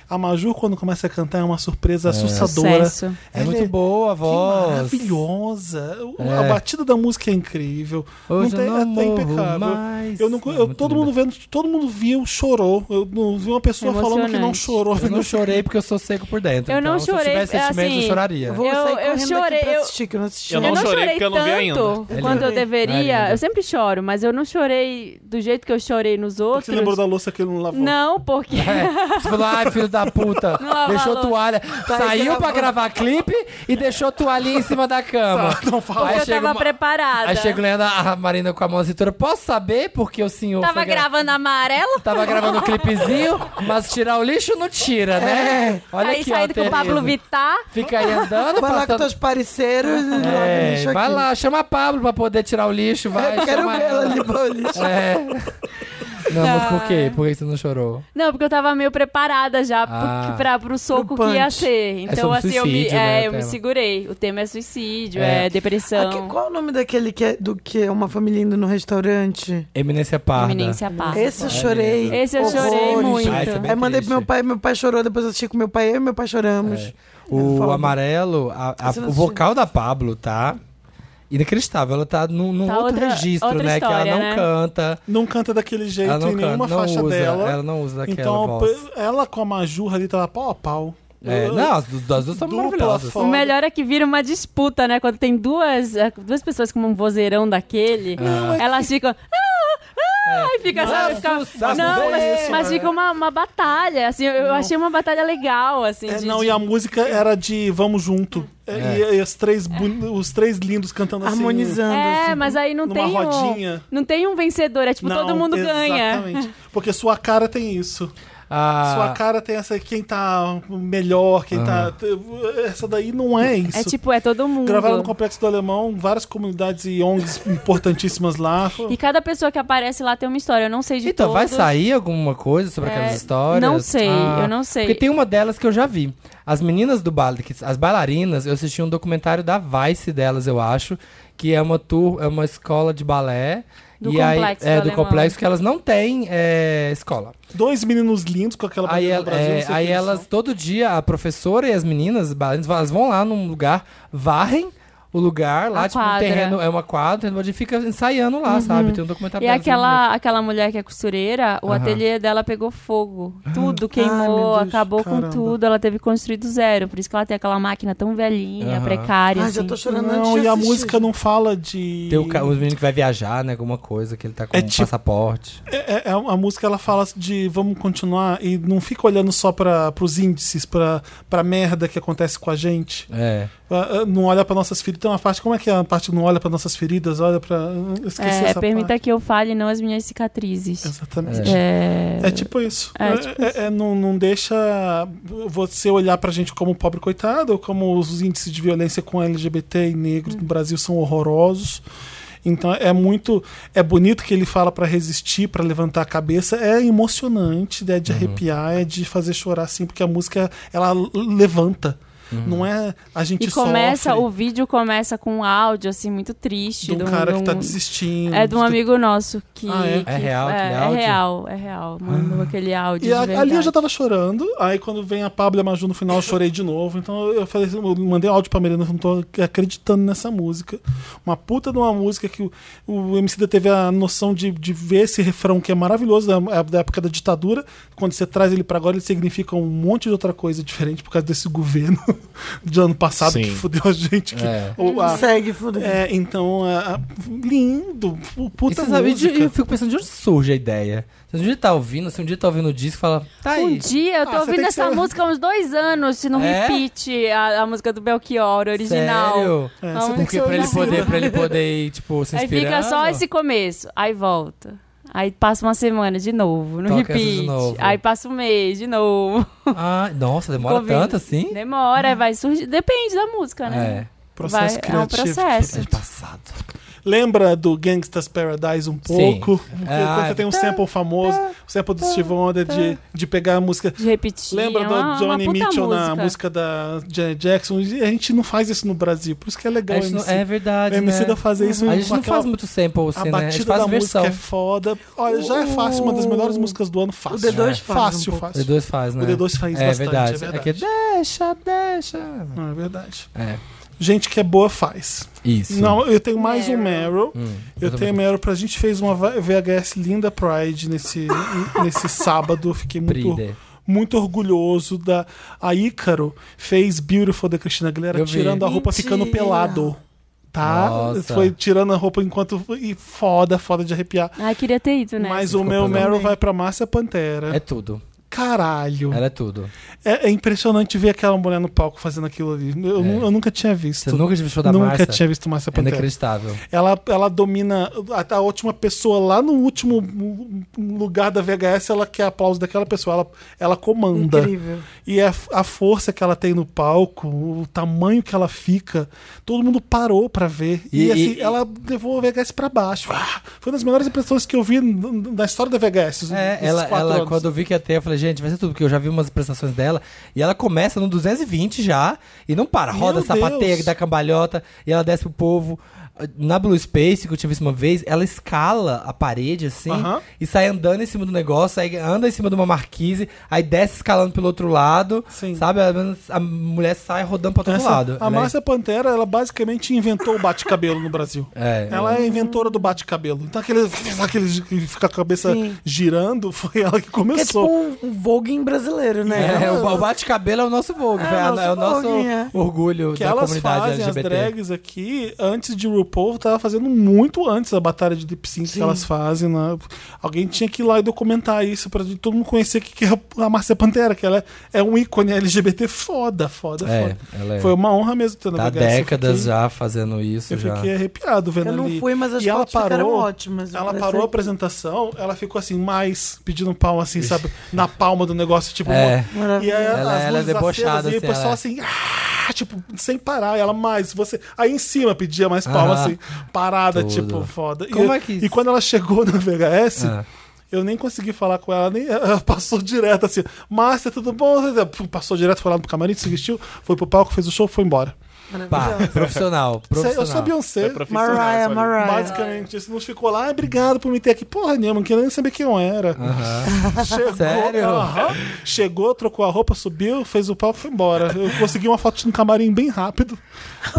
B: A Majur, quando começa a cantar, é uma surpresa assustadora.
A: Sucesso.
C: É
B: Ela
C: muito boa a
B: que
C: voz.
B: maravilhosa. O-
C: É.
B: A batida da música é incrível.
C: Hoje
B: não tem,
C: eu não
B: é, é
C: morro
B: impecável.
C: mais.
B: Eu não, eu-
C: É muito
B: todo mundo vendo, todo mundo viu, chorou. Eu não vi uma pessoa falando que não
A: É Emocionante.
B: chorou.
C: Eu não chorei porque eu sou seco por dentro.
A: Eu não
C: então, Se eu
A: chorei,
C: tivesse sentimentos,
A: assim,
C: eu choraria.
D: Vou
A: Eu-
D: sair
A: eu
D: correndo
A: chorei,
D: daqui pra
A: eu-
D: assistir, que eu não assisti.
E: Eu não chorei porque eu não vi ainda.
A: tanto
C: É
A: quanto eu
C: É
D: lindo.
A: deveria.
C: lindo.
A: eu sempre choro, mas eu não chorei do jeito que eu chorei nos outros.
B: Você lembrou da louça que ele não lavou?
A: Não, porque.
C: É, você falou, ai, filho da puta,
A: Não lava
C: deixou
A: a louça.
C: toalha. Saiu pra
A: um-
D: gravando.
C: gravar clipe e deixou toalhinha em cima da cama. Não fala.
A: Porque eu tava preparada.
C: Aí chega o Leandro, a Marina com a mão na cintura. Posso saber porque o senhor
A: Tava
C: foi gra-
A: gravando amarelo?
C: Tava gravando um clipezinho, mas tirar o lixo não tira, né? Olha
A: aí
C: aqui, ó,
A: saindo com o Pablo
C: Tereza.
A: Vittar.
C: Fica aí andando,
D: Vai lá com
C: passando...
D: teus parceiros e joga
C: É,
D: lixo
C: vai
D: aqui.
C: lá, chama a Pablo pra poder tirar o lixo, vai.
D: Eu quero
C: chama
D: ver ela limpar o lixo.
C: É. Não, mas por quê?
A: Tá.
C: Por que você não chorou?
A: Não, porque eu tava meio preparada já
C: Ah. É
A: pro- pra, pro soco
D: Pro
A: que ia
D: punch.
A: ser. Então,
C: sobre
A: assim, eu, me,
C: suicídio, né,
A: é, eu
C: o
A: me
C: tema.
A: segurei. O tema é suicídio,
C: É.
A: é,
D: Aqui,
A: depressão,
D: qual é o nome daquele que é, do que é uma família indo no restaurante?
C: Eminência Parda.
A: iminência passa.
D: Esse eu chorei.
A: Ah, Esse eu chorei
D: horrores.
A: muito.
C: é Ah, esse é bem
D: Aí mandei pro
C: triste. É.
D: meu pai, meu pai chorou, depois eu assisti com meu pai, eu e meu pai choramos.
C: O
D: Foda.
C: amarelo, a- a-
D: Você não
C: o vocal da Pablo tá inacreditável. Ela tá num, num
A: Tá
C: outro
A: outra-
C: registro,
A: outra
C: né? que
A: história,
C: ela não
A: né?
C: canta.
B: Não canta daquele jeito
C: Ela não
B: em
C: canta,
B: nenhuma
C: não
B: faixa
C: usa,
B: dela.
C: ela não usa daquela
B: então,
C: voz.
B: p- ela com a Majurra ali tava pau a pau.
C: É,
B: Eu-
C: não, as du- as duas são
B: Dupla
C: maravilhosas.
B: foda.
A: O melhor é que vira uma disputa, né? Quando tem duas, eh, duas pessoas com um vozeirão daquele,
C: é
A: elas ficam. "Ah, ah", e fica, sabe, fica-
C: sucesso,
A: não,
C: é
A: mas,
C: isso,
A: mas fica uma, uma batalha, assim, eu, eu achei uma batalha legal, assim.
B: É,
A: de-
B: não,
A: de-
B: e a música era de Vamos Junto. É, E, e os, três boni- os três lindos cantando assim.
D: Harmonizando.
A: É,
D: assim.
A: mas aí não
B: numa
A: tem
B: rodinha.
A: um, não tem um vencedor, é tipo
B: Não,
A: todo mundo ganha.
B: Exatamente. Porque sua cara tem isso.
C: Ah,
B: Sua cara tem essa quem tá melhor, quem tá. Essa daí não é isso.
A: É tipo é todo mundo.
B: Gravaram no Complexo do Alemão, várias comunidades e ONGs importantíssimas lá.
A: E cada pessoa que aparece lá tem uma história, eu não sei de
C: Então, vai
A: todos.
C: sair alguma coisa sobre
A: É,
C: aquelas histórias? Ah,
A: não sei, eu não sei.
C: Porque tem uma delas que eu já vi. As meninas do baile, que- as bailarinas, eu assisti um documentário da Vice delas, eu acho, que é uma tour, é uma escola de balé.
A: Do
C: e aí-
A: complexo do
C: é, do
A: alemão.
C: complexo que elas não têm é, escola.
B: Dois meninos lindos com aquela
C: Aí,
B: bandeira
C: ela-
B: do Brasil.
C: é,
B: não sei
C: aí
B: quem eles
C: elas,
B: são.
C: todo dia, a professora e as meninas, bailarinas, elas vão lá num lugar, varrem o lugar lá,
A: A
C: tipo, um
A: quadra. Uhum.
C: terreno, é uma quadra, onde fica ensaiando lá, sabe? Tem um documentário
A: E
C: delas, muito
A: aquela, aquela mulher que é costureira, o
C: né? Aham. Ah.
A: ateliê dela pegou fogo. Tudo queimou,
D: Ai, meu Deus,
A: acabou
B: caramba.
A: com tudo. Ela teve construído do zero. Por isso que ela tem aquela máquina tão velhinha,
C: Aham.
A: precária.
D: Ai,
A: assim.
D: já tô chorando antes
B: Não,
D: de
B: e a
D: assistir.
B: música não fala de.
C: Tem o, ca- o menino que vai viajar, né? Alguma coisa, que ele tá com
B: É
C: um
B: tipo-
C: passaporte.
B: É, é- é- a música ela fala de vamos continuar e não fica olhando só para os índices, pra, pra merda que acontece com a gente.
C: É.
B: Ah, ah, Não olha para nossas feridas. Tem uma parte, como é que é a parte que não olha para nossas feridas? Olha para. Esqueci
A: É,
B: essa
A: permita
B: parte.
A: que eu fale, não as minhas cicatrizes.
B: Exatamente.
A: É.
B: É tipo isso.
A: É,
B: É,
A: tipo
B: é- é, não, não deixa você olhar pra gente como pobre coitado, ou como os índices de violência com LGBT e negros no Brasil são horrorosos. Então é muito. É bonito que ele fala pra resistir, pra levantar a cabeça. É emocionante, é de arrepiar, é de fazer chorar assim, porque a música ela l- levanta. Não é a gente
A: E começa,
B: sofre
A: o vídeo começa com um áudio, assim, muito triste.
B: de um cara
A: de
B: que tá
A: um-
B: desistindo.
A: É de um
B: do-
A: amigo nosso que.
B: Ah, é?
A: que-
C: Hum. É real aquele
A: é, é
C: áudio? Ah.
A: real, é real. Mandou aquele áudio.
B: E a-
A: de verdade.
B: ali eu já tava chorando, aí quando vem a Pablo e a Maju no final eu chorei de novo. Então eu falei, assim, eu mandei um áudio pra Marina, eu não tô acreditando nessa música. Uma puta de uma música que o, o MC da teve a noção de, de ver esse refrão que é maravilhoso da, da época da ditadura. Quando você traz ele pra agora, ele significa um monte de outra coisa diferente por causa desse governo de ano passado
E: Sim.
B: que fudeu a gente. Que,
C: É.
B: ou a-
D: Segue, fudeu.
B: é, então, a- a- lindo, pu-
C: E
B: puta
C: você sabe, de-
B: música.
C: eu fico pensando de onde surge a ideia. Você um dia tá ouvindo, assim, um dia tá ouvindo o disco e fala, tá aí.
A: Um dia, eu
B: Ah,
A: tô
B: você
A: ouvindo
B: tem que
A: essa
B: ser-
A: música há uns dois anos, se não
C: É?
A: repeat a, a música do Belchior original.
C: Sério?
B: É,
A: Não,
B: você tem que
C: Porque
B: ser
C: pra ele
B: honesto.
C: poder, pra ele poder ir, tipo, se
A: Aí
C: inspirando.
A: fica só esse começo, aí volta. Aí passa uma semana de novo, no
C: Toca essa de
A: repeat.
C: novo.
A: Aí passa um mês de novo.
C: Ah, nossa, demora
A: Ficou vindo.
C: tanto assim?
A: Demora, vai surgir. Depende da música, né?
C: É.
B: Processo
A: Vai- é um
B: criativo.
A: processo.
C: É passado.
B: Lembra do Gangsta's Paradise um
C: Sim.
B: pouco? Porque
C: Ah,
B: quando você
A: tá,
B: tem um sample famoso, o sample do Steve Wonder de, de pegar a música.
A: De repetir.
B: Lembra
A: é tá, uma,
B: do Johnny
A: uma puta
B: Mitchell
A: música.
B: na música da Janet Jackson? E a gente não faz isso no Brasil, por isso que é legal.
C: A gente não-
B: MC.
C: é verdade.
B: O MC
C: né?
B: da fazer isso
C: A gente
B: com
C: não
B: aquela-
C: faz muito sample, assim,
B: A
C: né? A gente
B: batida
C: faz
B: da
C: versão.
B: música é foda. Olha, já é fácil, uma das
A: Uhum.
B: melhores músicas do ano, fácil. É
D: O D2 faz um
B: Fácil,
D: pouco.
B: fácil.
C: O D2 faz, né?
B: O D2 faz
C: é
B: bastante,
C: verdade.
B: é verdade.
C: Aqui, deixa, deixa.
B: Não, é verdade.
C: É.
B: Gente que é boa faz.
C: Isso. Hum.
B: Não, eu tenho mais um Meryl. eu
C: também
B: tenho Meryl pra gente fez uma VHS linda Pride nesse, nesse sábado. Eu Fiquei muito,
C: Pride.
B: muito orgulhoso da a Ícaro fez Beautiful da Cristina Aguilera
C: Eu vi.
B: tirando a roupa ficando
D: Mentira.
B: pelado. Tá?
C: Nossa.
B: Foi tirando a roupa enquanto e foda, foda de arrepiar.
A: Ai, queria ter ido, né?
B: Mas o meu Meryl vai pra Márcia Pantera.
C: É tudo.
B: Caralho.
C: Ela é tudo.
B: É, é impressionante ver aquela mulher no palco fazendo aquilo ali. Eu, nu- eu nunca tinha visto.
C: É. Você nunca viu o show da
B: Nunca
C: Márcia?
B: tinha visto Márcia
C: É
B: Pantera.
C: inacreditável.
B: ela, ela domina a, a última pessoa lá no último lugar da VHS, ela quer aplauso daquela pessoa, ela, ela comanda.
D: Incrível.
B: E é a, a força que ela tem no palco, o tamanho que ela fica, todo mundo parou pra ver. E,
C: E-
B: assim,
C: e-
B: ela levou o VHS pra baixo. Ah, foi uma das melhores impressões que eu vi n- n- na história da VHS.
C: É,
B: nesses
C: ela,
B: quatro
C: ela
B: anos.
C: quando eu vi que ia ter, eu falei, gente, vai ser tudo, porque eu já vi umas prestações dela. E ela começa no 220 já, e não para, roda
B: Meu
C: sapateia,
B: Deus.
C: que dá cambalhota, e ela desce pro povo. Na Blue Space, que eu tinha visto uma vez, ela escala a parede, assim,
B: Aham.
C: e sai andando em cima do negócio, aí anda em cima de uma marquise, aí desce escalando pelo outro lado,
B: Sim.
C: sabe? A, a mulher sai rodando pro outro
B: Essa-
C: lado. Ela
B: a
C: é-
B: Márcia Pantera, ela basicamente inventou o bate-cabelo no Brasil.
C: É,
B: Ela é a inventora do bate-cabelo. Então aquele, aquele que fica com a cabeça girando, foi ela que
D: Que é tipo
B: começou.
D: um, um voguing brasileiro, né?
C: É, o, o bate-cabelo é o nosso Vogue,
D: É o
C: velho, é, o
D: nosso
C: nosso
D: Vogue, é.
C: orgulho
B: que
C: da
B: elas
C: comunidade
B: fazem
C: LGBT.
B: as drags aqui antes de RuPaul, tava fazendo muito antes a batalha de lip sync que elas fazem. né? Alguém tinha que ir lá e documentar isso pra todo mundo conhecer que, que é a Márcia Pantera, que ela é, é um ícone LGBT foda, foda,
C: É,
B: foda.
C: ela é.
B: Foi uma honra mesmo ter na
C: Tá há
B: VHS, eu
C: décadas
B: fiquei-
C: já fazendo isso.
B: Eu
C: já.
B: fiquei arrepiado vendo
D: Eu não
B: ali.
D: fui, mas as
B: e ela
D: fotos ficaram
B: parou,
D: ótimas,
B: Ela
D: parece.
C: é
B: parou a apresentação, ela ficou assim, mais pedindo palma, assim, sabe? Na palma do negócio, tipo.
C: É.
B: uma- E aí,
C: Ela-
B: as
C: ela é
B: luzes
C: debochada,
B: acesas, e o
C: assim,
B: pessoal
C: ela-
B: assim, ah, tipo, sem parar. E ela mais, você. Aí em cima pedia mais palma,
C: Aham.
B: assim, parada,
C: Tudo.
B: tipo, foda.
C: Como
B: e,
C: é que
B: e
C: isso-
B: quando ela chegou na VHS.
C: Ah.
B: Eu nem consegui falar com ela, nem ela passou direto assim. Márcia, tudo bom? Passou direto, foi lá no camarim, se vestiu, foi pro palco, fez o show, foi embora.
C: Pá, profissional, profissional.
B: Eu sou a Beyoncé.
E: profissional,
D: Mariah,
E: sabe?
D: Mariah.
B: Basicamente, isso não ficou lá, ah, obrigado por me ter aqui. Porra nenhuma, não queria nem saber quem eu era. Chegou,
C: Sério?
B: aham. chegou, trocou a roupa, subiu, fez o palco e foi embora. Eu consegui uma foto no camarim bem rápido.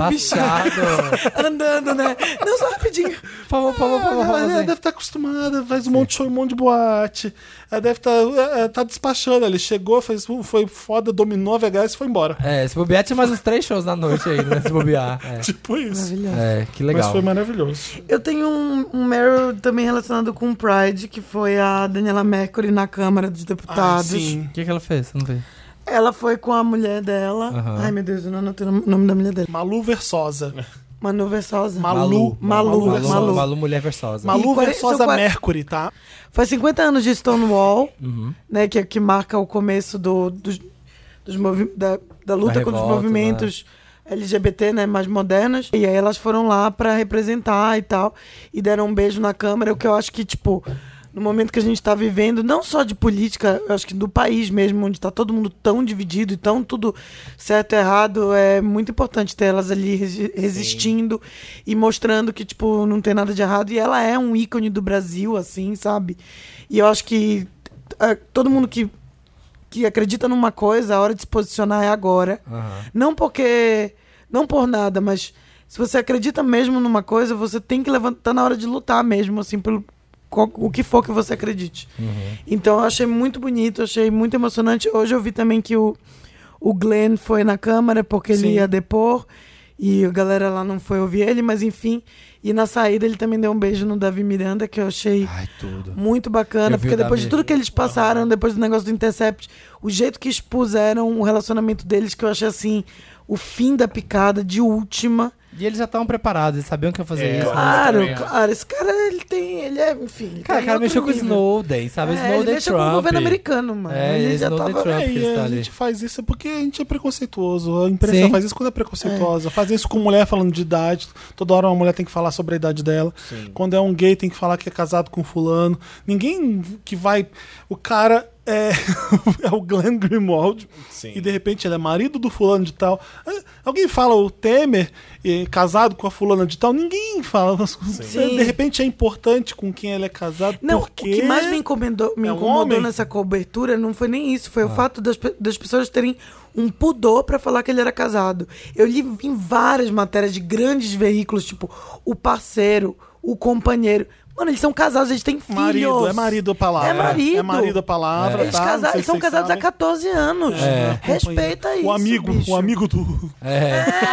C: Passado.
D: Andando, né? Não, só rapidinho.
C: Por favor, por favor, por
B: Ah,
C: favor.
B: ela
C: Rosinha.
B: deve estar acostumada, faz um monte de show, um monte de boate. Ela deve estar é, é, tá despachando. Ele chegou, fez, "Uh, foi foda, dominou a VHS e foi embora.
C: É, se bobear, tinha mais uns três shows na noite ainda, né? Se bobear. É.
B: Tipo isso.
C: É, que
B: Mas
C: legal.
B: foi maravilhoso.
D: Eu tenho um, um Meryl também relacionado com o Pride, que foi a Daniela Mercury na Câmara dos
C: Tá,
B: Ah,
D: Deputados.
B: sim.
C: O que, que ela fez? Não vi.
D: Ela foi com a mulher dela.
C: Aham.
D: Ai, meu Deus, eu não anotei o nome da mulher dela.
B: Malu Versosa.
D: Manu Versosa.
B: Malu.
D: Malu.
C: Malu,
D: Malu.
C: Malu, mulher versosa.
B: Malu
D: E quare-
B: Versosa
D: são
C: é-
D: quare-
B: Mercury, tá?
D: Foi 50 anos de Stonewall,
B: Uhum.
D: né? Que, que marca o começo do, dos, dos movi- da, da luta
C: Da
D: contra os
C: revolta,
D: movimentos LGBT, né? Mais modernos. E aí elas foram lá pra representar e tal. E deram um beijo na câmera, o que eu acho que, tipo, no momento que a gente tá vivendo, não só de política, eu acho que do país mesmo, onde tá todo mundo tão dividido e tão tudo certo e errado, é muito importante ter elas ali resi- resistindo e mostrando que, tipo, não tem nada de errado. E ela é um ícone do Brasil, assim, sabe? E eu acho que eh, todo mundo que que acredita numa coisa, a hora de se posicionar é agora. Não porque. Não por nada, mas se você acredita mesmo numa coisa, você tem que levantar tá na hora de lutar mesmo, assim, pelo. qual- O que for que você acredite. Então eu achei muito bonito, achei muito emocionante. Hoje eu vi também que o, o Glenn foi na Câmara porque ele ia depor. E a galera lá não foi ouvir ele, mas enfim. E na saída ele também deu um beijo no Davi Miranda, que eu achei
C: Ai, tudo.
D: muito bacana,
C: Eu vi
D: porque
C: o da
D: depois de
C: Mi-
D: tudo que eles passaram, depois do negócio do Intercept, o jeito que expuseram o relacionamento deles, que eu achei assim, o fim da picada de última.
C: E eles já estavam preparados, eles sabiam que ia fazer
E: É.
C: isso. né?
D: Claro,
E: também, ó.
D: claro. Esse cara, ele tem. Ele é, enfim. ele
C: Cara,
D: tá
C: o
D: em
C: cara
D: outro
C: mexeu com o
D: nível.
C: Snowden, sabe?
D: É, ele
C: Snowden
D: mexeu
C: Trump.
D: com o governo americano, mano.
C: É,
D: ele tá já
C: Snowden
D: tava.
C: Trump.
B: É,
C: que
B: e
C: está
B: a
C: ali.
B: gente faz isso porque a gente é preconceituoso. A imprensa
C: Sim.
B: faz isso quando é preconceituosa. Faz isso com mulher falando de idade. Toda hora uma mulher tem que falar sobre a idade dela. Quando é um gay, tem que falar que é casado com fulano. Ninguém que vai. O cara é, é o Glenn Grimwald.
E: Sim.
B: E de repente ele é marido do fulano de tal. Ah, Alguém fala o Temer eh, casado com a fulana de tal. Ninguém fala. De repente é importante com quem ele é casado.
D: Não,
B: porque...
D: o que mais me incomodou, me
B: é um
D: incomodou
B: homem.
D: nessa cobertura não foi nem isso, foi o fato das, pe- das pessoas terem um pudor pra falar que ele era casado. Eu li em várias matérias de grandes veículos, tipo, o parceiro, o companheiro. Mano, eles são casados, eles têm filhos.
B: Marido, é marido a palavra.
D: É marido.
B: É marido a palavra.
D: Eles,
B: tá? Não
D: casa-
B: sei se
D: eles são
B: vocês
D: casados há
B: sabem.
D: 14 anos.
B: É.
D: Respeita isso.
B: O amigo,
D: bicho.
B: o amigo do. um.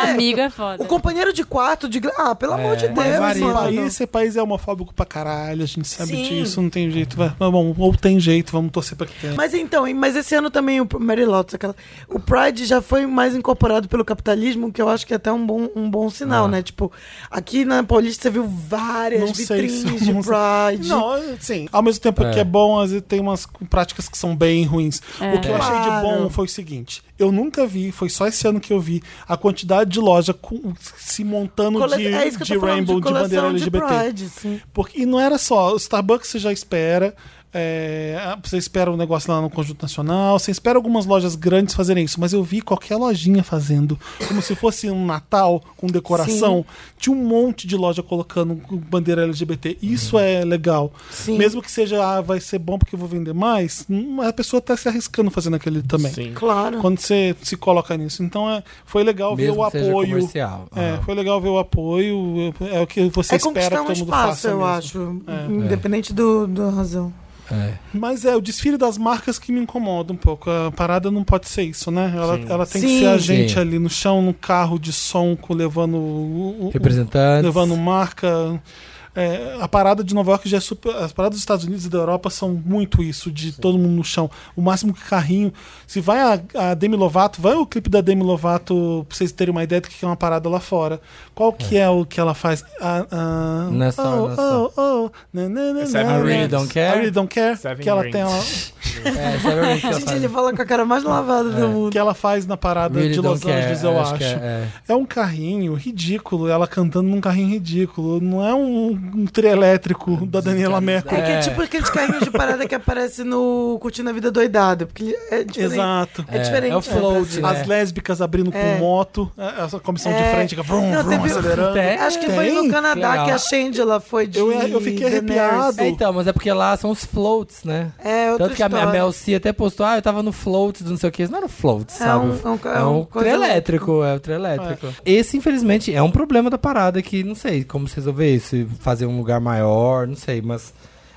A: Amigo é foda.
D: O companheiro de quarto, de. gra- Ah, pelo amor de Deus,
B: Mas esse
D: mano.
B: país, esse país é homofóbico pra caralho, a gente sabe
D: né? Sim.
B: disso, não tem jeito. Vai. Mas bom, ou tem jeito, vamos torcer pra que tenha.
D: Mas então, hein, mas esse ano também o Mary Lotus, aquela, o Pride já foi mais incorporado pelo capitalismo, que eu acho que é até um bom, um bom sinal, né? Tipo, aqui na Paulista você viu várias
B: Ah. não sei
D: vitrines
B: se
D: de
B: não sei.
D: Pride.
B: Não, sim. Ao mesmo tempo que é bom, às vezes tem umas práticas que são bem ruins. O que eu achei de bom
D: É. Claro.
B: foi o seguinte: eu nunca vi, foi só esse ano que eu vi, a quantidade de loja com- se montando
D: Cole-
B: de,
D: é isso que eu
B: de
D: tô falando,
B: Rainbow de,
D: coleção
B: bandeira LGBT.
D: De Pride, sim.
B: Porque, e não era só, o Starbucks você já espera. é, você espera um negócio lá no Conjunto Nacional, você espera algumas lojas grandes fazerem isso, mas eu vi qualquer lojinha fazendo, como se fosse um Natal com decoração. Tinha um monte de loja colocando bandeira LGBT. Isso é legal.
D: Uhum. Sim.
B: Mesmo que seja, ah, vai ser bom porque eu vou vender mais, hum, a pessoa tá se arriscando fazendo aquele também.
E: Sim.
D: Claro.
B: Quando você se coloca nisso. Então é, foi legal ver
C: Mesmo
B: o
C: que seja
B: apoio.
C: comercial.
B: É,
C: Aham.
B: foi legal ver o apoio. É o que você
D: é
B: espera
D: conquistar
B: que
D: um
B: todo mundo
D: espaço,
B: faça.
D: eu
B: mesmo. É,
D: acho. Independente do, da razão.
C: É.
B: Mas é o desfile das marcas que me incomoda um pouco. A parada não pode ser isso, né? Ela, ela tem que
D: Sim.
B: ser a gente
C: Sim.
B: ali no chão, no carro de som, com- levando o- o- o-
C: Representantes.
D: um
B: levando marca. É, a parada de Nova York já é super. As paradas dos Estados Unidos e da Europa são muito isso, de todo mundo no chão. O máximo que carrinho. Se vai a, a Demi Lovato, vai o clipe da Demi Lovato, pra vocês terem uma ideia do que é uma parada lá fora. Qual que é, o que ela faz? Ah, ah,
C: Nessa hora,
B: oh,
C: nessa
B: oh, oh, na, na, na,
E: Seven
B: na, na.
C: Rings. é I Really Don't Care?
B: I Really Don't Care,
E: Seven
B: que ela
E: Rings.
B: tem uma-
C: É, sabe o que ela
D: Gente,
C: faz?
D: ele fala com a cara mais lavada do mundo.
B: que ela faz na parada
C: Really
B: de
C: don't
B: Los Angeles, eu acho.
C: que é, é.
B: É um carrinho ridículo, ela cantando num carrinho ridículo. Não é um, um trio elétrico da Daniela Mercury.
D: É, que é
C: É.
D: tipo aqueles carrinhos de parada que aparece no Curtindo a Vida Doidada. Porque ele é diferente.
B: Exato.
D: É diferente.
C: É o float,
D: Brasil.
C: né?
B: As lésbicas abrindo
D: É.
B: com moto, a- a comissão de
D: É.
B: frente, que vrum,
D: Não,
B: vrum,
D: teve- um
B: acelerando.
C: É, Tem.
D: Acho que foi
B: Tem?
D: no Canadá
C: Legal.
D: que a Shangela foi de.
B: Eu- é, eu fiquei
D: Daenerys.
B: arrepiado.
C: É, então, mas é porque lá são os floats, né?
D: É, outra
C: Tanto que a, a
D: história.
C: Mel C até postou, ah, eu tava no float do não sei o que. Isso não era float, sabe?
D: um- é um-
C: é
D: é
C: um
D: um coisa
C: trem elétrico, é o trem elétrico. Esse, infelizmente, é um problema da parada que não sei como se resolver isso. Fazer um lugar maior, não sei, mas.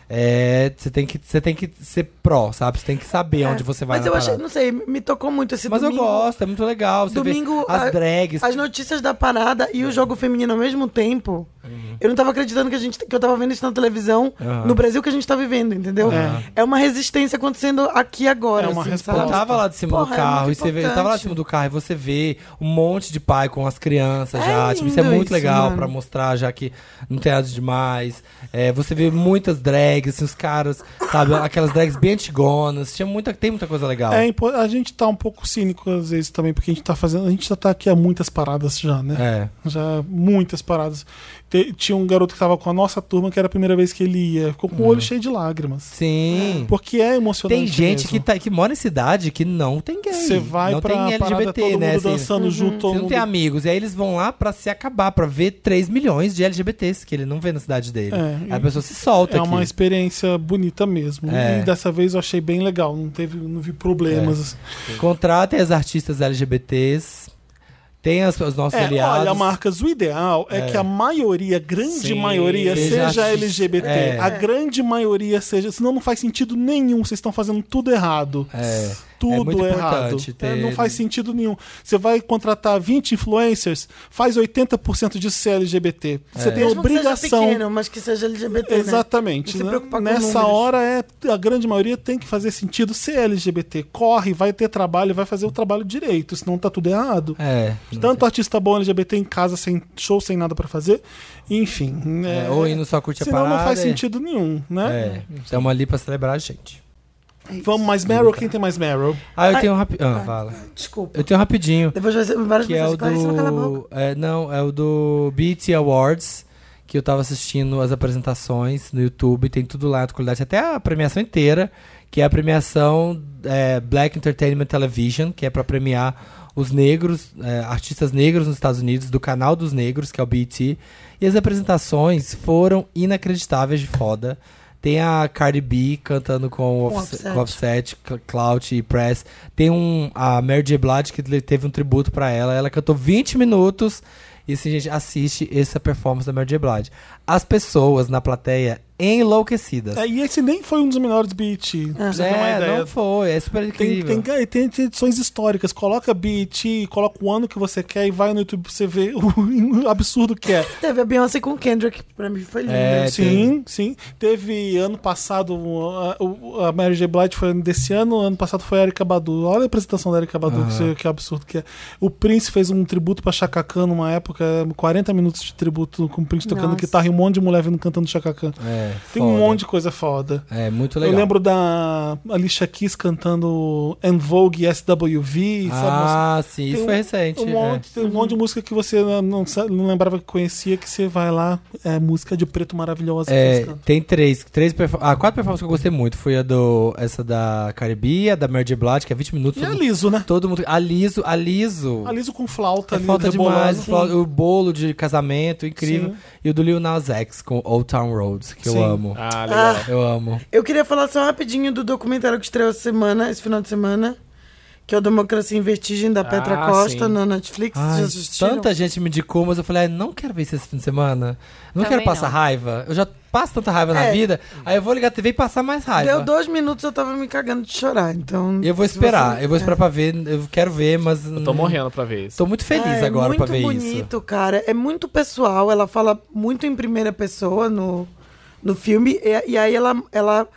C: É, você tem que você tem que ser pró, sabe? Você tem que saber onde você vai
D: Mas
C: na
D: eu achei,
C: parada.
D: não sei, me tocou muito esse
C: Mas
D: domingo.
C: eu gosto, é muito legal. Você
D: domingo,
C: vê as
D: a-
C: drags.
D: As notícias da parada e o jogo feminino ao mesmo tempo.
C: Uhum.
D: Eu não tava acreditando que, a gente, que eu tava vendo isso na televisão,
C: Aham.
D: no Brasil que a gente tá vivendo, entendeu? É uma resistência acontecendo aqui agora.
B: É uma
D: assim,
B: resposta.
C: Eu
D: sabe?
C: tava lá de cima
D: Porra,
C: do
D: é
C: carro
D: muito
C: e você vê, eu tava lá de
D: importante.
C: cima do carro e você vê um monte de pai com as crianças
D: É
C: já, tipo, isso é
D: lindo
C: muito
D: isso,
C: legal
D: mano.
C: pra mostrar já que não tem nada demais. É, você vê muitas drags, assim, os caras, sabe, aquelas drags bem antigonas, tinha muita, tem muita coisa legal.
B: É, impo- a gente tá um pouco cínico às vezes também, porque a gente tá fazendo. A gente já tá aqui há muitas paradas já, né?
C: É.
B: Já muitas paradas. Te- tinha um garoto que tava com a nossa turma, que era a primeira vez que ele ia. Ficou com o olho cheio de lágrimas.
C: Sim.
B: Porque é emocionante.
C: Uhum. Tem gente
B: mesmo.
C: que, tá, que mora em cidade que não tem gay.
B: Você vai
C: não
B: pra
C: tem
B: parada, todo
C: LGBT,
B: mundo
C: né? assim.
B: dançando junto. todo
C: Você não tem
B: mundo-
C: amigos. E aí eles vão lá pra se acabar, pra ver 3 milhões de LGBTs que ele não vê na cidade dele.
B: É,
C: Aí a pessoa se solta
B: É
C: aqui.
B: uma experiência bonita mesmo.
C: É.
B: E dessa vez eu achei bem legal. Não teve, não vi problemas. assim.
C: É. Contratem as artistas LGBTs. Tem as, os nossos
B: É,
C: aliados.
B: olha, Marcas, o ideal é, que a maioria, grande
E: Sim,
B: maioria,
C: seja
B: seja,
C: artista.
B: LGBT.
C: É.
B: A grande maioria seja. Senão não faz sentido nenhum. Vocês estão fazendo tudo errado.
C: É. É muito
B: Tudo é, errado.
C: importante
B: É,
C: ter-
B: não faz sentido nenhum. Você vai contratar 20 influencers, faz 80% disso ser LGBT.
C: É.
B: Você tem a
D: Mesmo Que seja
B: obrigação.
D: pequeno, mas que seja LGBT. né?
B: Exatamente.
D: Não se
B: né?
D: preocupar com
B: Nessa
D: números.
B: hora, é, a grande maioria tem que fazer sentido ser LGBT. Corre, vai ter trabalho, vai fazer o trabalho direito, senão tá tudo errado.
C: É.
B: Tanto artista bom LGBT em casa, sem show, sem nada pra fazer. Enfim.
C: É, ou indo só curtir a
B: né? senão não
C: parada,
B: faz
C: é.
B: sentido nenhum, né?
C: É, estamos ali pra celebrar a gente. É.
B: Vamos mais Meryl? Quem tem mais Meryl?
C: Ah, eu
D: Ai,
C: tenho um rapidinho. Ah, fala.
D: Desculpa.
C: Eu tenho um rapidinho.
D: Depois vai ser várias
C: Que é
D: pessoas
C: o
D: que parecem, não cala a
C: do.
D: boca.
C: É, não, é o do BT Awards. Que eu tava assistindo as apresentações no YouTube, tem tudo lá, de qualidade, até a premiação inteira, que é a premiação é, Black Entertainment Television, que é pra premiar os negros, é, artistas negros nos Estados Unidos, do canal dos negros, que é o BT. E as apresentações foram inacreditáveis de foda. Tem a Cardi B cantando com o
D: Com
C: Offset,
D: Offset.
C: com o Offset, Cl- Clout e Press. Tem um a Mary J. Blige que le- teve um tributo pra ela. Ela cantou 20 minutos. E assim, gente, assiste essa performance da Mary J. Blige. As pessoas na plateia enlouquecidas.
B: É, e esse nem foi um dos menores beat. Pra você ter uma
C: É,
B: ideia.
C: não foi, é super
B: Tem,
C: incrível.
B: tem, tem, tem edições históricas. Coloca BT, coloca o ano que você quer e vai no YouTube pra você ver o absurdo que é.
D: Teve a Beyoncé com o Kendrick, que pra mim foi lindo.
C: É,
B: sim, sim. Teve ano passado, um, a, o- a Mary J. Blight foi desse ano, ano passado foi a Erika Badu. Olha a apresentação da Erika Badu, que você- que, absurdo que é. O Prince fez um tributo pra Chaka Khan numa época, 40 minutos de tributo com o Prince tocando
A: Nossa.
B: guitarra e um monte de mulher vindo cantando Chaka Khan.
C: É,
B: Tem um
C: foda.
B: monte de coisa foda.
C: É, muito legal.
B: Eu lembro da Alicia Keys cantando En Vogue SWV, sabe?
C: Ah, sim, isso
B: Tem
C: foi
B: um-
C: recente.
B: Um
C: é.
B: monte, tem um monte de música que você não, não sa- não lembrava que conhecia, que você vai lá, é música de preto maravilhosa. que
C: É,
B: eles cantam.
C: tem três, três perfor- ah, quatro performances que eu gostei muito. Foi a do essa da Caribia, da Mary J. Blige, que é 20 minutos.
B: E é
C: todo-
B: liso, né?
C: Todo mundo. Aliso, aliso.
B: Aliso com flauta
C: É
B: ali,
C: falta
B: rebolando.
C: demais. falta- O bolo de casamento, incrível.
B: Sim.
C: E o do Lil Nas X com Old Town Road, que
B: Sim.
C: eu amo.
E: Ah, legal.
C: Eu amo.
D: Eu queria falar só rapidinho do documentário que estreou essa semana, esse final de semana, que é o Democracia em Vertigem, da Petra
E: Ah,
D: Costa,
E: sim.
D: na Netflix.
C: Ai,
D: Já assistiram?
C: tanta gente me indicou, mas eu falei, "Ai, não quero ver isso esse fim de semana. Não
A: Também
C: quero passar
A: não.
C: raiva. Eu já passo tanta raiva na
D: É.
C: vida. Aí eu vou ligar a TV e passar mais raiva.
D: Deu dois minutos, eu tava me cagando de chorar, então...
C: Eu vou
D: se
C: esperar.
D: você- é.
C: Eu vou esperar pra ver. Eu quero ver, mas.
E: Eu tô morrendo pra ver isso.
C: Tô muito feliz
D: Ah,
C: agora pra ver
D: É muito
C: isso.
D: bonito, cara. É muito pessoal. Ela fala muito em primeira pessoa no, no filme. E, e aí ela, ela,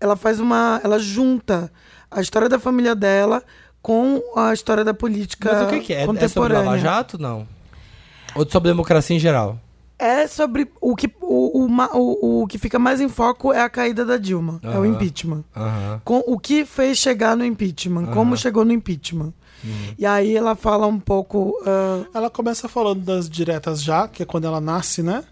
D: ela faz uma. Ela junta a história da família dela com a história da política.
C: Mas o que, que é? É sobre
D: contemporânea.
C: Lava Jato, não? Ou sobre democracia em geral?
D: É sobre o que o, o, ma- o, o que fica mais em foco é a caída da Dilma, é o
C: Aham. Ah.
D: impeachment.
C: Aham.
D: Com o que fez chegar no impeachment, como chegou no impeachment.
C: Uhum.
D: E aí ela fala um pouco ah,
B: Ela começa falando das diretas já, que é quando ela nasce, né?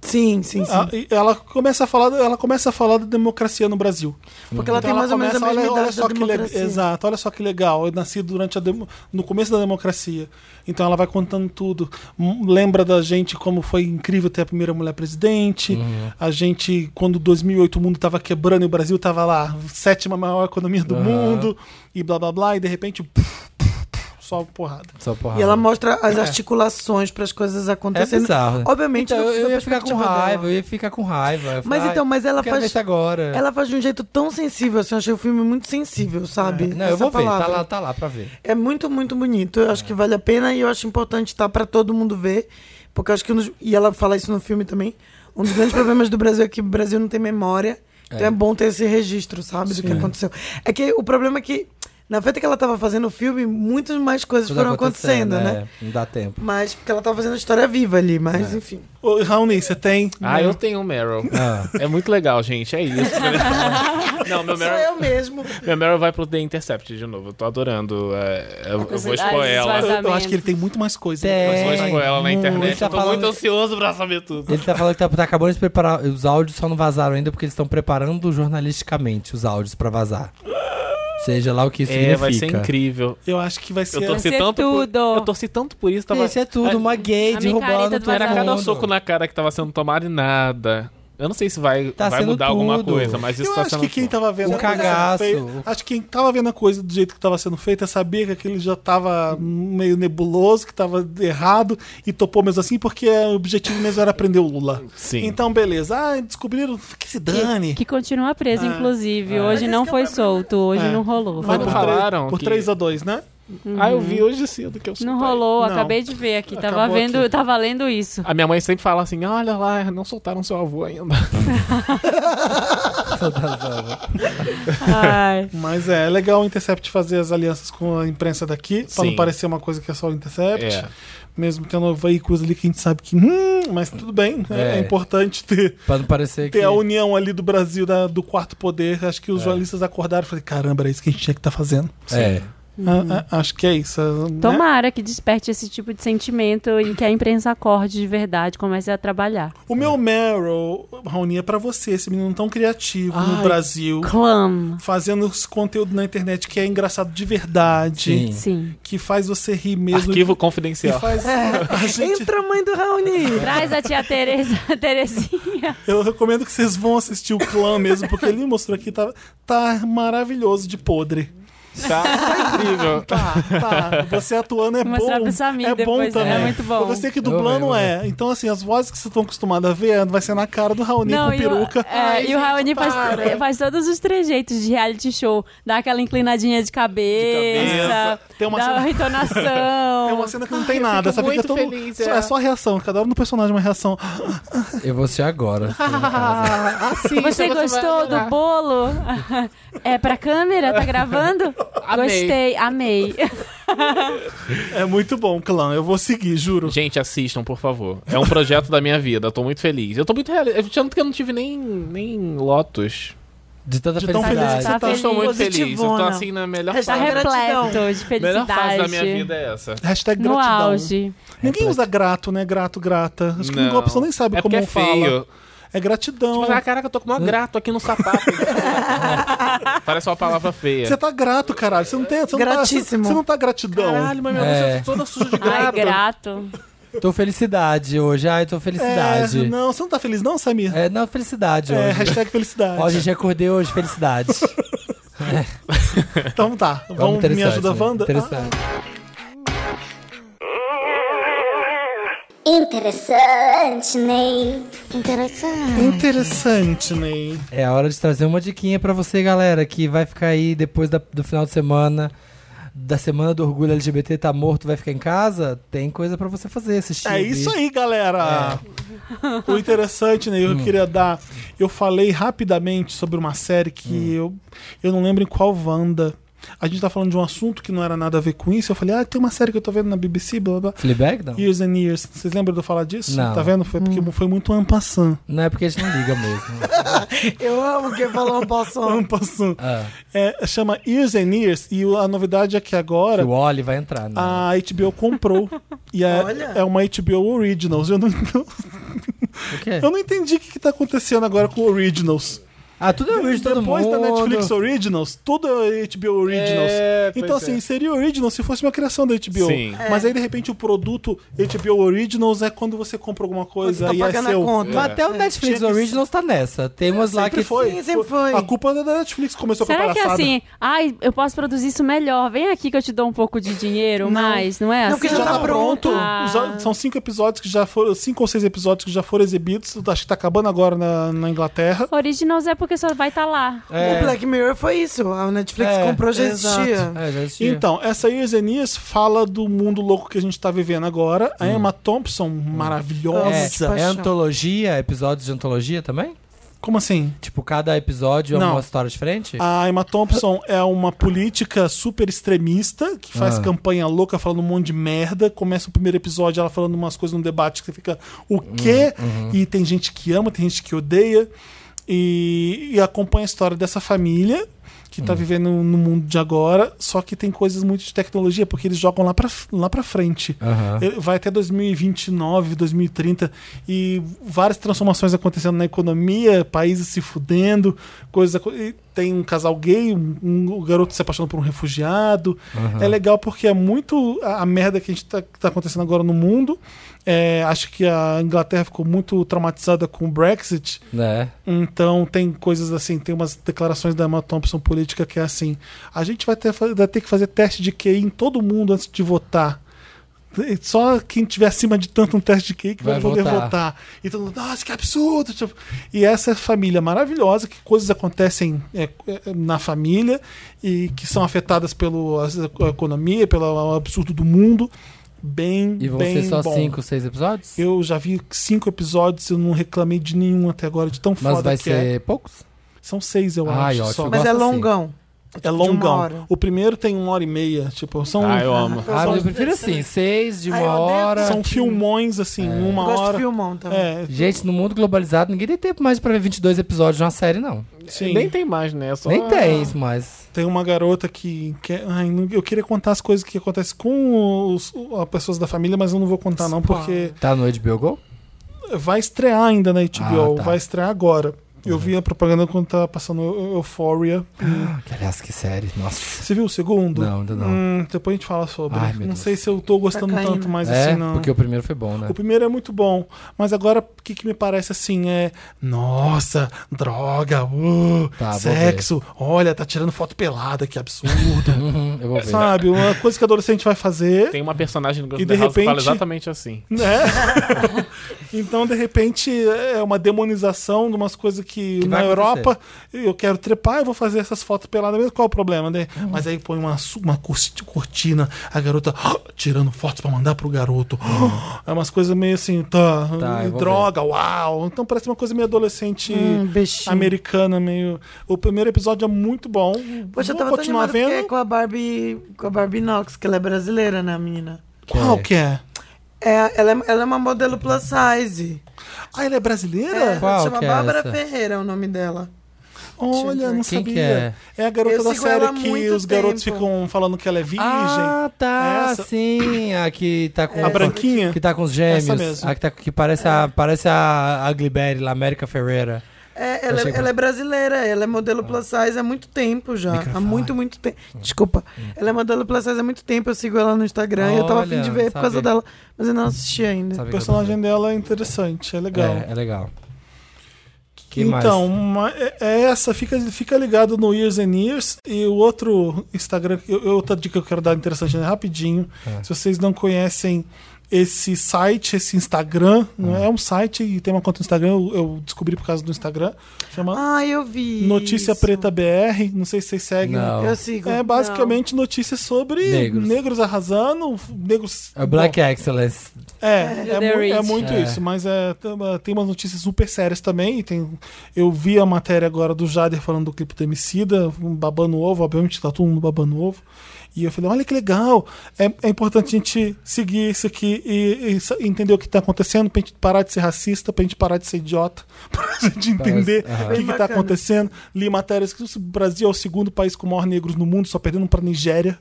D: sim, sim, sim.
B: Ah, e Ela começa a falar, ela começa a falar da democracia no Brasil.
D: Porque ela
B: Então
D: tem mais ou menos a
B: começa,
D: mesma idade da
B: só que le-
D: democracia.
B: Exato, olha só que legal. Eu nasci durante a demo- no começo da democracia. Então ela vai contando tudo. M- Lembra da gente como foi incrível ter a primeira mulher presidente.
D: Uhum.
B: A gente, quando 2008 o mundo estava quebrando e o Brasil estava lá, sétima maior economia
D: Uhum.
B: do mundo. E blá blá blá. E de repente, puf, puf, puf, só porrada.
C: Só porrada.
D: E ela mostra as articulações para as coisas
C: É
D: acontecerem.
C: bizarro. né?
D: Obviamente,
C: Então,
D: da-
C: eu, eu
D: da
C: ia ficar com
D: perspectiva tipo dela.
C: raiva, eu ia ficar com raiva. Eu ia
D: Mas
C: falar,
D: então, mas ela
C: "Ai, quero
D: faz-
C: ver isso agora.
D: Ela faz de um jeito tão sensível, assim, eu achei o filme muito sensível, sabe?
C: Não, eu
D: Essa
C: vou ver, tá
D: palavra.
C: lá, tá lá pra ver.
D: É muito, muito bonito. Eu acho que vale a pena e eu acho importante estar para todo mundo ver, porque eu acho que um dos- e ela fala isso no filme também. Um dos grandes problemas do Brasil é que o Brasil não tem memória. Então é bom ter esse registro, sabe, do que aconteceu. É que o problema é que na feita que ela tava fazendo o filme, muitas mais coisas
C: Tudo
D: foram acontecendo, né?
C: é, Não dá tempo.
D: Mas porque ela tava fazendo a história viva ali, mas enfim.
B: Ô, Raoni, você tem.
E: Ah, eu tenho um Meryl.
C: Ah.
E: É muito legal, gente. É isso. Não, meu
D: Sou
E: Meryl,
D: eu mesmo.
E: meu Meryl vai pro The Intercept de novo. Eu tô adorando. é, eu, eu vou expor
A: Ah,
E: ela.
A: esses
E: Eu
B: Eu- Eu acho que ele tem muito mais coisa.
C: Tem.
E: vou
A: é
E: expor ela na internet.
C: tá
E: Eu tô
C: falando-
E: muito ansioso pra saber tudo.
C: Ele tá falando que tá, tá acabando de preparar. Os áudios só não vazaram ainda porque eles estão preparando jornalisticamente os áudios pra vazar. Seja lá o que isso
E: É,
C: significa.
E: vai ser incrível.
B: Eu acho que vai ser.
E: Eu torci
A: ser
E: tanto
A: tudo.
E: Por, eu torci tanto por isso. Tava,
C: Gente, é tudo, uma gay
A: a
D: tá
C: derrubando
A: micareta do
C: tudo.
E: era
A: vazar.
E: cada
C: mundo.
E: soco na cara que tava sendo tomado e nada. Eu não sei se vai,
C: Tá
E: vai
C: sendo
E: mudar alguma
C: tudo.
E: coisa, mas isso
B: Eu
E: tá
B: acho
E: sendo.
B: que quem tava vendo
C: Um
B: a coisa sendo
C: cagaço.
B: feita- acho que quem tava vendo a coisa do jeito que tava sendo feita sabia que aquilo já tava meio nebuloso, que tava errado e topou mesmo assim, porque o objetivo mesmo era prender o Lula.
E: Sim.
B: Então, beleza. Ah, descobriram que se dane.
A: Que continua preso, inclusive. Hoje
D: Mas
A: não
D: esse
A: foi
D: que é o
A: solto, hoje
B: É.
A: não rolou. Uhum.
E: Mas não
B: por
E: falaram
B: três- Por
E: que-
B: 3 a 2 né?
E: Ah, eu vi hoje cedo que eu
A: Não
E: soltei.
A: rolou,
B: Não.
A: acabei de ver aqui. Tava
B: Acabou
A: vendo,
B: aqui.
A: tava lendo isso.
E: A minha mãe sempre fala assim: olha lá, não soltaram seu avô ainda.
A: Ai.
B: Mas é, é legal o Intercept fazer as alianças com a imprensa daqui, pra
E: Sim.
B: não parecer uma coisa que é só o Intercept.
E: É.
B: Mesmo tendo veículos ali que a gente sabe que. Hum, mas tudo bem, né?
C: É.
B: é importante ter.
C: Pra não parecer que.
B: ter a união ali do Brasil, da- do quarto poder. Acho que os jornalistas acordaram e falaram: caramba, era isso que a gente tinha que estar fazendo.
C: É.
B: Ah, ah, acho que é isso. né?
A: Tomara que desperte esse tipo de sentimento em que a imprensa acorde de verdade, comece a trabalhar.
B: O meu Meryl, Raoni, é pra você, esse menino tão criativo no
E: Ai.
B: Brasil,
A: Clam.
B: fazendo esse conteúdo na internet que é engraçado de verdade,
C: Sim.
A: Sim.
B: que faz você rir mesmo.
E: Arquivo
B: que
E: confidencial.
B: faz
A: É.
B: a gente
D: Entra a mãe do Raoni.
A: Traz a tia Tereza, a Terezinha.
B: Eu recomendo que vocês vão assistir o clã mesmo, porque ele mostrou aqui, tá, tá maravilhoso de podre.
E: Tá, tá incrível.
B: Tá, tá. Você atuando é
A: Vou mostrar
B: bom.
A: pro Samir
B: é
A: depois,
B: bom
A: né?
B: também.
A: É muito bom.
B: Você que
C: Eu
B: dublando
C: mesmo, né?
B: é. Então, assim, as vozes que vocês estão acostumados a ver vai ser na cara do Raoni com
A: e o,
B: peruca.
A: é, e o Raoni faz, faz todos os trejeitos de reality show. Dá aquela inclinadinha de cabeça,
B: cabeça. Tem uma
A: é, dá
B: cena-
A: uma entonação.
B: É uma cena que não tem nada, só fica
G: muito
B: todo.
G: feliz,
B: só-
G: é.
B: é só a reação, cada hora no personagem uma reação.
C: Eu vou assistir agora. assim,
G: Ah, assim,
A: Você gostou do Ah. bolo? É pra câmera? Tá gravando?
G: Amei.
A: Gostei, amei.
B: É muito bom, clã. Eu vou seguir, juro.
E: Gente, assistam, por favor. É um projeto da minha vida. Eu tô muito feliz. Eu tô muito real. Eu tanto que eu não tive nem, nem Lotus.
C: De tanta
B: De tão feliz que
C: felicidade.
B: você tá.
E: Eu estou muito
D: Positivona.
E: feliz. Eu tô assim na melhor
A: Tá
D: Hashtag
E: fase.
A: repleto
D: gratidão.
A: de
E: Melhor
A: felicidade.
E: fase da minha vida é essa.
B: Hashtag
A: No
B: gratidão.
A: auge.
C: É,
B: Ninguém usa grato, né? Grato, grata. Acho que
E: Não.
B: nenhuma pessoa nem sabe
E: É
B: como um
E: porque é
B: fala. Hum.
E: feio.
B: É gratidão.
C: Tipo,
E: Mas, ah, caraca, eu tô com o maior grato aqui no sapato. Parece uma palavra feia.
B: Você tá grato, caralho. Você não tem. Você não tá, você
D: Gratíssimo.
B: não tá gratidão.
E: Caralho, mas minha
C: É.
E: voz é toda suja de
A: Ai,
E: grato.
A: grato.
D: tá.
C: Tô felicidade hoje. Ai, tô felicidade.
B: É, não, você não tá feliz, não, Samir?
C: É, não, felicidade
B: É,
C: hoje.
B: hashtag felicidade.
C: Ó, gente, acordei hoje, felicidade.
B: Então tá. Vamos, me
C: interessante,
B: ajuda,
C: né?
B: Wanda?
C: Interessante.
J: Interessante, Ney. Interessante.
B: Ah, interessante, Ney.
C: É a hora de trazer uma diquinha pra você, galera, que vai ficar aí depois da- do final de semana. Da semana do orgulho LGBT tá morto, vai ficar em casa? Tem coisa pra você fazer, assistir.
B: É isso aí, galera.
C: É.
B: O interessante, Ney, eu queria dar. Eu falei rapidamente sobre uma série que
C: Hum.
B: eu, eu não lembro em qual Wanda. A gente tá falando de um assunto que não era nada a ver com isso. Eu falei, ah, tem uma série que eu tô vendo na BBC, blá blá. blá.
C: Fleabag, não?
B: Years and Years. Vocês lembram de eu falar disso?
C: Não. Hum.
B: Tá vendo? Foi porque foi muito ampassant.
C: Não é porque a gente não liga mesmo.
D: Eu amo quem falou um poção.
B: Ampassant.
C: Ah,
B: É, chama Years and Years e o- a novidade é que
C: que
B: agora
C: o Oli vai entrar, né?
B: a HBO comprou. e é,
D: Olha.
B: é uma HBO Originals. Eu não,
C: O quê?
B: eu não entendi o que, que tá acontecendo agora com Originals.
C: Ah, tudo é vídeo de todo
B: Depois
C: mundo.
B: da Netflix Originals, tudo é HBO Originals.
E: É, pois
B: então,
E: é.
B: assim, seria Original se fosse uma criação da HBO.
E: Sim.
B: Mas aí, de repente, o produto HBO Originals é quando você compra alguma coisa
D: tá
B: e é
D: pagando a
B: seu.
D: conta.
C: Mas até o
E: É.
C: Netflix
B: É, Tinha que- É,
C: Originals tá nessa. Tem umas lá
B: Sempre
C: que...
B: foi.
D: Sim, sempre foi.
B: A culpa é da Netflix que começou com a
A: Será que é
B: palhaçada.
A: assim? Ai, eu posso produzir isso melhor. Vem aqui que eu te dou um pouco de dinheiro, mas não é assim?
D: Não, porque
B: já tá, pronto.
A: Ah.
B: Os- São cinco episódios que já foram. Cinco ou seis episódios que já foram exibidos. Acho que tá acabando agora na, na Inglaterra.
A: Originals é porque só vai estar lá.
C: É,
D: O Black Mirror foi isso. A Netflix
C: É,
D: comprou, já
B: exato.
D: existia.
C: é, já assisti.
B: Então, essa Years and Years fala do mundo louco que a gente tá vivendo agora. A Emma Thompson, maravilhosa.
C: Hum. É, é
D: paixão.
C: antologia, episódios de antologia também?
B: Como assim?
C: Tipo, cada episódio é
B: Não. Ah,
C: uma história diferente?
B: A Emma Thompson é uma política super extremista que faz
C: Ah.
B: campanha louca falando um monte de merda. Começa o primeiro episódio ela falando umas coisas num debate que você fica, o
C: Hum,
B: quê?
C: uhum.
B: E tem gente que ama, tem gente que odeia. E, e acompanha a história dessa família. que tá vivendo no mundo de agora, só que tem coisas muito de tecnologia, porque eles jogam lá pra, lá pra frente.
C: Aham.
B: Ele Vai até 2029, 2030, e várias transformações acontecendo na economia, países se fudendo, coisas. aco- e Tem um casal gay, um, um garoto se apaixonando por um refugiado. É legal porque é muito a, a merda que a gente tá, que tá acontecendo agora no mundo. É, acho que a Inglaterra ficou muito traumatizada com o Brexit.
C: Né?
B: Então tem coisas assim, tem umas declarações da Emma Thompson política que é assim: a gente vai ter, vai ter que fazer teste de QI em todo mundo antes de votar. E Só quem tiver acima de tanto um teste de QI que vai,
C: Vai
B: poder
C: votar.
B: votar. E todo mundo, nossa, que absurdo! tipo. E essa família maravilhosa, que coisas acontecem é, é, na família e que são afetadas pela economia, pelo absurdo do mundo. Bem,
C: E vão
B: bem
C: ser só
B: bom.
C: cinco, seis episódios?
B: Eu já vi cinco episódios, eu não reclamei de nenhum até agora, de tão
C: Mas
B: foda
C: vai
B: que é.
C: ser poucos?
B: São seis, eu
C: Ai,
B: acho.
C: ótimo.
B: só.
D: Mas
C: gosto
D: é
C: assim.
D: longão. Tipo,
B: É
D: uma
B: longão.
D: hora.
B: O primeiro tem uma hora e meia. Tipo, são,
E: Ah, eu amo.
C: Ah,
D: gosto
B: um
C: eu prefiro assim, seis de
D: Ai,
C: uma
D: eu odeio
C: hora.
B: Ah, são filmões,
C: É.
B: assim, uma
D: Eu gosto de
B: hora.
D: filmão também.
B: É,
C: Gente, no mundo globalizado, ninguém tem tempo mais pra ver 22 episódios de uma série, não.
B: sim.
E: Nem tem mais, né? Só-
B: um
C: Nem tem isso mais.
B: Tem uma garota que. Quer... Ai, não- eu queria contar as coisas que acontecem com os as pessoas da família, mas eu não vou contar, não, porque
C: Tá no HBO Go?
B: vai estrear ainda na HBO.
C: Ah, tá. Uhum.
B: Vai estrear agora. Eu vi a propaganda quando tava passando Eu- Euphoria. Ah.
C: Que, aliás, que série. Nossa.
B: Você viu o segundo?
C: Não, ainda não.
B: Hum, depois a gente fala sobre.
C: Ai, meu
B: não
C: Deus.
B: sei se eu tô gostando
D: caindo.
B: tanto mais
C: é,
B: assim, não.
C: porque o primeiro foi bom, né?
B: O primeiro é muito bom, mas agora o que, que me parece assim é. Nossa, droga, uh,
C: Tá, vou
B: sexo, olha, tá tirando foto pelada, que absurdo.
C: Uhum, eu vou ver.
B: Sabe, uma coisa que adolescente vai fazer.
E: Tem uma personagem no Ghost
B: E
E: in the
B: de
E: House que fala
B: repente-
E: exatamente assim.
B: Né? então, de repente, é uma demonização de umas coisas que,
C: Que
B: na
C: vai
B: Europa eu quero trepar, eu vou fazer essas fotos peladas mesmo. Qual é o problema, né?
D: Uhum.
B: Mas aí põe uma, su- uma curs- cortina, a garota ah, tirando fotos pra mandar pro garoto.
D: Uhum.
B: Ah, É umas coisas meio assim, tá,
C: Tá, eu vou
B: droga, uau. Então parece uma coisa meio adolescente
D: Hum, bichinho.
B: americana, meio. O primeiro episódio é muito bom.
D: Poxa, eu
B: Vou
D: tava tão
B: continuar
D: animada porque é
B: vendo.
D: com a Barbie. Com a Barbie Knox, que ela é brasileira, né, menina?
B: Qual que é?
D: É, ela, é, ela é uma modelo plus size.
B: Ah, ela é brasileira?
D: É,
C: Qual
D: chama
C: que é
D: Bárbara
C: essa?
D: Ferreira é o nome dela.
B: Olha, não
C: Quem
B: sabia.
C: que é?
B: é? a garota
D: Eu
B: da
D: sigo ela há
B: série que
D: muito
B: os garotos
D: tempo.
B: ficam falando que ela é virgem.
C: Ah, tá,
B: É Essa.
C: sim. A que tá com...
B: a branquinha.
C: Que tá com os gêmeos.
B: Essa mesmo.
C: A que, tá, que parece, a, parece a Agliberry, lá, América Ferreira.
D: É, ela,
C: Achei que- Ah.
D: ela é brasileira, ela é modelo plus size há muito tempo já. Há
C: Microfone. Hum.
D: muito, muito tempo. Desculpa. Ela é modelo plus size há muito tempo, eu sigo ela no Instagram e eu tava afim
C: Olha,
D: de ver por causa
C: sabe.
D: dela, mas eu não assisti ainda.
C: Sabe
B: O
C: que eu
B: personagem dela é interessante, é legal.
C: É, é legal. Que
B: então,
C: mais?
B: uma- é- é essa fica, fica ligado no Years and Years e o outro Instagram, que eu- outra dica que eu quero dar interessante né, rapidinho.
C: É.
B: Se vocês não conhecem esse site, esse Instagram, não é um site e tem uma conta no Instagram, eu, eu descobri por causa do Instagram, chama
D: Ah, eu vi.
B: Notícia
D: isso.
B: Preta BR, não sei se vocês seguem.
C: Não.
D: Eu sigo.
B: É basicamente notícias sobre
C: Negros.
B: negros, arrasando, negros.
C: É o Black Excellence.
B: É, é,
A: The
B: mu- é
A: Rich.
B: muito
C: É.
B: isso, mas é, tem uma- tem umas notícias super sérias também. e tem- eu vi a matéria agora do Jader falando do clipe do Emicida, um babando ovo, obviamente tá todo mundo babando ovo. E eu falei, olha que legal, é, é importante a gente seguir isso aqui e, e sa- entender o que tá acontecendo, pra gente parar de ser racista, pra gente parar de ser idiota, pra gente entender o que,
D: Bem
B: que tá
D: bacana.
B: acontecendo. Li matérias que o Brasil é o segundo país com maior negros no mundo, só perdendo pra Nigéria.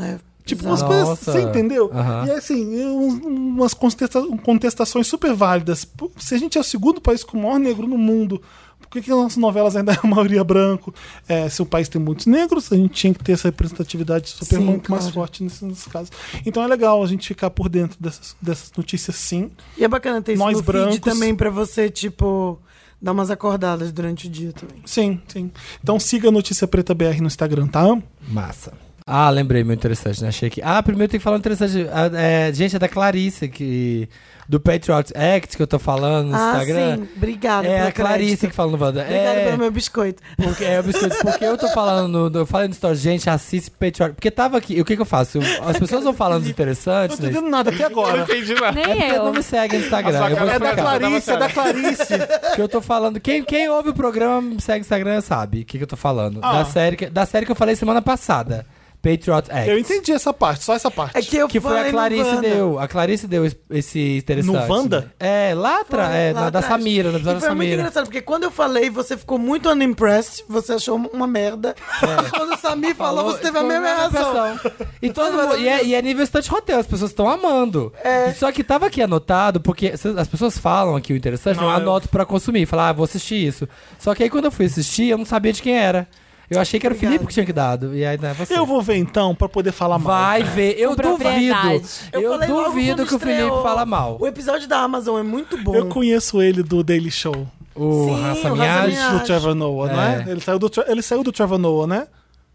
D: É,
B: Tipo,
D: exato.
B: umas coisas.
C: Nossa.
B: Você entendeu?
C: Aham.
B: E assim, uns- umas contesta- contestações super válidas. Pô, Se a gente é o segundo país com o maior negro no mundo, por que, que as nossas novelas ainda é a maioria branco? É, se o país tem muitos negros, a gente tinha que ter essa representatividade super
D: Sim,
B: muito mais
D: claro.
B: forte nesses, nesses casos. Então é legal a gente ficar por dentro dessas, dessas notícias, sim.
D: E é bacana ter isso
B: Nós
D: no
B: brancos.
D: feed também pra você, tipo, dar umas acordadas durante o dia também.
B: Sim, sim. Então siga a Notícia Preta BR no Instagram, tá?
C: Massa. Ah, lembrei, meu interessante, né? Achei que. Ah, primeiro tem que falar um interessante. Ah, é, gente, é da Clarice, que. Do Patriot Act que eu tô falando no
D: ah,
C: Instagram.
D: sim. Obrigada
C: É
D: pela
C: a Clarice
D: crédito.
C: que fala no Wanda.
D: Obrigada
C: é,
D: pelo meu biscoito.
C: porque, é o biscoito. Porque eu tô falando. no- no- eu falei no story, gente, assiste Patriot. Porque tava aqui. O que que eu faço? Eu- as pessoas vão falando interessantes,
B: Não
C: né? É
B: entendo nada até
E: Eu não
B: agora.
E: entendi nada.
A: Nem
C: Porque
A: eu.
C: não me segue no Instagram.
E: A sua
C: eu vou
E: cara
B: É da
E: Cara,
C: explicar.
B: Clarice, é da Clarice.
C: Que eu tô falando. Quem, quem ouve o
B: Ah.
C: programa, me segue no Instagram, sabe o que, que eu tô falando. Da, série que, da série que eu falei semana passada. Patriot Act.
B: Eu entendi essa parte, só essa parte.
D: É que eu
C: Que foi
D: falei
C: a
D: no
C: Clarice
D: Wanda.
C: deu. A Clarice deu es- esse interessante.
B: No Wanda?
C: É, lá atrás.
D: Foi
C: É, na-
D: lá
C: da
D: atrás.
C: Samira, no episódio
D: E
C: da
D: foi muito
C: Samira.
D: engraçado, porque quando eu falei, você ficou muito unimpressed, você achou uma merda. E quando o Samir falou, você teve a
C: É. ficou
D: mesma
C: uma
D: reação.
C: impressão. E, todo mundo- e, é, e é nível Stunt Hotel, as pessoas estão amando.
D: É.
C: Só que tava aqui anotado, porque cê- as pessoas falam aqui o interessante, eu
B: Não, eu-
C: anoto pra consumir, falar, ah, vou assistir isso. Só que aí quando eu fui assistir, eu não sabia de quem era. Eu achei que era o Felipe que tinha que dado. E aí, né, você.
B: Eu vou ver então pra poder falar mal.
C: Vai ver, eu
A: Com propriedade.
C: duvido. Eu,
D: falei logo
C: duvido
D: quando
C: que o Felipe
D: estreou.
C: fala mal.
D: O episódio da Amazon é muito bom.
B: Eu conheço ele do Daily Show.
C: O
D: Sim,
C: Raça
D: o Raça
C: Miage,
D: Miage.
B: Do Trevor Noah, não é?
C: É.
B: Ele saiu do, Tre- ele saiu do Trevor Noah, né?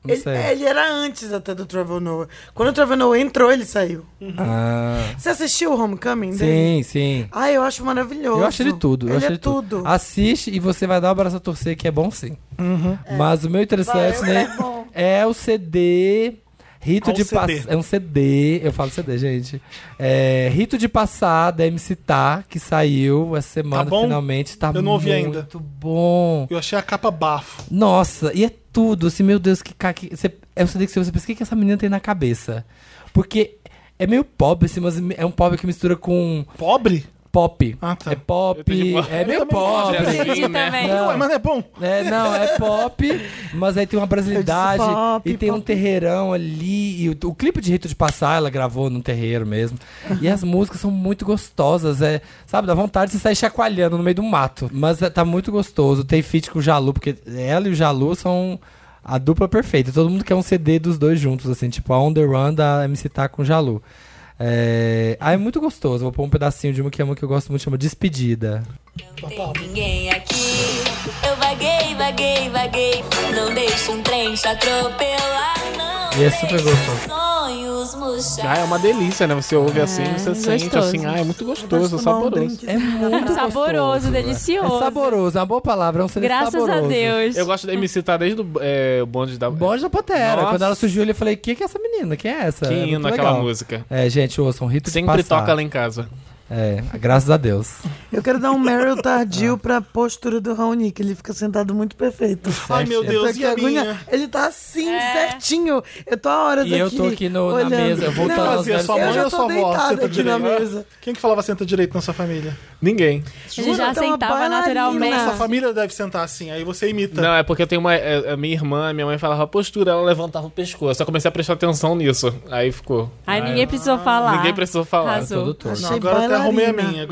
C: não
D: ele,
C: sei.
D: ele era antes até do Trevor Noah. Quando o Trevor Noah entrou, ele saiu.
C: Ah,
D: Você assistiu o Homecoming dele?
C: sim, sim.
D: Ah, eu acho maravilhoso.
C: Eu acho ele tudo. Eu
D: Ele
C: acho
D: é
C: ele tudo.
D: tudo.
C: Assiste e você vai dar um abraço a torcer, que é bom sim.
B: Uhum.
C: Mas o meu interessante,
D: Vai,
C: né?
D: é bom.
C: É o CD. Rito
B: Ah, um
C: de
B: CD.
C: passada. É um CD, eu falo CD, gente. É, Rito de passada, MC Tá, que saiu essa semana
B: bom?
C: finalmente. Tá
B: Eu não ouvi
C: muito
B: ainda.
C: bom.
B: Eu achei a capa bafo.
C: Nossa, e é tudo, assim, meu Deus, que cara. que- você- é um CD que você pensa, o que, que essa menina tem na cabeça? Porque é meio pop, assim, mas é um pop que mistura com
B: Pobre?
C: pop.
B: Ah, tá.
C: É pop,
E: entendi.
C: é meio pop.
E: acho, é
A: Entendi
E: assim, né?
A: também.
C: Não,
B: Ué, mas não é bom?
C: é, não, é pop, mas aí tem uma brasilidade
D: Eu disse pop,
C: e tem um
D: pop.
C: terreirão ali. E o, o clipe de Rito de Passar, ela gravou num terreiro mesmo. E as músicas são muito gostosas, é, sabe? Dá vontade de você sair chacoalhando no meio do mato. Mas é, tá muito gostoso. Tem feat com o Jalu, porque ela e o Jalu são a dupla perfeita. Todo mundo quer um CD dos dois juntos, assim, tipo a On The Run da MC Tá com o Jalu. É... Ah, é muito gostoso. Vou pôr um pedacinho de uma que é uma que eu gosto muito, chama Despedida.
I: Tem ninguém aqui. Eu vaguei, vaguei, vaguei. Não deixo um trem te atropelar, não.
C: E é super gostoso.
I: Sonhos murchar.
E: Ah, é uma delícia, né? Você ouve assim, você sente
A: gostoso.
E: assim, ah, é muito
D: Vou
E: gostoso,
D: tomar um
E: saboroso.
D: drink.
C: É muito
A: Saboroso, delicioso.
C: É saboroso, é uma boa palavra, é um CD
A: Graças
C: saboroso.
A: a Deus.
E: Eu gosto de me citar desde o é, bonde da.
C: Bonde da Potera.
E: Nossa.
C: Quando ela surgiu, eu falei, que que é essa menina? Quem é essa?
E: Que
C: é
E: hino
C: muito
E: aquela
C: legal.
E: música.
C: É, gente, ouçam, Rito
E: Sempre
C: de passar.
E: toca lá em casa.
C: É, graças a Deus.
D: Eu quero dar um Meryl tardio
C: Ah.
D: pra postura do Raoni, que ele fica sentado muito perfeito.
B: Ai, meu
D: Eu tô
B: Deus,
D: aqui
B: e a
D: agonia-
B: minha?
D: Ele tá assim,
A: É.
D: certinho. Eu tô há horas
C: E eu
D: aqui.
C: tô aqui no- na
D: olhando.
C: mesa,
D: Não,
C: voltando
B: Quem
C: aos
B: fazia?
C: velhos
B: Sua
D: eu
B: mãe
D: já
B: ou
D: tô
B: sua avó?
D: deitada
B: Senta
D: aqui
C: tá
B: direito.
D: na mesa.
B: Quem que falava senta direito na sua família?
E: Ninguém.
A: Ele já
D: Jura, tá uma
A: sentava
D: bailarina.
A: naturalmente.
D: Ah.
B: Sua família deve sentar assim, aí você imita.
E: Não, é porque eu tenho uma. é, A minha irmã, minha mãe falava postura, ela levantava o pescoço. Só comecei a prestar atenção nisso. Aí ficou.
A: Aí ninguém precisou falar.
E: Ninguém precisou falar.
A: Arrasou.
C: Todo torto. É,
B: Não,
D: Achei
B: agora até arrumei a
D: bailarina.
B: minha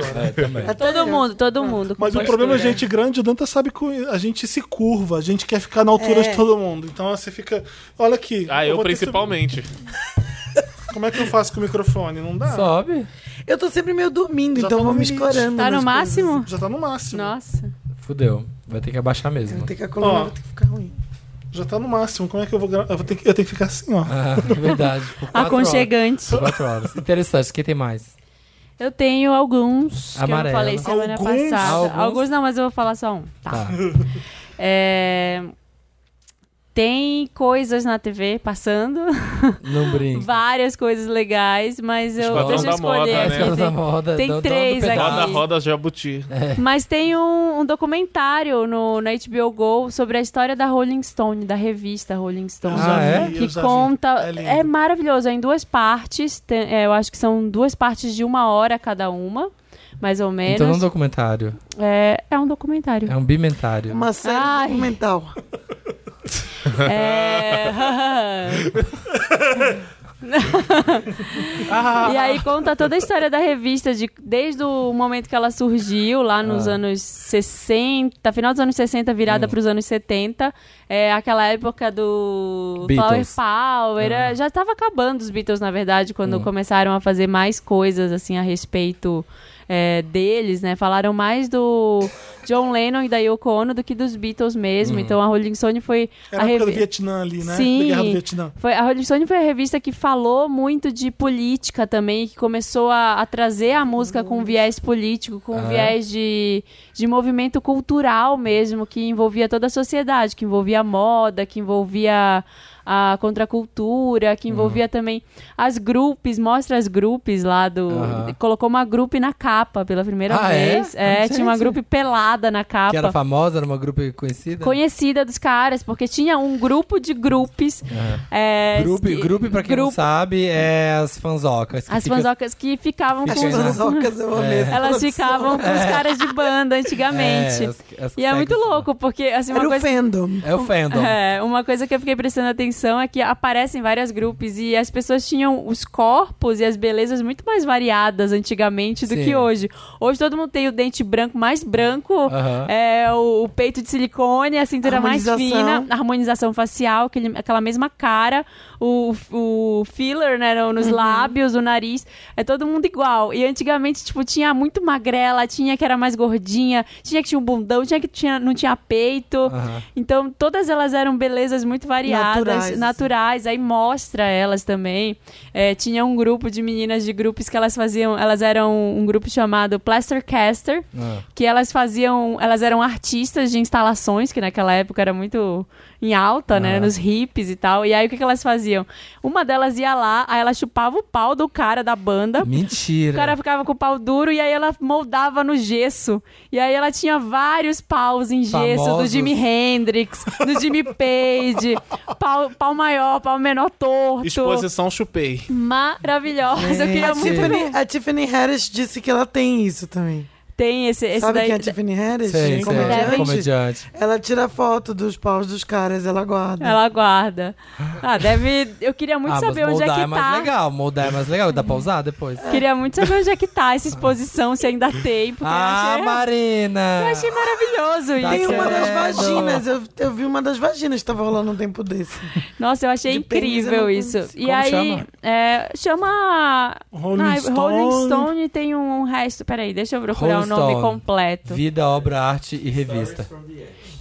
B: agora.
A: Todo mundo, todo mundo. com
B: Mas o
A: postura.
B: problema é gente grande, o Danta sabe que a gente se curva, a gente quer ficar na altura
D: É.
B: de todo mundo. Então você fica. Olha aqui.
E: Ah, eu,
B: vou ter
E: principalmente.
B: que- Como é que eu faço com o microfone? Não dá.
C: Sobe.
D: Eu tô sempre meio dormindo,
B: Já
D: então
B: tá
D: vou
B: no
D: me
B: limite.
D: escorando.
A: Tá no
D: nas
A: máximo?
B: Já tá no máximo.
A: Nossa.
C: Fudeu. Vai ter que abaixar mesmo.
D: coisas. Tem que a coluna
B: Ó.
D: vai ter que ficar ruim.
B: Já tá no máximo. Como é que eu vou gra- Eu, vou ter que... eu tenho que ficar assim, ó.
C: Ah, é verdade. Por quatro
A: Aconchegante.
C: Horas. Quatro horas. Interessante, quem tem mais?
A: Eu tenho alguns que eu
C: Amarelo.
A: não falei semana
B: Alguns?
A: passada.
C: Alguns?
A: Alguns? não, mas eu vou falar só um. Tá.
C: Tá.
A: É, Tem coisas na TV passando,
C: Não brinca.
A: várias coisas legais, mas eu
E: Esquadrão
A: deixa eu
E: da Moda,
A: escolher.
E: né?
A: aqui,
C: Esquadrão da
A: tem-
C: moda. um
A: tem
C: do- do- do
A: três
C: pedal.
A: aqui.
E: Roda, roda, jabuti.
A: Mas tem um, um documentário no, na HBO Go sobre a história da Rolling Stone, da revista Rolling Stone.
C: Ah, é?
B: vi, eu
A: que
B: já vi.
A: conta.
B: É lindo.
A: É, maravilhoso, é em duas partes. tem- é, eu acho que são duas partes de uma hora cada uma, mais ou menos.
C: Então não é um documentário.
A: é, é um documentário.
C: É um bimentário.
D: Uma série
A: Ai.
D: documental.
A: É. e aí conta toda a história da revista, de, desde o momento que ela surgiu, lá nos anos 60, final dos anos 60, virada para os anos 70, é, aquela época do
C: Beatles.
A: Flower Power, é, já estava acabando os Beatles, na verdade, quando começaram a fazer mais coisas, assim, a respeito é, deles, né? Falaram mais do John Lennon e da Yoko Ono do que dos Beatles mesmo, então a Rolling Stone foi...
B: Era
A: a
B: a É época do
A: revi-
B: Vietnã ali, né?
A: Sim.
B: Da guerra do Vietnã.
A: foi, a Rolling Stone foi a revista que falou muito de política também, que começou a, a trazer a música com viés político, com viés de, de movimento cultural mesmo, que envolvia toda a sociedade, que envolvia a moda, que envolvia a contracultura, que envolvia
C: Uhum.
A: também as grupos, mostra as grupos lá do.
C: Aham.
A: Colocou uma grupo na capa pela primeira
C: Ah, é?
A: vez. É,
C: Gente.
A: tinha uma grupo pelada na capa.
C: Que era famosa, era uma grupo conhecida?
A: Conhecida dos caras, porque tinha um grupo de grupos. É,
C: Grupo,
A: que-
C: grupo pra quem não
A: grupo-
C: sabe, é as fanzocas. que
A: As
C: fica-
A: fanzocas que ficavam
C: Fica
A: com
C: aí,
A: os-
C: né?
D: Fanzocas, eu
B: É.
D: amei essa
A: Elas
D: produção.
A: ficavam com os caras de banda antigamente.
C: É, as- as que
A: e é
C: seguem-
A: muito louco, porque assim, uma
D: Era o
A: coisa.
D: fandom.
C: É o fandom.
A: É, uma coisa que eu fiquei prestando atenção é que aparecem várias grupos e as pessoas tinham os corpos e as belezas muito mais variadas antigamente do
C: Sim.
A: que hoje. Hoje todo mundo tem o dente branco mais branco,
C: Aham.
A: é, o, o peito de silicone, a cintura mais
D: Harmonização.
A: fina, a harmonização facial, aquele- aquela mesma cara, o, o filler né, no- nos lábios, o nariz, é todo mundo igual. E antigamente, tipo, tinha muito magrela, tinha que era mais gordinha, tinha que tinha um bundão, tinha que tinha, não tinha peito.
C: Aham.
A: Então, todas elas eram belezas muito variadas,
D: Naturais.
A: naturais, aí mostra elas também. É, tinha um grupo de meninas de grupos que elas faziam, elas eram um grupo chamado Plastercaster,
C: Ah.
A: que elas faziam, elas eram artistas de instalações, que naquela época era muito em alta, né, nos hips e tal. E aí o que, que elas faziam? Uma delas ia lá, aí ela chupava o pau do cara da banda, o
C: Ah, Mentira.
A: cara ficava com o pau duro e aí ela moldava no gesso. E aí ela tinha vários paus em gesso
C: Famosos.
A: do Jimi Hendrix, do Jimmy Page, pau, pau maior, pau menor torto.
E: Exposição chupei.
A: Maravilhosa. Eu queria
C: Gente.
A: muito
D: Tiffany- a Tiffany Harris disse que ela tem isso também.
A: tem esse esse
D: Sabe
A: daí.
D: quem é a Tiffany Harris?
C: Sei, sei,
A: né?
D: Comediante?
C: comediante.
D: Ela tira foto dos paus dos caras, ela guarda.
A: Ela guarda. Ah, deve. Eu queria muito
C: ah,
A: saber
C: mas
A: onde é
C: moldar
A: que
C: é, mais
A: tá.
C: legal. Moldar é mais legal. Dá pra usar depois.
A: Queria muito saber onde é que tá essa exposição, se ainda tem, porque
C: Ah,
A: eu, achei,
C: Marina!
A: eu achei maravilhoso
C: Tá
A: isso.
D: Tem uma das
C: Credo.
D: vaginas, eu, eu vi uma das vaginas que tava rolando um tempo desse.
A: Nossa, eu achei
D: De pênis, eu
A: incrível
D: não
A: isso.
D: consigo.
A: E
C: Como
A: aí,
C: chama?
A: é, chama.
B: Rolling
A: Ai,
B: Stone.
A: Rolling Stone tem um resto. Peraí, deixa eu procurar o
C: Rolling
A: nome
C: Stone.
A: completo.
C: Vida, obra, arte e revista.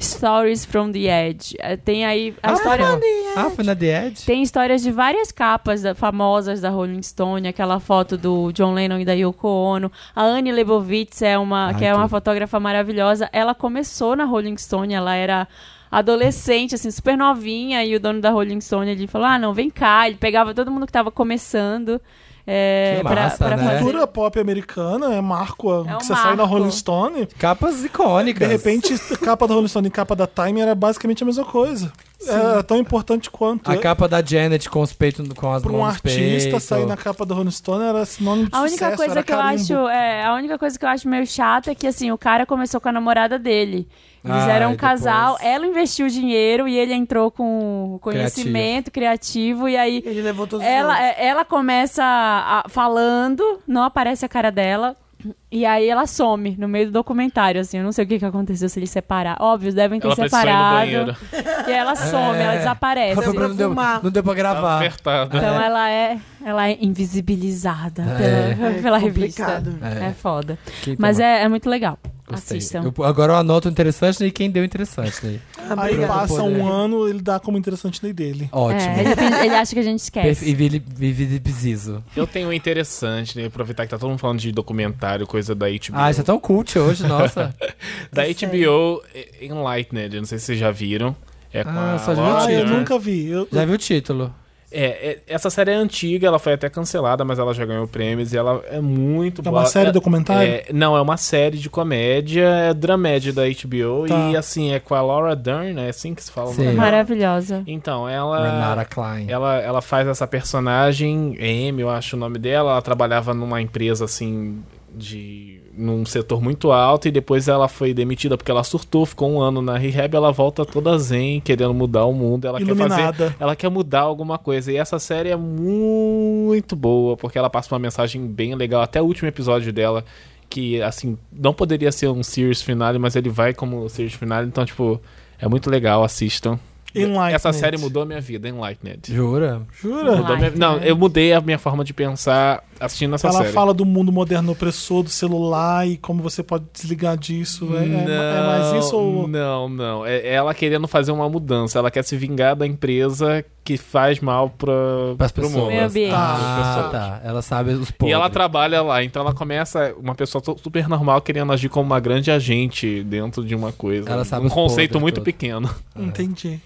A: Stories from the Edge. É, Tem aí a
C: Ah,
A: história.
D: tá
C: foi na- Ah, foi na The Edge?
A: Tem histórias de várias capas da- famosas da Rolling Stone, aquela foto do John Lennon e da Yoko Ono. A Anne Leibovitz é uma,
C: Ai,
A: que é uma
C: tudo.
A: fotógrafa maravilhosa. Ela começou na Rolling Stone, ela era adolescente, assim, super novinha, e o dono da Rolling Stone ele falou: "Ah, não, vem cá". Ele pegava todo mundo que tava começando é,
C: Que
A: pra-
C: massa,
A: pra
C: né?
B: A
A: fazer-
B: cultura pop americana é marco.
A: É
B: que
A: um
B: você sai na
A: marco.
B: Rolling Stone.
C: Capas icônicas.
B: De repente, a capa da Rolling Stone e capa da Time era basicamente a mesma coisa. Era tão importante quanto.
C: A capa da Janet com os peitos, com as
B: Para um
C: mãos no
B: artista
C: peito.
B: sair na capa da Rolling Stone era sinônimo de
A: A
B: sucesso,
A: única coisa
B: era
A: que eu
B: carimbo.
A: acho, é, a única coisa que eu acho meio chata é que assim, o cara começou com a namorada dele. Eles
C: Ah,
A: eram um
C: e depois-
A: casal, ela investiu dinheiro e ele entrou com o conhecimento criativo, e aí
D: Ele levou todos
A: ela,
D: os
A: é, ela começa a- falando, não aparece a cara dela. E aí ela some no meio do documentário, assim, eu não sei o que, que aconteceu se eles separaram. Óbvio, devem ter
E: Ela precisou ir no
A: separado.
E: banheiro.
A: E aí ela some, ela desaparece.
C: Não, não, deu,
D: fumar.
C: não deu pra gravar.
E: Tá Apertada.
A: Então ela é, ela é invisibilizada
C: É.
A: pela,
D: É
A: pela revista.
D: complicado.
C: É.
A: É. foda.
C: Quem
A: Mas
C: toma-
A: é, é muito legal.
C: Gostei.
A: Assistam.
C: Eu- agora eu anoto o interessante e quem deu interessante. Né?
B: Aí
D: Obrigada.
B: passa
C: Poder.
B: um ano, ele dá como interessante na dele.
A: É,
C: Ótimo.
A: ele, tem- ele acha que a gente
C: Perfe- E
A: esquece.
C: Vili Vili Pizzizo.
E: Eu tenho um interessante, né? Aproveitar que tá todo mundo falando de documentário, coisa da HBO.
C: Ah, já tão cult hoje, nossa.
E: Da HBO é, Enlightened, eu não sei se vocês já viram. É com
C: Ah,
E: a
C: só já vi o
B: Ah,
E: Laura-
C: Mentira.
B: eu nunca vi. Eu-
C: já vi o título.
E: É, é, essa série é antiga, ela foi até cancelada, mas ela já ganhou prêmios e ela é muito
B: É
E: boa.
B: uma série
E: É-
B: documentário?
E: é- não, é uma série de comédia, é dramédia da HBO
B: Tá.
E: e assim, é com a Laura Dern, é assim que se fala. o
C: Sim.
E: nome dela.
A: Maravilhosa.
E: Então, ela
C: Renata Klein.
E: ela, ela faz essa personagem, M, eu acho o nome dela. Ela trabalhava numa empresa assim de num setor muito alto e depois ela foi demitida porque ela surtou, ficou um ano na rehab, ela volta toda zen, querendo mudar o mundo, ela quer
B: Iluminada.
E: fazer, ela quer mudar alguma coisa. E essa série é muito boa, porque ela passa uma mensagem bem legal, até o último episódio dela que assim, não poderia ser um series finale, mas ele vai como series finale, então tipo, é muito legal, assistam.
B: Enlightened.
E: Essa série mudou a minha vida, Enlightened.
C: Jura?
B: Jura?
E: Mudou minha- é- Não, eu mudei a minha forma de pensar assistindo essa
B: Ela
E: série.
B: fala do mundo moderno opressor, do celular e como você pode desligar disso. É, é- é mais isso ou.
E: Não, Hum. não. É ela querendo fazer uma mudança. Ela quer se vingar da empresa que faz mal pra,
C: Pras
E: pro
C: pessoas.
E: mundo.
A: Meio ambiente.
C: Ah, tá. Ela sabe os pontos.
E: E ela trabalha lá, então ela começa uma pessoa to- super normal querendo agir como uma grande agente dentro de uma coisa.
C: Ela sabe
E: um
C: os
E: conceito
C: podres
E: muito
C: todos.
E: pequeno.
B: Entendi.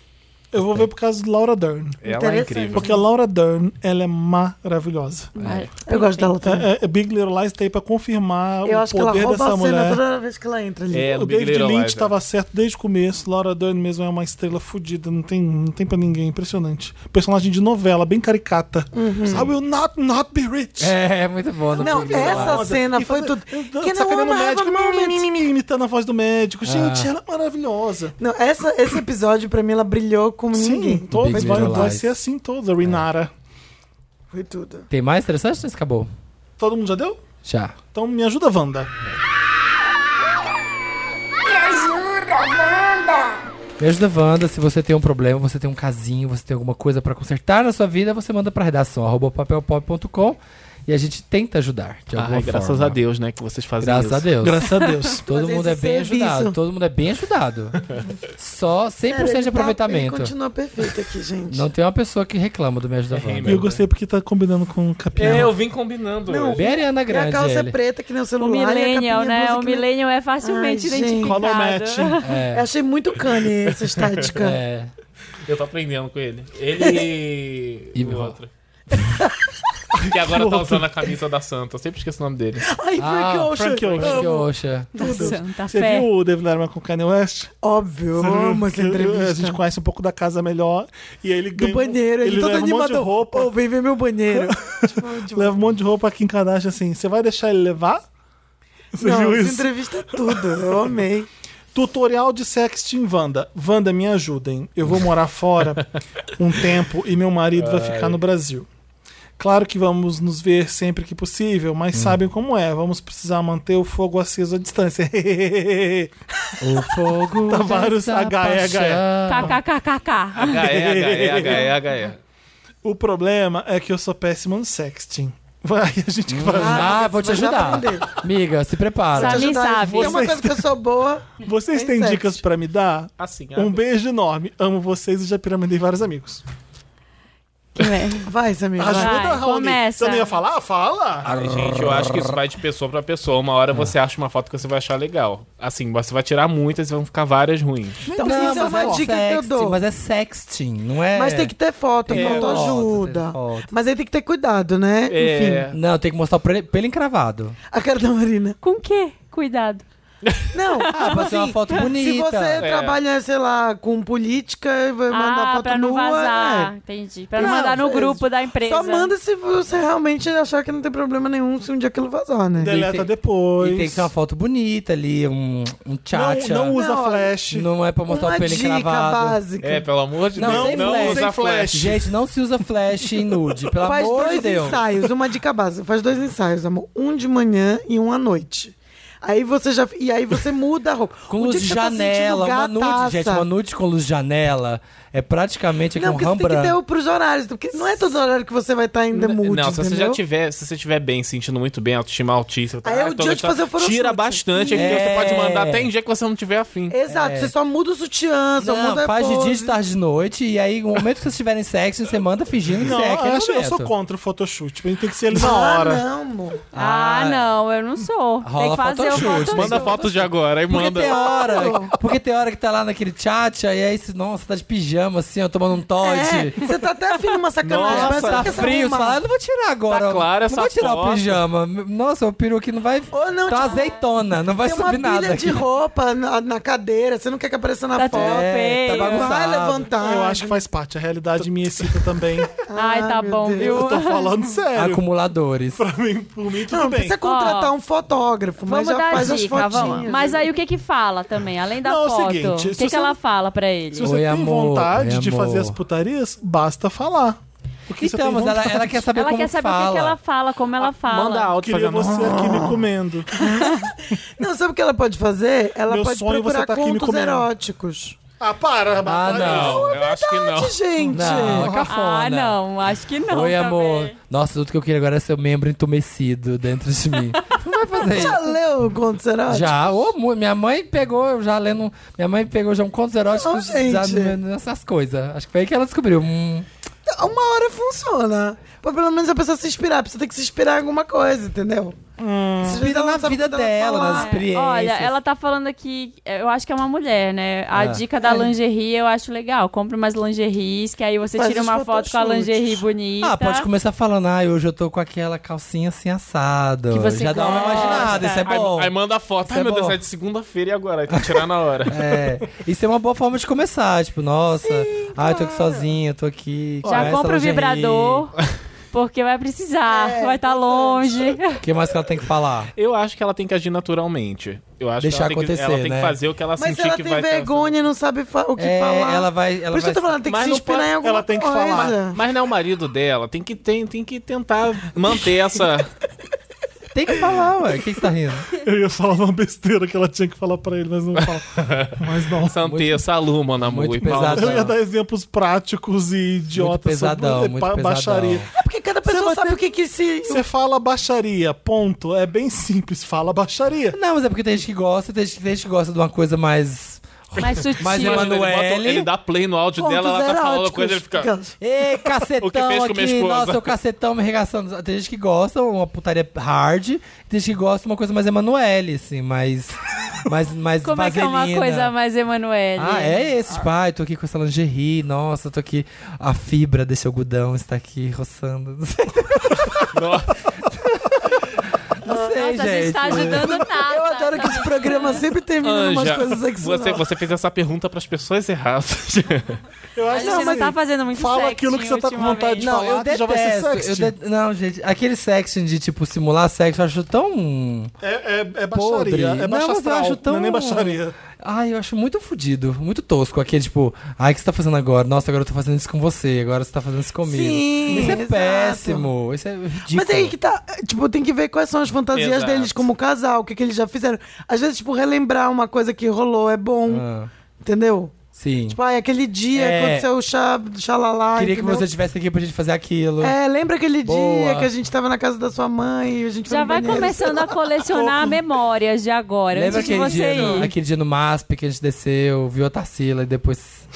B: Eu vou ver por causa de Laura Dern.
E: Ela é
D: Interessante.
E: incrível.
B: Porque a Laura Dern, ela é maravilhosa.
D: Eu gosto dela também.
B: É, é- Big Little Lies tá aí pra confirmar
D: Eu
B: o
D: acho que ela
B: poder
D: rouba
B: dessa
D: a cena
B: mulher.
D: toda vez que ela entra ali.
E: É,
B: O
E: no Big
B: David
E: Little
B: Lynch
E: Lies,
B: estava certo desde o começo. Laura Dern mesmo é uma estrela fodida. Não tem, não tem pra ninguém. Impressionante. Personagem de novela, bem caricata.
D: Uhum.
B: I will not not be rich.
C: É, é muito bom. no
D: Não,
C: filme.
D: essa
B: Foda.
D: cena
B: E
D: foi
B: fazer-
D: tudo.
B: Eu- Tá Sacaneando o médico. mim, mim, mim, mim, Imitando a voz do médico. Gente, ela é maravilhosa.
D: Não, essa, esse episódio pra mim ela brilhou como
B: Sim,
D: ninguém.
B: todos.
C: Big
B: Vai,
C: Little
B: vai
C: Lies.
B: ser assim todos. A Rinara.
D: Foi tudo.
C: Tem mais interessante? Esse acabou.
B: Todo mundo já deu?
C: Já.
B: Então me ajuda, Wanda.
J: Me ajuda, Amanda!
C: Me ajuda, Wanda. Se você tem um problema, você tem um casinho, você tem alguma coisa pra consertar na sua vida, você manda pra redação arroba papelpop.com e a gente tenta ajudar de alguma
E: Ai, graças
C: forma.
E: a Deus, né, que vocês fazem
C: Graças
E: isso.
C: a Deus.
B: Graças a Deus.
C: Todo
D: Fazer
C: mundo é
D: esse
C: bem
D: serviço.
C: ajudado. Todo mundo é bem ajudado. Só 100% de
D: Ele tá
C: aproveitamento.
D: continua perfeito aqui, gente.
C: Não tem uma pessoa que reclama do Me Ajuda Wanda.
B: E eu gostei porque tá combinando com o Capinha.
E: É, eu vim combinando.
D: Não,
E: hoje.
C: Bem Ariana
D: e a
C: Grande
D: calça
C: ele.
D: preta, que nem o
A: O
D: celular. e a
A: Millennial,
D: capinha
A: né?
D: blusa
A: O
D: que nem-
A: Millennial é facilmente
D: Ai, gente.
A: identificado.
B: Color match.
D: Eu achei muito cane essa estética.
C: É.
E: Eu tô aprendendo com ele. Ele
C: E
E: e o
C: meu
E: outro. que agora tá usando a camisa da Santa. Eu sempre esqueço o nome dele.
D: Ai, Frank
C: Ah,
D: Ocean.
B: Frank Ocean.
C: Que
D: Amo.
C: oxa.
A: Santa
B: Você
A: tá fé.
B: viu o David Letterman com o Kanye West?
D: Óbvio, eu amo essa
B: A
D: entrevista.
B: gente conhece um pouco da casa melhor. E aí ele
D: Do
B: ganha.
D: banheiro, ele, todo
B: leva um monte de
D: animado.
B: roupa.
D: Ô, vem ver meu banheiro. Tipo,
B: Leva um monte de roupa aqui em Kardashian assim. Você vai deixar ele levar? Você
D: Não,
B: viu
D: essa
B: isso?
D: entrevista é tudo. Eu amei.
B: Tutorial de sexting Wanda. Wanda, me ajudem. Eu vou morar fora um tempo e meu marido vai ficar no Brasil. Claro que vamos nos ver sempre que possível, mas sabem como é. Vamos precisar manter o fogo aceso à distância.
C: O fogo.
B: Tá vários
C: dessa
B: HE, HE.
C: paixão.
A: KKKKK.
E: HE, HE, HE.
B: o problema é que eu sou péssimo no sexting. Vai, a gente que vai.
C: Ah, vou te
D: Mas dá pra
C: ajudar.
D: aprender.
C: Amiga, se prepara.
A: Sabe- Quem
D: Ajudar,
A: sabe?
D: Tem uma coisa que eu sou boa.
B: Vocês têm
D: Sexting.
B: dicas pra me dar?
E: Assim,
B: Um
E: abre.
B: beijo enorme. Amo vocês e já piramidei vários amigos.
A: Que é.
D: Vai, Samir.
C: Ah,
D: vai.
A: Ajuda. Vai,
B: Raoni.
A: começa.
B: Você não ia falar? Fala!
E: Ai, Gente, eu acho que isso vai de pessoa pra pessoa. Uma hora você acha uma foto que você vai achar legal. Assim, você vai tirar muitas e vão ficar várias ruins.
D: Então, isso é uma dica que eu
C: sexting,
D: dou.
C: mas é sexting, não é?
D: Mas tem que ter foto,
E: É,
D: foto
C: foto,
D: ajuda.
C: tem foto.
D: Mas aí tem que ter cuidado, né? Enfim,
E: É.
C: Não, tem que mostrar o pre- pelo encravado.
D: a cara da Marina.
A: Com o quê? Cuidado.
D: Não,
C: Ah,
D: tipo
C: pra ter uma
D: assim,
C: foto bonita. É.
D: se você trabalha, sei lá, com política, vai mandar
A: ah,
D: foto
A: pra não
D: nua,
A: vazar.
D: é.
A: Entendi. Pra não,
D: Não,
A: mandar no
D: gente,
A: grupo da empresa.
D: Só manda se você realmente achar que não tem problema nenhum se um dia aquilo vazar, né?
B: Deleta
C: E tem-
B: depois.
C: E tem que ter uma foto bonita ali, um, um tchatcha.
B: Não, não usa
D: Não,
B: flash.
C: Não é pra mostrar
D: Uma
C: o pelo
D: dica
C: encravado.
D: básica.
E: É, pelo amor de
C: Não,
E: Deus,
C: sem
E: não
C: flash.
E: usa
B: Sem
E: flash.
B: flash.
C: Gente, não se usa flash em nude, pelo
D: Faz
C: amor de
D: dois
C: Deus.
D: ensaios, uma dica básica. Faz dois ensaios, amor. Um de manhã e um à noite. Aí você já. E aí você muda a roupa.
C: Com
D: O
C: luz
D: dia
C: de
D: que você tá
C: janela,
D: sentindo
C: uma nude,
D: gataça.
C: gente, uma nude com luz de janela é praticamente aqui um
D: Não, porque você tem que ter
C: Rembrandt.
D: o- pros horários, porque não é todo horário que você vai estar em the é mood,
E: Não, se você já
D: entendeu?
E: tiver, se você tiver bem, sentindo muito bem, autoestima altíssima,
D: Aí é o dia
E: tô
D: de
E: gostando,
D: fazer o forochute.
E: Tira bastante, porque
C: É.
E: você pode mandar até em dia que você não tiver afim.
D: Exato, você só muda o sutiã, só
C: Não,
D: muda a
C: faz de dia,
D: é pose.
C: de tarde, de noite, e aí no momento que vocês tiverem sexo, você manda fingindo que
B: Não,
C: você é né?
B: eu,
C: aquele
B: acho- eu
C: momento.
B: sou contra o photoshoot. Tem que ser ele na
D: Ah,
B: hora.
D: não, amor.
A: Ah, não, eu não sou. Tem
C: Rola
A: que fazer o
C: photoshoot,
A: foto.
C: né?
E: Manda foto de agora e
C: Porque
E: manda.
C: tem hora, porque tem hora que tá lá naquele chat, aí aí você, nossa, tá de pijama assim, ó, tomando um
D: É,
C: Todd.
D: você tá até afim de uma sacanagem.
E: Nossa,
D: mas você
C: Tá
D: quer se
C: frio, você
D: arrumar.
C: fala, eu não vou tirar agora.
E: Tá clara
C: não vou
E: essa
C: tirar
E: foto.
C: o pijama. Nossa, o peru aqui não vai.
D: Ou não,
C: tá uma
D: tipo,
C: azeitona, não vai
D: Tem uma
C: subir
D: pilha
C: nada.
D: de
C: aqui.
D: roupa na, na cadeira, você não quer que apareça na
A: Tá
D: foto.
A: tudo
C: É,
A: feio.
C: tá bagunçado.
D: Vai levantar.
B: Eu acho que faz parte. A realidade me excita também.
A: Ai, tá
D: Ai, meu
A: bom,
D: Deus.
A: viu?
B: Eu tô falando
C: Ah,
B: sério.
C: Acumuladores.
B: Pra mim, por mim, tudo
D: Não, não
B: bem.
C: é
D: precisa contratar um fotógrafo, mas
A: Vamos
D: já
A: dar
D: faz as
A: dica,
D: fotinhas.
A: vamos. Mas aí o que que fala também, além da
B: Não, é o
A: foto?
B: seguinte,
A: o
B: se
A: que, que
B: você-
A: ela fala pra ele?
B: Se você tem
C: Oi, amor.
B: vontade
C: Oi,
B: de
C: amor.
B: fazer as putarias, basta falar. O que você
C: Então,
B: tem
C: mas ela,
B: vontade?
C: ela quer saber
A: Ela
C: como
A: quer saber
C: fala.
A: o que, que ela fala, como ela fala.
E: Manda áudio
B: Queria
E: fazendo.
B: você aqui me comendo.
D: Não, sabe o que ela pode fazer? Ela
B: Meu
D: pode
B: sonho é você
D: procurar
B: tá aqui me
D: contos
B: comendo.
D: eróticos.
B: Ah, para,
C: Ah, não.
E: Não, eu acho que não.
D: Gente!
C: Não, é cafona.
A: Ah, não, acho que não.
C: Oi,
A: também.
C: amor. Nossa, tudo que eu queria agora é seu membro entumecido dentro de mim. Não vai fazer
D: Já
C: isso.
D: leu contos eróticos?
C: Já, ô, mu- minha mãe pegou, eu já lendo. Minha mãe pegou já um conto erótico
D: Não, gente.
C: já no- nessas coisas. Acho que foi aí que ela descobriu. Hum,
D: Então, uma hora funciona. Pra pelo menos a pessoa se inspirar. Precisa ter que se inspirar em alguma coisa, entendeu? Hum,
C: Inspira na vida dela,
D: assim,
C: nas experiências.
A: É, Olha, ela tá falando aqui, eu acho que é uma mulher, né? A
C: Ah.
A: dica da lingerie eu acho legal. Compre umas lingeries, que aí você
D: Faz
A: tira
D: os
A: uma foto com a
D: photoshoots.
A: lingerie bonita.
C: Ah, pode começar falando, ah, hoje eu tô com aquela calcinha assim assada.
A: Que você
C: Já dá uma
A: gosta.
C: imaginada, isso é
E: Aí,
C: bom.
E: aí manda a foto.
C: Isso
E: Ai,
C: é
E: meu Deus,
C: bom.
E: é de segunda-feira e agora? Aí tem que tirar na hora.
C: É, isso é uma boa forma de começar, tipo, nossa, ai, tô aqui sozinha, tô aqui.
A: Já
C: essa
A: compra o
C: lingerie.
A: vibrador, porque vai precisar, vai estar longe.
C: O que mais que ela tem que falar?
E: Eu acho que ela tem que agir naturalmente. Eu acho
C: Deixar
E: que ela tem que, ela
C: acontecer,
E: tem
C: né?
E: que fazer o que ela
D: Mas
E: sentir
D: ela
E: que
D: tem
E: vai
D: vergonha e não sabe fa- o que
C: É,
D: falar.
C: ela vai. Ela
D: Por isso
C: vai
D: que eu tô falando, tem que
E: Mas
D: se
E: não
D: inspirar
E: pode-
D: em alguma
B: ela tem que
D: coisa.
B: falar.
E: Mas não é o marido dela. Tem que, tem, tem que tentar manter essa.
C: Tem que falar, ué. O que você tá rindo?
B: Eu ia falar uma besteira que ela tinha que falar pra ele, mas não falo. mas não.
E: Santeia, Saluma, Namu
C: muito
E: e Paulo.
C: pesado.
B: Eu ia dar exemplos práticos e idiotas.
C: pesadão, muito
B: ba- baixaria.
C: pesadão.
D: é Porque cada pessoa
B: vai
D: sabe
B: ter-
D: o que que se...
B: Você fala baixaria, ponto. É bem simples, fala baixaria.
C: Não, mas é porque tem gente que gosta, tem gente, tem gente que gosta de uma coisa mais.
A: Mais sutil.
C: Mas
E: Ele,
C: Emanuele-
E: bota- um- ele dá play no áudio
D: Pontos
E: dela, ela tá falando
D: eróticos.
E: coisa, ele fica.
D: Aquelas-
C: Ê,
E: O que fez
C: cacetão
E: com minha
C: aqui,
E: esposa.
C: nossa, o cacetão me regaçando. Tem gente que gosta, uma putaria hard, tem gente que gosta de uma coisa mais Emanuele, assim, mais. mais, mais
A: Como é que é uma
C: vaselina.
A: coisa mais Emanuele?
C: Ah, é esse, tipo, ai, tô aqui com essa lingerie, nossa, tô aqui, a fibra desse algodão está aqui roçando. Não sei,
E: Nossa,
A: Nossa, a gente tá ajudando nada. tá
D: Eu adoro que esse programa sempre termina com umas
E: Anja,
D: coisas sexuais.
E: Ah, você, você fez essa pergunta pras pessoas erradas.
B: Eu
A: A
B: acho
A: gente não,
B: assim,
A: tá fazendo muito
B: fala
A: sexting
B: aquilo que você tá com vontade de
A: ultimamente.
C: Não, eu
B: falar, que
C: detesto.
B: já vai ser sexting.
C: eu de- Não, gente, aquele sexting de, tipo, simular sexo, eu acho tão...
B: É, é, é baixaria.
C: Podre.
B: É
C: Não, mas
B: baixa
C: eu
B: astral,
C: acho tão-
B: não é nem baixaria.
C: Ai, eu acho muito fodido, muito tosco. Aquele, tipo, ai, o que você tá fazendo agora? Nossa, agora eu tô fazendo isso com você, agora você tá fazendo isso comigo.
D: Sim,
C: isso é
D: assim, exato.
C: péssimo, isso é ridículo.
D: Mas aí que tá. Tipo, tem que ver quais são as fantasias
E: Exato.
D: deles como casal, o que, que eles já fizeram. Às vezes, tipo, relembrar uma coisa que rolou é bom,
C: Ah,
D: entendeu?
C: sim.
D: Tipo, ai, aquele dia
C: É.
D: aconteceu o chá, xalala.
C: Queria que
D: entendeu?
C: você estivesse aqui pra gente fazer aquilo.
D: É, lembra aquele
C: Boa.
D: dia que a gente tava na casa da sua mãe e a gente foi
A: Já
D: no
A: vai
D: banheiro.
A: começando a colecionar memórias de agora,
C: Lembra
A: antes de
C: aquele
A: você
C: dia,
A: ir.
C: no, aquele dia no MASP que a gente desceu, viu a Tarsila e depois.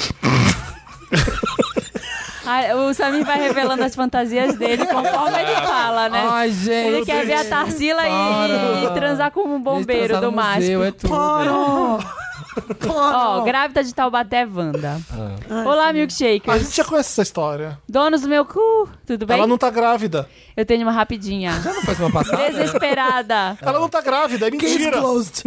A: Ah, o Samir vai revelando as fantasias dele conforme ele fala, né?
C: Ai, gente.
A: ele quer ver a Tarsila e,
C: Para.
A: e transar com um
C: Gente,
A: bombeiro
C: transar
A: do
C: no museu
A: MASP.
C: É tudo.
A: Ó, grávida de Taubaté Wanda. Olá,
B: A
A: milkshakers.
B: gente já conhece essa história.
A: Donos do meu cu, tudo bem?
B: Ela não tá grávida.
A: Eu tenho uma rapidinha.
C: Não foi semana passada?
A: Desesperada.
B: Ela não tá grávida, é
D: Case
B: mentira.
D: closed.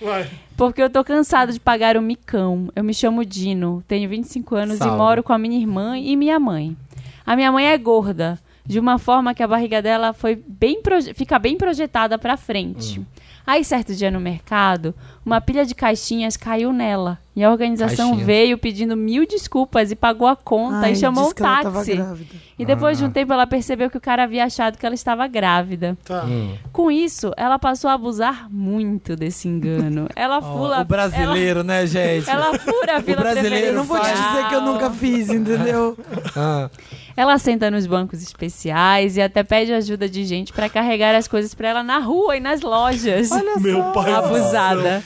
B: Vai.
A: Porque eu tô cansada de pagar o micão. Eu me chamo Dino, tenho 25 anos e
C: Salve.
A: moro com a minha irmã e minha mãe. A minha mãe é gorda, de uma forma que a barriga dela foi bem proje- fica bem projetada pra frente. Aí, certo dia no mercado, uma pilha de caixinhas caiu nela. E a organização
C: Caixinha.
A: veio pedindo mil desculpas e pagou a conta
D: Ai,
A: e chamou
D: disse
A: o
D: que ela tava
A: um táxi.
D: grávida.
A: E depois
C: Ah.
A: de um tempo ela percebeu que o cara havia achado que ela estava grávida.
B: Tá.
C: Hum.
A: Com isso, ela passou a abusar muito desse engano. Ela
C: Ó,
A: fula.
C: o brasileiro, né, gente?
A: Ela, ela fura a fila
C: brasileiro
A: preferencial.
D: Não vou te dizer que eu nunca fiz, entendeu?
C: Ah,
A: Ela senta nos bancos especiais e até pede ajuda de gente pra carregar as coisas pra ela na rua e nas lojas.
B: Meu pai.
A: Abusada.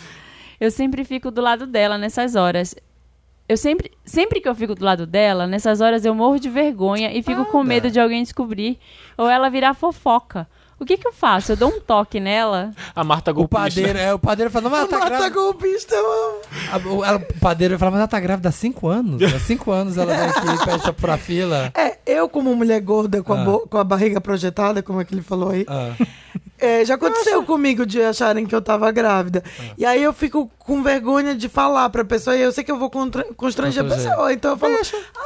A: Eu sempre fico do lado dela nessas horas. Eu sempre, sempre que eu fico do lado dela, nessas horas eu morro de vergonha e fico
D: Ah, tá.
A: com medo de alguém descobrir ou ela virar fofoca. O que que eu faço? Eu dou um toque nela?
E: A Marta
C: o
E: Golpista.
C: padeiro, é, o padeiro falando, mas ela tá
D: Mata
C: grávida.
D: golpista, mano.
C: A- o- ela- o padeiro fala, mas ela tá grávida há cinco anos. Há cinco anos ela vai aqui e fecha pra fila.
D: É, eu como mulher gorda com, a,
C: Ah.
D: bo- com a barriga projetada, como é que ele falou aí,
C: Ah,
D: é, já aconteceu comigo de acharem que eu tava grávida.
C: Ah.
D: E aí eu fico com vergonha de falar pra pessoa e eu sei que eu vou contra- constranger a
C: Constranger.
D: pessoa. Então eu falo,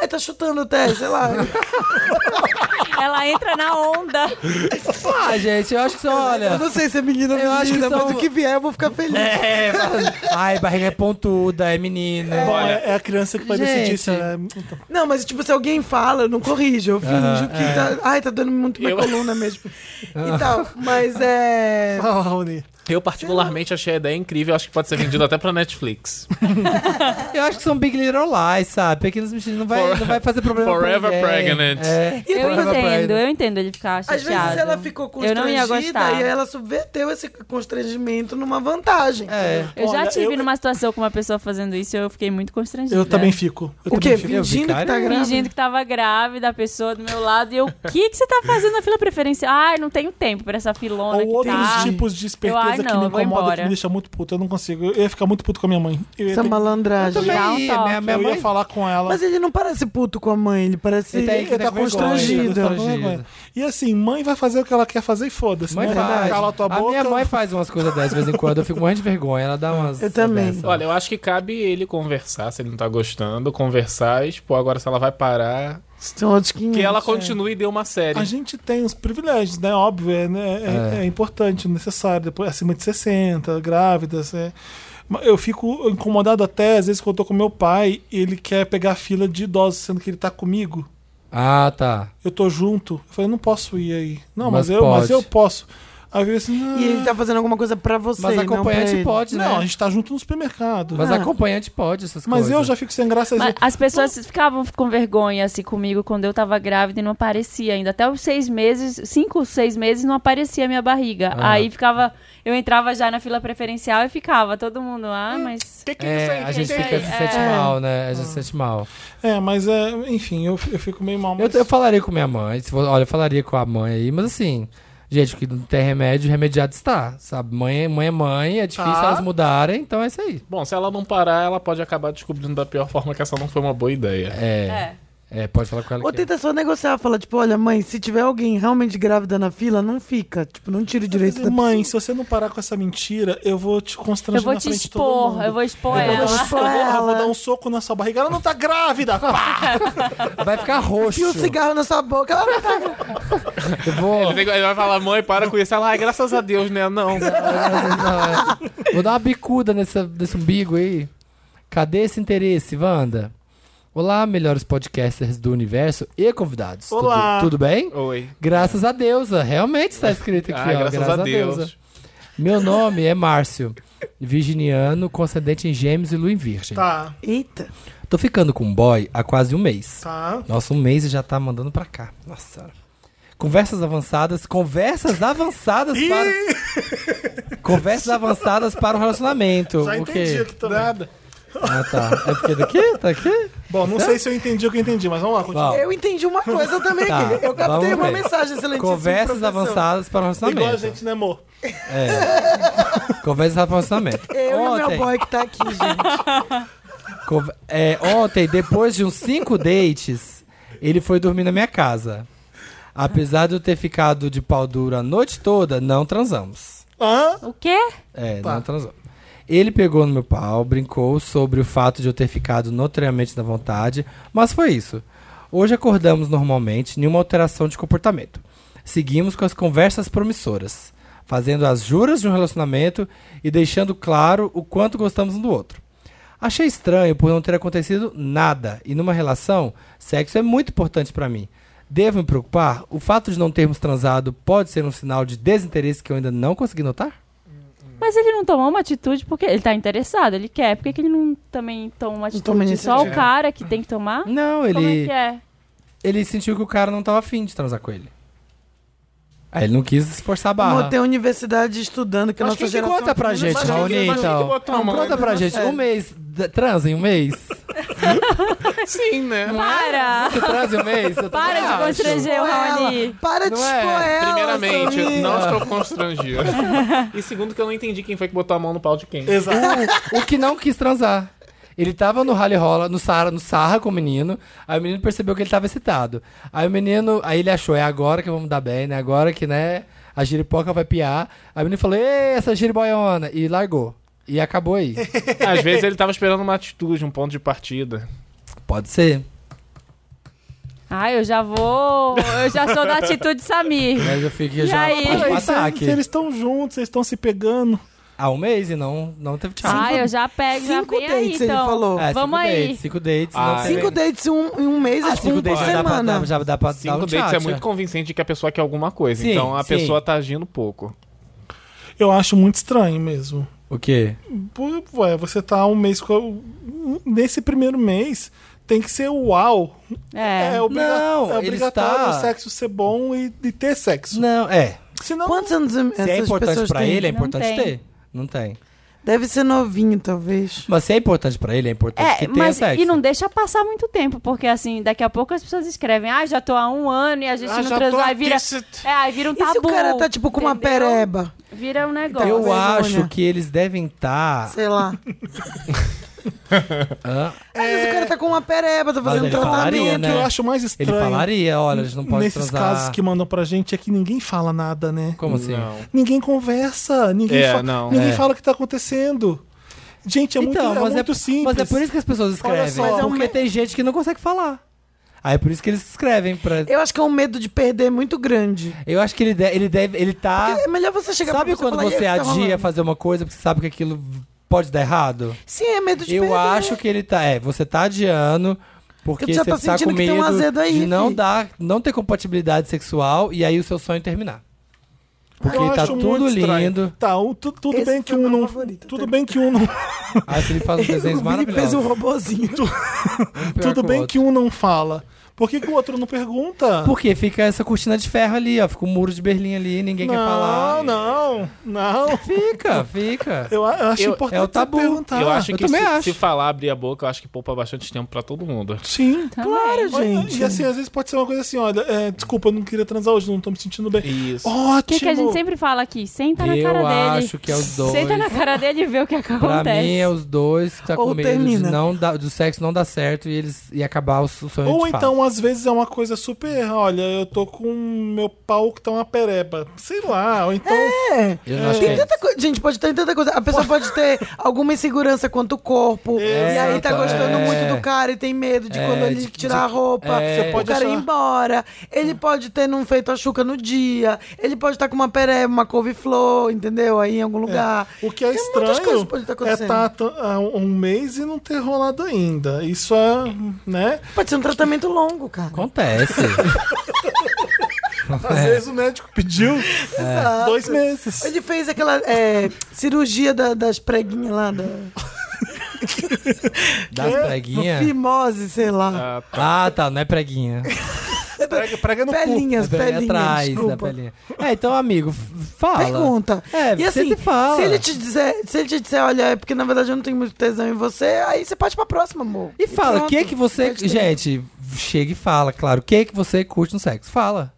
D: ai, tá chutando até, sei lá.
A: Ela entra na onda.
C: Ah, gente, eu acho que são,
D: eu
C: olha...
D: não sei se é menina ou
C: Eu acho que
D: menina, mas
C: são-
D: o que vier eu vou ficar feliz.
C: É, fala- ai, barriga é pontuda, é menina.
B: Olha, é a criança que vai decidir se ela é.
D: Não, mas tipo, se alguém fala, eu não corrijo. Eu finjo
C: Aham, é. Ah.
D: que tá... Ai, tá dando muito minha
E: Eu-
D: coluna mesmo. E tal, mas é...
B: Fala, Raoni.
E: Eu particularmente achei a ideia incrível, acho que pode ser vendido até pra Netflix.
C: Eu acho que são Big Little Lies, sabe? Pequenos bichinhos não vai,
E: For-
C: não vai fazer problema pra
E: Forever
C: ninguém.
E: Pregnant.
C: É.
A: Eu
C: Forever
A: entendo,
C: Pregnant.
A: eu entendo ele ficar chateado.
D: Às vezes ela ficou
A: Eu
D: constrangida
A: não ia gostar.
D: e ela subverteu esse constrangimento numa vantagem.
C: É.
A: Eu já
B: Olha,
A: tive
B: eu-
A: numa situação com uma pessoa fazendo isso e eu fiquei muito constrangida.
B: Eu também fico. Eu
D: O
B: também
D: quê?
B: fico.
C: Eu vi,
D: Fingindo que
C: cara.
D: tá grávida?
A: Fingindo que tava grávida, a pessoa do meu lado. E eu, o que, que você tá fazendo na fila preferencial? Ai, não tenho tempo pra essa filona
B: Ou
A: que
B: outros
A: tá.
B: tipos de
A: Eu, ai,
B: esperteza que
A: não,
B: me
A: eu vou
B: incomoda, que
A: embora.
B: me deixa muito puto. Eu não consigo. Eu ia ficar muito puto com a minha mãe. Eu ia,
D: Essa
B: ter-
A: Dá
D: malandragem.
A: um
C: Também,
A: toque.
C: minha, minha
B: eu ia
C: mãe...
B: falar com ela.
D: Mas ele não parece puto com a mãe, ele parece.
C: Ele tá aí
B: Ele tá
C: com vergonha,
B: constrangido.
C: tá
B: tá com vergonha.
C: constrangido.
B: E assim, mãe vai fazer o que ela quer fazer e foda-se.
C: Mãe
B: né?
C: faz.
B: Cala a tua boca.
C: minha mãe faz umas coisas dessas de vez em quando. Eu fico morrendo de vergonha. Ela dá umas.
D: Eu também.
C: dessa.
E: Olha, eu acho que cabe ele conversar, se ele não tá gostando, conversar e expor. Agora, se ela vai parar.
D: São outros 500,
E: Que ela
D: é.
E: continue e dê uma série.
B: A gente tem os privilégios, né? Óbvio, é, né? É- é importante, necessário. Depois, acima de 60, grávidas. É. Mas Eu fico incomodado até, às vezes, quando eu tô com meu pai, ele quer pegar a fila de idosos, sendo que ele tá comigo.
C: Ah, tá.
B: Eu tô junto. Eu falei, não posso ir aí. Não,
C: Mas
B: mas, eu, mas
C: pode.
B: eu posso. Aí eu falei assim, não,
D: E ele tá fazendo alguma coisa pra você.
C: Mas
D: e não pra
C: acompanhante
D: ele.
C: pode, né?
B: não a gente tá junto no supermercado.
C: Mas
B: Ah,
C: acompanhante pode essas
B: mas
C: coisas.
B: eu já fico sem graça. às
A: Mas
B: vezes.
A: as pessoas ficavam com vergonha assim comigo quando eu tava grávida e não aparecia ainda. Até os seis meses, cinco, seis meses, não aparecia a minha barriga.
C: Ah.
A: Aí ficava. Eu entrava já na fila preferencial e ficava todo mundo, ah, mas.
E: Que que é isso aí?
C: É, a
E: Que
C: gente
E: que é
C: fica
E: isso?
C: se sente mal, né? A gente se sente mal.
B: É, mas é, enfim, eu, eu fico meio mal.
C: Eu,
B: Mas...
C: eu falaria com minha mãe. se for- olha, eu falaria com a mãe aí, mas assim. Gente, que não tem remédio, remediado está, sabe? Mãe, é- mãe é mãe, é difícil
E: Tá.
C: elas mudarem, então é isso aí.
E: Bom, se ela não parar, ela pode acabar descobrindo da pior forma que essa não foi uma boa ideia.
C: É. É, pode falar com ela.
D: Ou
C: que-
D: tenta só negociar, fala, tipo, olha, mãe, se tiver alguém realmente grávida na fila, não fica. Tipo, não tira o direito da
B: Mãe, se você não parar com essa mentira, eu vou te
A: Eu
B: constranger
A: vou
B: na
A: te
B: frente de todo
A: expor,
B: mundo.
A: eu vou expor
B: Eu vou,
A: ela.
B: dar um soco, eu vou dar um soco na sua barriga. Ela não tá grávida! Pá!
C: Vai ficar roxo.
D: E um cigarro na sua boca. Ela não tá...
C: Eu vou.
E: Ele, tem- ele vai falar, mãe, para com isso. Ela, ai, graças a Deus, né? Não.
C: Vou dar uma bicuda nessa, nesse umbigo aí. Cadê esse interesse, Wanda? Olá, melhores podcasters do universo e convidados. Tudo-
B: Olá.
C: Tudo, bem?
E: Oi.
C: Graças a Deusa. Realmente está escrito aqui,
E: Ah,
C: ó.
E: graças, a Deus.
C: Deusa. Meu nome é Márcio, virginiano, com ascendente em gêmeos e lua em virgem.
B: Tá,
D: Eita.
C: Tô ficando com um boy há quase um mês.
B: tá.
C: Nossa, um mês e já tá mandando pra cá. Nossa senhora. Conversas avançadas, conversas avançadas para. conversas avançadas para o relacionamento.
B: Já
C: o
B: entendi tá
C: quê?
B: aqui também. Nada.
C: Ah, tá. É porque daqui? Tá aqui?
B: Bom, não sei se eu entendi o que eu entendi, mas vamos lá, continua.
C: Bom,
D: Eu entendi uma coisa também,
C: Tá,
D: Guilherme. Eu captei
C: vamos
D: uma
C: ver.
D: mensagem excelente.
C: conversas avançadas para o
B: Igual a
C: relacionamento.
B: gente, né, amor?
C: Conversas para o relacionamento.
D: Eu e o
C: Ontem,
D: meu boy que tá aqui, gente.
C: conv- é, ontem, depois de uns cinco dates, ele foi dormir na minha casa. Apesar de eu ter ficado de pau duro a noite toda, não transamos.
B: Hã?
A: O quê?
C: É, não transou. Ele pegou no meu pau, brincou sobre o fato de eu ter ficado notoriamente na vontade, mas foi isso. Hoje acordamos normalmente, nenhuma alteração de comportamento. Seguimos com as conversas promissoras, fazendo as juras de um relacionamento e deixando claro o quanto gostamos um do outro. Achei estranho por não ter acontecido nada, e numa relação, sexo é muito importante pra mim. Devo me preocupar? O fato de não termos transado pode ser um sinal de desinteresse que eu ainda não consegui notar?
A: Mas ele não tomou uma atitude porque ele tá interessado, ele quer. Por que, que ele não também toma uma atitude?
D: toma
A: Só o
D: iniciativa.
A: cara que tem que tomar?
C: Não,
A: Como é
C: ele,
A: que é?
C: ele sentiu que o cara não tava afim de transar com ele. Aí ele não quis esforçar a barra.
D: Amor, tem universidade estudando que
C: Mas
D: nossa
C: quem que
D: geração...
C: conta pra gente,
E: mas quem que-
C: Raoni,
E: mas quem que
C: então?
E: botou a
C: Não,
E: mão?
C: conta pra gente. Um mês. d- Transa em um mês?
E: Sim, né?
A: Para!
C: Você transa em um mês? Eu também
A: Para de
C: acho.
A: constranger o Raoni!
D: Para de
C: Não
D: expor
C: é?
D: ela.
E: Primeiramente,
D: Samir.
E: eu não estou constrangido. e segundo, que eu não entendi quem foi que botou a mão no pau de quem.
B: Exato.
C: O que não quis transar. Ele tava no rally rola, no sarra, no sarra com o menino. Aí o menino percebeu que ele tava excitado. Aí o menino, aí ele achou, é agora que vamos dar bem, né? Agora que, né, a giripoca vai piar. Aí o menino falou, ei, essa giriboiona. E largou. E acabou aí.
E: Às vezes ele tava esperando uma atitude, um ponto de partida.
C: Pode ser.
A: Ah, eu já vou. Eu já sou da atitude Samir.
C: Mas eu fiquei
A: E
C: já
A: aí? é,
C: pode
B: Aí,
C: passar
B: se,
C: aqui.
B: se eles estão juntos, eles estão se pegando.
C: Há um mês e não, não teve tchau.
A: Ah, eu já pego, já
D: Cinco
A: vem aí,
D: dates, ele
A: então.
D: falou.
C: É, cinco
A: Vamos aí.
C: dates, cinco dates.
E: Ah,
C: não teve-
D: Cinco dates em um, em um mês, é
C: Ah,
D: tipo
C: cinco
D: um por
C: dates já dá pra,
D: semana.
C: dar- já dá pra dar
E: Cinco
C: um
E: dates é
C: tchatcha.
E: muito convincente de que a pessoa quer alguma coisa.
C: Sim,
E: então a
C: sim.
E: pessoa tá agindo pouco.
B: Eu acho muito estranho mesmo.
C: O quê?
B: Pô, Ué, você tá um mês com. um, Nesse primeiro mês, tem que ser uau.
A: É.
B: obriga-
C: Não,
B: é
C: ele
B: obrigatório
C: está-
B: o sexo ser bom e, e ter sexo.
C: Não, é.
B: Senão,
D: Quantos anos
C: Se é
D: essas
C: importante
D: pessoas
C: pra
D: têm?
C: ele, é
A: Não
C: importante
A: tem.
C: ter. Não tem.
D: Deve ser novinho, talvez.
C: Mas se é importante pra ele, é importante
A: É,
C: que tenha
A: mas
C: sexo.
A: e não deixa passar muito tempo, porque assim, daqui a pouco as pessoas escrevem, ah, já tô há um ano e a gente
G: Ah,
A: não
G: já tô
A: transou, aí
G: aqui,
A: vira,
G: se-
A: é, aí vira um
D: E
A: tabu.
D: se o cara tá, tipo, com uma
A: entendeu?
D: pereba?
A: Vira um negócio.
C: Eu
D: vergonha. é
C: acho que eles devem tá- estar.
D: Sei lá. Às vezes o cara tá com uma pereba, tá fazendo
C: ele
D: tratamento.
C: falaria,
B: o que eu
C: né?
B: acho mais
C: Ele
B: estranho
C: falaria, olha, a gente não pode
B: nesses
C: transar.
B: casos que mandam pra gente é que ninguém fala nada, né?
C: Como assim?
E: Não.
B: Ninguém conversa, ninguém,
E: É,
B: fa-
E: não,
B: ninguém
C: é.
B: fala o que tá acontecendo. Gente, é
C: então,
B: muito, é
C: mas
B: muito
C: é,
B: simples.
C: Mas é por isso que as pessoas
B: Olha
C: escrevem.
B: só. Mas é um
C: porque tem gente que não consegue falar. Aí é por isso que eles escrevem. Pra... Eu...
D: Eu acho que é um medo de perder muito grande.
C: acho que ele, de- ele deve. Ele tá.
D: É melhor você chegar
C: Sabe
D: pra pessoa e
C: quando
D: falar, "E aí,
C: você
D: o que tá
C: adia
D: rolando?"
C: fazer uma coisa porque você sabe que aquilo pode dar errado?
D: Sim, é medo de
C: Eu
D: perder.
C: acho que ele tá. É, você tá adiando. Porque
D: Eu já
C: você
D: tô
C: tá com
D: sentindo que tem um
C: medo
D: azedo aí,
C: de não
D: fi.
C: dar, não ter compatibilidade sexual e aí o seu sonho terminar. Porque
B: Eu
C: tá
B: acho muito
C: tudo
B: estranho.
C: lindo.
B: Tá, um- tu- tudo
D: Esse
B: bem que
D: foi
B: um
D: meu
B: não.
D: favorito,
B: tudo
C: né?
D: tá?
B: bem que um não.
C: Aí ele faz uns desenhos
D: O Vini fez um
C: maravilhosos.
D: robozinho.
B: tudo bem que um não fala. Por que, que o outro não pergunta?
C: Porque fica essa cortina de ferro ali, ó. Fica o muro de Berlim ali, ninguém quer falar.
B: Não, não, não.
C: Fica, fica.
B: Eu, a- eu acho
E: Eu-
B: importante
C: é o
B: você
C: tabu.
B: perguntar.
E: eu acho
C: eu
E: que se,
C: também acho.
E: se falar, abrir a boca, eu acho que poupa bastante tempo pra todo mundo.
B: Sim.
C: Tá
A: Claro,
B: Gente. E assim, às vezes pode ser uma coisa assim, olha, é, desculpa, eu não queria transar hoje, não tô me sentindo bem.
E: Isso.
A: O que,
B: Ótimo!
A: que a
D: tipo,
A: gente sempre fala aqui? Senta na
C: Eu
A: cara dele.
C: acho que é os dois.
A: Senta na cara dele e vê o que
C: Pra
A: acontece.
C: mim é os dois que tá
D: Ou
C: com medo
D: termina.
C: de não dar, do sexo não dar certo e eles e acabar o sonho
B: Ou
C: de fato.
B: então, às vezes, é uma coisa super, olha, eu tô com meu pau que tá uma pereba. Sei lá, ou então.
D: É.
C: Eu não acho que
D: Tem
C: é
D: tanta coisa. Gente, pode ter tanta coisa. A pessoa pode ter alguma insegurança quanto o corpo. e aí tá
C: Exato,
D: gostando
C: é.
D: muito do cara e tem medo de
C: É,
D: quando ele
C: de-
D: tirar a roupa,
C: é. Você
D: o
B: pode
D: cara ir
B: achar-
D: embora. Ele pode ter não feito a chuca no dia. Ele pode estar com uma pereba, uma couve-flor, entendeu? Aí em algum lugar.
B: O que é
D: Tem muitas coisas
B: estranho
D: que podem estar
B: é
D: acontecendo.
B: estar tá, há um mês e não ter rolado ainda. Isso é, né?
D: Pode ser um tratamento longo, cara.
C: Acontece. É.
B: Às vezes o médico pediu
D: Tá.
B: dois meses.
D: Ele fez aquela é, cirurgia da- das preguinhas lá, da
C: Das preguinhas.
D: fimose, sei lá.
E: Ah,
C: Ah, tá, não é preguinha.
B: Prega, prega no cu.
D: Pelinhas,
C: é
D: pelinhas,
C: atrás
D: desculpa.
C: da pelinha. É, então, amigo, f- fala.
D: Pergunta.
C: É,
D: e
C: você
D: assim,
C: te fala.
D: se ele te dizer, se ele te disser, olha, é porque na verdade eu não tenho muito tesão em você, aí você parte pra próxima, amor.
C: E fala, o
D: pronto.
C: que é que você.
D: Pode ter.
C: Gente, chega e fala, claro. O que é que você curte no sexo? Fala.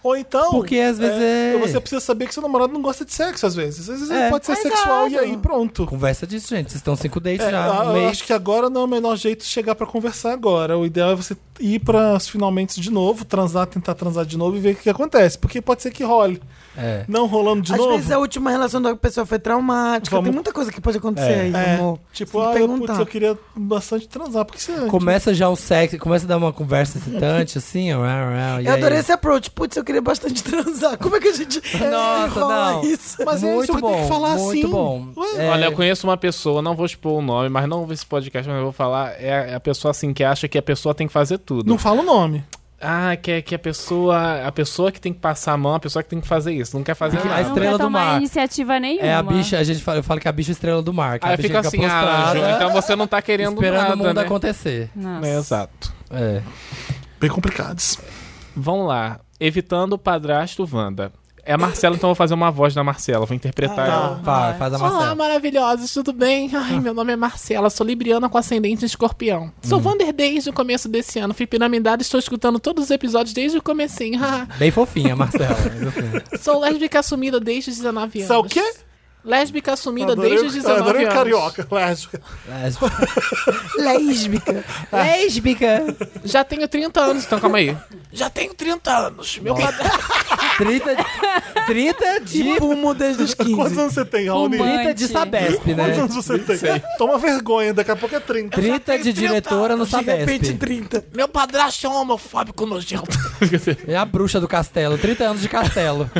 B: Ou então.
C: Porque às vezes é-
B: Você precisa saber que seu namorado não gosta de sexo, às vezes. Às vezes
C: É.
B: ele pode ser sexual e aí pronto.
C: Conversa disso, gente. Vocês estão cinco dates
B: É,
C: já.
B: eu
C: um mês.
B: acho que agora não é o melhor jeito de chegar pra conversar agora. O ideal é você ir para os finalmente de novo, transar, tentar transar de novo e ver o que, que acontece. Porque pode ser que role.
C: É.
B: Não rolando de
D: Às
B: novo.
D: vezes é a última relação da pessoa foi traumática,
B: Vamos-
D: tem muita coisa que pode acontecer aí,
B: É,
D: amor.
B: tipo,
D: Tem que
B: ah, eu, putz,
D: perguntar. é
B: eu queria bastante transar, porque você. é
C: Começa já um sexo, começa a dar uma conversa excitante, assim, ó. rá, rá, e
D: Eu
C: aí?
D: adorei esse approach. Putz, eu queria bastante transar. Como é que a gente
C: Nossa,
D: rola
C: não.
D: isso?
B: Mas é
C: Muito
B: isso que tem
C: bom,
B: que falar
C: muito
B: assim.
C: bom.
B: Ué,
C: É.
E: Olha, eu conheço uma pessoa, não vou expor o nome, mas não vou ver esse podcast, mas eu vou falar. É a pessoa assim que acha que a pessoa tem que fazer tudo.
B: Não fala o nome.
E: Ah, quer que a pessoa. A pessoa que tem que passar a mão, a pessoa que tem que fazer isso. Não quer fazer
C: Ah,
E: que
C: a
E: nada.
C: estrela
A: não
C: do
A: quer tomar
C: mar.
A: iniciativa nenhuma.
C: É a bicha, a gente fala, eu falo que é a bicha estrela do mar. que a
E: Aí
C: bicha
E: fica assim, ah, Ju,
C: prostrada,
E: então você não tá querendo
C: esperando
E: nada,
C: o mundo
E: né?
C: acontecer.
A: Nossa.
E: É, exato.
C: É.
B: Bem complicados.
E: Vamos lá. Evitando o padrasto Wanda. É a Marcela, então eu vou fazer uma voz da Marcela, vou
G: Ah, tá.
E: interpretar ela.
C: Vai, faz
B: Tá,
C: a
G: Olá,
C: Marcela.
G: Ah, maravilhosos, tudo bem?
B: Ah.
G: Ai, meu nome é Marcela, sou libriana com ascendente em escorpião.
B: Hum.
G: Sou Vander desde o começo desse ano, fui piramidada e estou escutando todos os episódios desde o comecinho. Ah,
C: Bem fofinha, Marcela. Bem fofinha.
G: sou lésbica assumida desde os 19 anos.
B: Sabe o quê?
G: Lésbica assumida
B: Adorei
G: desde os
B: o- adorei
G: 19
B: o
G: anos.
B: carioca, lésbica.
C: Lésbica.
D: Lésbica.
C: Lésbica.
G: Já tenho 30 anos, então calma aí.
C: 30, 30 de.
D: Fumo desde os 15.
B: Quantos anos você tem, Raoni?
A: Fumante.
C: 30 de Sabesp,
B: Quantos
C: né?
B: anos você tem? Toma vergonha, daqui a pouco é 30.
C: 30 Tá de diretora no
D: De repente,
C: Sabesp.
D: 30.
G: Meu padrasto é um homofóbico nojento.
C: É a bruxa do castelo. 30 anos de castelo.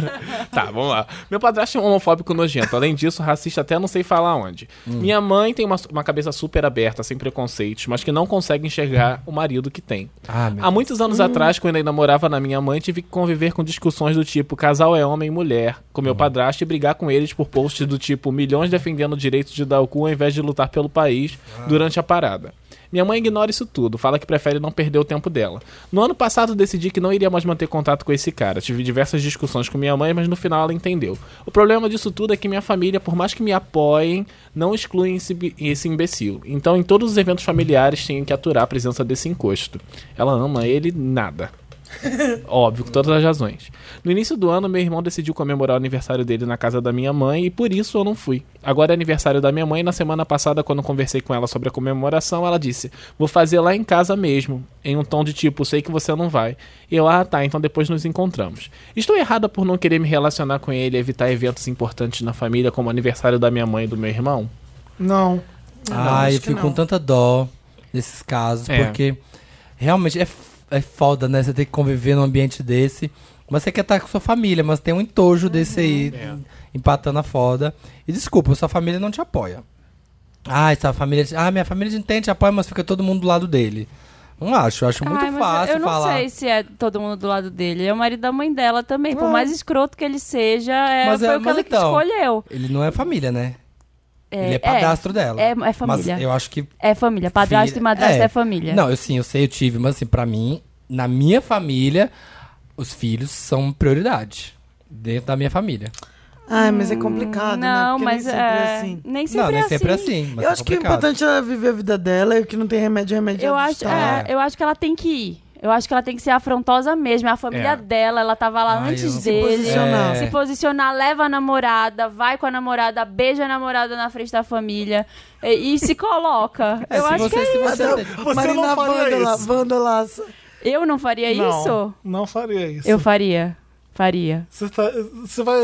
E: Tá, vamos lá. Meu padrasto é um homofóbico nojento. Além disso, racista até não sei falar onde.
C: Hum.
E: Minha mãe tem uma, uma cabeça super aberta, sem preconceitos, mas que não consegue enxergar o marido que tem.
C: Ah, meu
E: Há muitos anos atrás, quando eu namorava na minha mãe, tive que conviver com discussões do tipo casal é homem e mulher, com meu padrasto e brigar com eles por posts do tipo milhões defendendo o direito de dar o cu ao invés de lutar pelo país durante a parada. Minha mãe ignora isso tudo, fala que prefere não perder o tempo dela. No ano passado decidi que não iria mais manter contato com esse cara. Tive diversas discussões com minha mãe, mas no final ela entendeu. O problema disso tudo é que minha família, por mais que me apoiem, não excluem esse, bi- esse imbecil. Então, em todos os eventos familiares, tenho que aturar a presença desse encosto. Ela ama ele nada. Óbvio, com todas as razões. No início do ano, meu irmão decidiu comemorar o aniversário dele na casa da minha mãe e por isso eu não fui. Agora é aniversário da minha mãe e na semana passada, quando eu conversei com ela sobre a comemoração, ela disse: Vou fazer lá em casa mesmo, em um tom de tipo, sei que você não vai. E eu, ah tá, então depois nos encontramos. Estou errada por não querer me relacionar com ele e evitar eventos importantes na família, como o aniversário da minha mãe e do meu irmão?
B: Não.
A: Hum,
C: Ai, eu
D: que
C: fico
D: não.
C: com tanta dó desses casos,
E: É.
C: porque realmente é, f- é foda, né? Você ter que conviver num ambiente desse. Mas você quer estar com sua família, mas tem um entojo
A: Uhum.
C: desse aí empatando a foda. E desculpa, sua família não te apoia. Ah, essa família. Ah, minha família te entende, te apoia, mas fica todo mundo do lado dele. Não acho, acho É muito
A: Ai, mas eu-
C: fácil
A: eu não
C: falar.
A: sei se é todo mundo do lado dele. É o marido da mãe dela também. Por mais escroto que ele seja, é,
C: É. Mas
A: foi
C: é-
A: o que
C: mas
A: ela
C: então,
A: escolheu.
C: Ele não é família, né? ele é padastro dela.
A: É, é família.
C: Mas eu acho que
A: É família. Padrasto
C: Filha-
A: e madrasto é, família.
C: Não, eu sim, eu sei, eu tive, mas assim, pra mim, na minha família, os filhos são prioridade. Dentro da minha família.
D: Ai, mas é complicado, né?
A: Não,
D: Porque
A: mas
D: nem sempre
A: é...
D: é assim.
A: Nem
C: não,
A: sempre
C: nem
A: é
C: sempre é
A: assim.
C: assim. Mas
D: eu
C: é
D: acho que o
C: complicado.
D: importante é ela viver a vida dela e o que não tem remédio,
C: assim,
D: remédio é
A: Eu
D: do
A: acho,
C: tá.
A: é, eu acho que ela tem que ir. Eu acho que ela tem que ser afrontosa mesmo. É a família
E: É.
A: dela, ela tava lá
C: Ai, eu
A: antes
C: não- É.
A: dele.
D: Se posicionar.
A: Se posicionar, leva a namorada, vai com a namorada, beija a namorada na frente da família e, e se coloca.
C: É,
A: eu
C: se
A: acho
C: você,
A: que é
C: se
A: isso.
C: você-
B: Você
D: Marina
B: não faria
D: Vandala,
B: isso.
D: Vandalaça.
A: Eu não faria
B: não,
A: É isso?
B: Não faria isso.
A: Eu faria. Faria.
B: Você tá- você vai.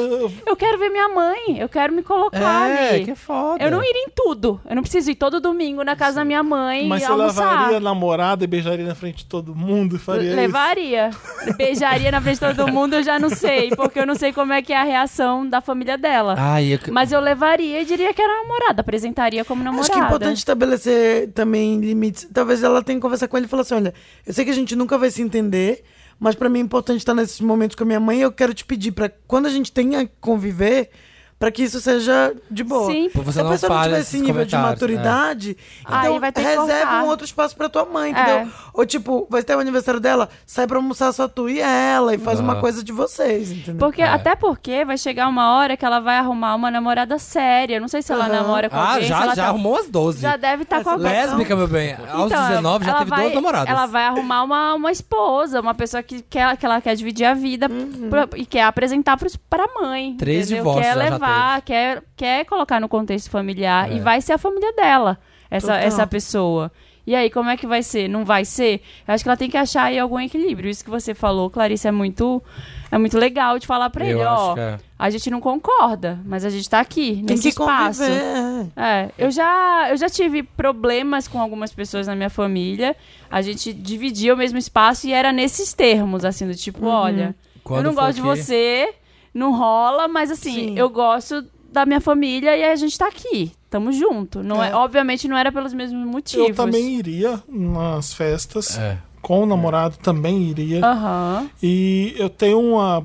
A: Eu quero ver minha mãe, eu quero me colocar
C: É,
A: ali.
C: que é foda.
A: Eu não iria em tudo. Eu não preciso ir todo domingo na casa da minha mãe
B: Mas
A: e
B: você
A: almoçar.
B: levaria a namorada e beijaria na frente de todo mundo e faria
A: Levaria. Beijaria na frente de todo mundo, eu já não sei, porque eu não sei como é que é a reação da família dela.
C: Ai, Ah, eu...
A: Mas eu levaria e diria que era namorada, apresentaria como namorada.
D: Acho que é importante estabelecer também limites. Talvez ela tenha que conversar com ele e falar assim: olha, eu sei que a gente nunca vai se entender, mas pra mim é importante estar nesses momentos com a minha mãe. e Eu quero te pedir pra quando a gente tenha que conviver, pra que isso seja de boa.
A: Sim.
C: Pô, você
D: Se a
C: não
D: pessoa não
C: fale
D: tiver
C: esses
D: esse nível de
C: comentários, né?
D: maturidade,
A: Aí
D: então
A: vai ter que
D: reserva
A: cortar.
D: um outro espaço pra tua mãe, entendeu?
A: É.
D: Ou tipo, vai ter o aniversário dela, sai pra almoçar só tu e ela e faz uma coisa de vocês, entendeu?
A: Porque, Até porque vai chegar uma hora que ela vai arrumar uma namorada séria. Não sei se ela namora com
C: Ah,
A: alguém. se
C: já,
A: ela
C: já
A: tá-
C: arrumou as 12.
A: Já deve estar com alguém.
C: Lésbica, meu bem. Aos
A: Então,
C: 19 já
A: ela
C: teve
A: vai-
C: duas namoradas.
A: Ela vai arrumar uma, uma esposa, uma pessoa que, que, ela, que ela quer dividir a vida pra- e quer apresentar pros, pra mãe.
C: Uhum. Três
A: entendeu?
C: divórcios
A: Quer
C: ela já É.
A: levar, quer, quer colocar no contexto familiar e vai ser a família dela, essa,
D: Total.
A: essa pessoa. E aí, como é que vai ser? Não vai ser? Eu acho que ela tem que achar aí algum equilíbrio. Isso que você falou, Clarice, é muito, é muito legal de falar pra
C: Eu
A: ele,
C: acho
A: ó.
C: que é.
A: A gente não concorda, mas a gente tá aqui,
D: Tem
A: nesse
D: que
A: espaço.
D: conviver. é.
A: É, eu já, eu já tive problemas com algumas pessoas na minha família. A gente dividia o mesmo espaço e era nesses termos, assim, do
B: Uhum.
A: tipo, olha,
C: Quando
A: eu não
C: for
A: gosto de
C: aqui-
A: você, não rola, mas assim, eu gosto da minha família e a gente tá aqui, tamo junto. Não é. obviamente não era pelos mesmos motivos.
B: Eu também iria nas festas.
C: É.
B: Com o namorado também iria.
A: Ah. Aham.
B: E eu tenho uma.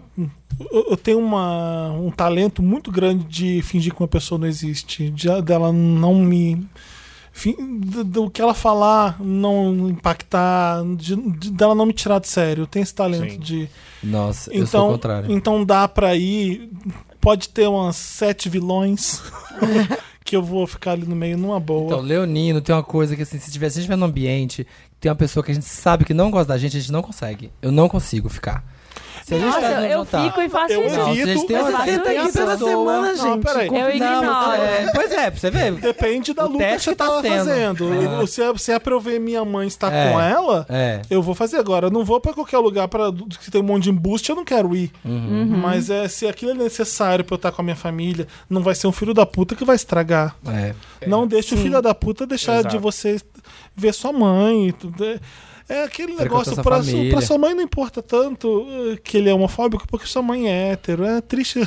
B: eu- Eu tenho uma, um talento muito grande de fingir que uma pessoa não existe. de- dela não me. fin- do- Do que ela falar não impactar. de- de- dela não me tirar de sério. Eu tenho esse talento
E: Sim.
B: de.
C: Nossa, eu sou o
B: Então,
C: contrário.
B: então dá pra ir. Pode ter umas sete vilões que eu vou ficar ali no meio numa
C: Então,
B: boa.
C: Leonino tem uma coisa que, assim, se tiver, se a gente vai num ambiente, tem uma pessoa que a gente sabe que não gosta da gente, a gente não consegue. Eu não consigo ficar. Se a gente
A: Nossa,
C: tá
A: eu,
C: num
A: eu
C: jantar-
A: fico e faço
B: Eu
A: isso.
C: Não, se a gente
B: evito,
C: tem
A: mas
C: uma- se
A: você tá
C: tem uma
A: aqui
D: toda
C: pessoa-
D: semana, gente.
B: Não, peraí.
A: Eu
C: Não,
A: ignoro.
C: é, pois é, pra você ver.
B: Depende da
C: O
B: luta que
C: teste
B: você
C: tá
B: tava
C: sendo.
B: fazendo.
C: Ah.
B: Se, é, se é pra eu ver minha mãe estar
C: É.
B: com ela,
C: É.
B: eu vou fazer agora. Eu não vou pra qualquer lugar pra, que tem um monte de embuste, eu não quero ir.
C: Uhum.
B: Mas é, se aquilo é necessário pra eu estar com a minha família, não vai ser um filho da puta que vai estragar.
C: É.
B: Não deixe o filho da puta deixar
E: Exato.
B: de você ver sua mãe. Tudo. É- É aquele
C: Frequentar
B: negócio,
C: sua
B: pra, su-
C: família.
B: pra sua mãe não importa tanto eh, que ele é homofóbico, porque sua mãe é hétero. É triste.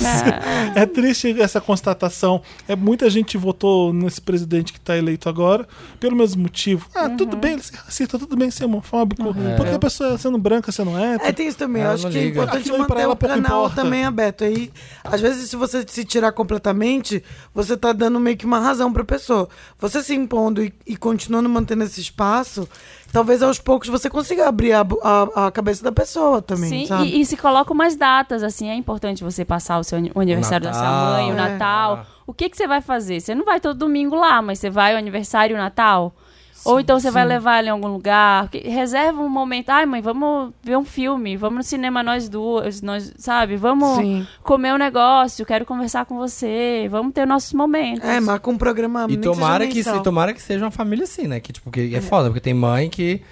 B: é triste essa constatação. É, muita gente votou nesse presidente que tá eleito agora, pelo mesmo motivo. Ah, tudo bem ele ser racista, tudo bem ser homofóbico. Porque a pessoa é sendo branca, sendo hétero.
D: É, tem isso também. Eu
C: Ela
D: acho
C: não
D: que é
C: liga.
D: importante
B: Aquilo aí pra
D: manter
B: ela
D: o
B: pouco
D: canal
B: importa.
D: também aberto. Aí, às vezes, se você se tirar completamente, você tá dando meio que uma razão pra pessoa. Você se impondo e, e continuando mantendo esse espaço, talvez aos poucos você consiga abrir a, bo- a- a cabeça da pessoa também,
A: Sim,
D: sabe?
I: E, e se colocam umas datas, assim, é importante você passar o seu ani- o aniversário da sua
C: Natal.
I: mãe, o
C: É.
E: Ah.
I: Natal. O que, que você vai fazer? Você não vai todo domingo lá, mas você vai o aniversário, o Natal? Ou então você vai levar ele em algum lugar. Que- Reserva um momento. Ai, mãe, vamos ver um filme. Vamos no cinema nós duas, nós, sabe? Vamos
D: Sim.
I: comer um negócio. Quero conversar com você. Vamos ter nossos momentos.
D: É, marca um programa
C: E
D: nem que seja
C: tomara que,
D: mensal.
C: se, tomara que seja uma família assim, né? Que, tipo, que é foda, porque tem mãe que.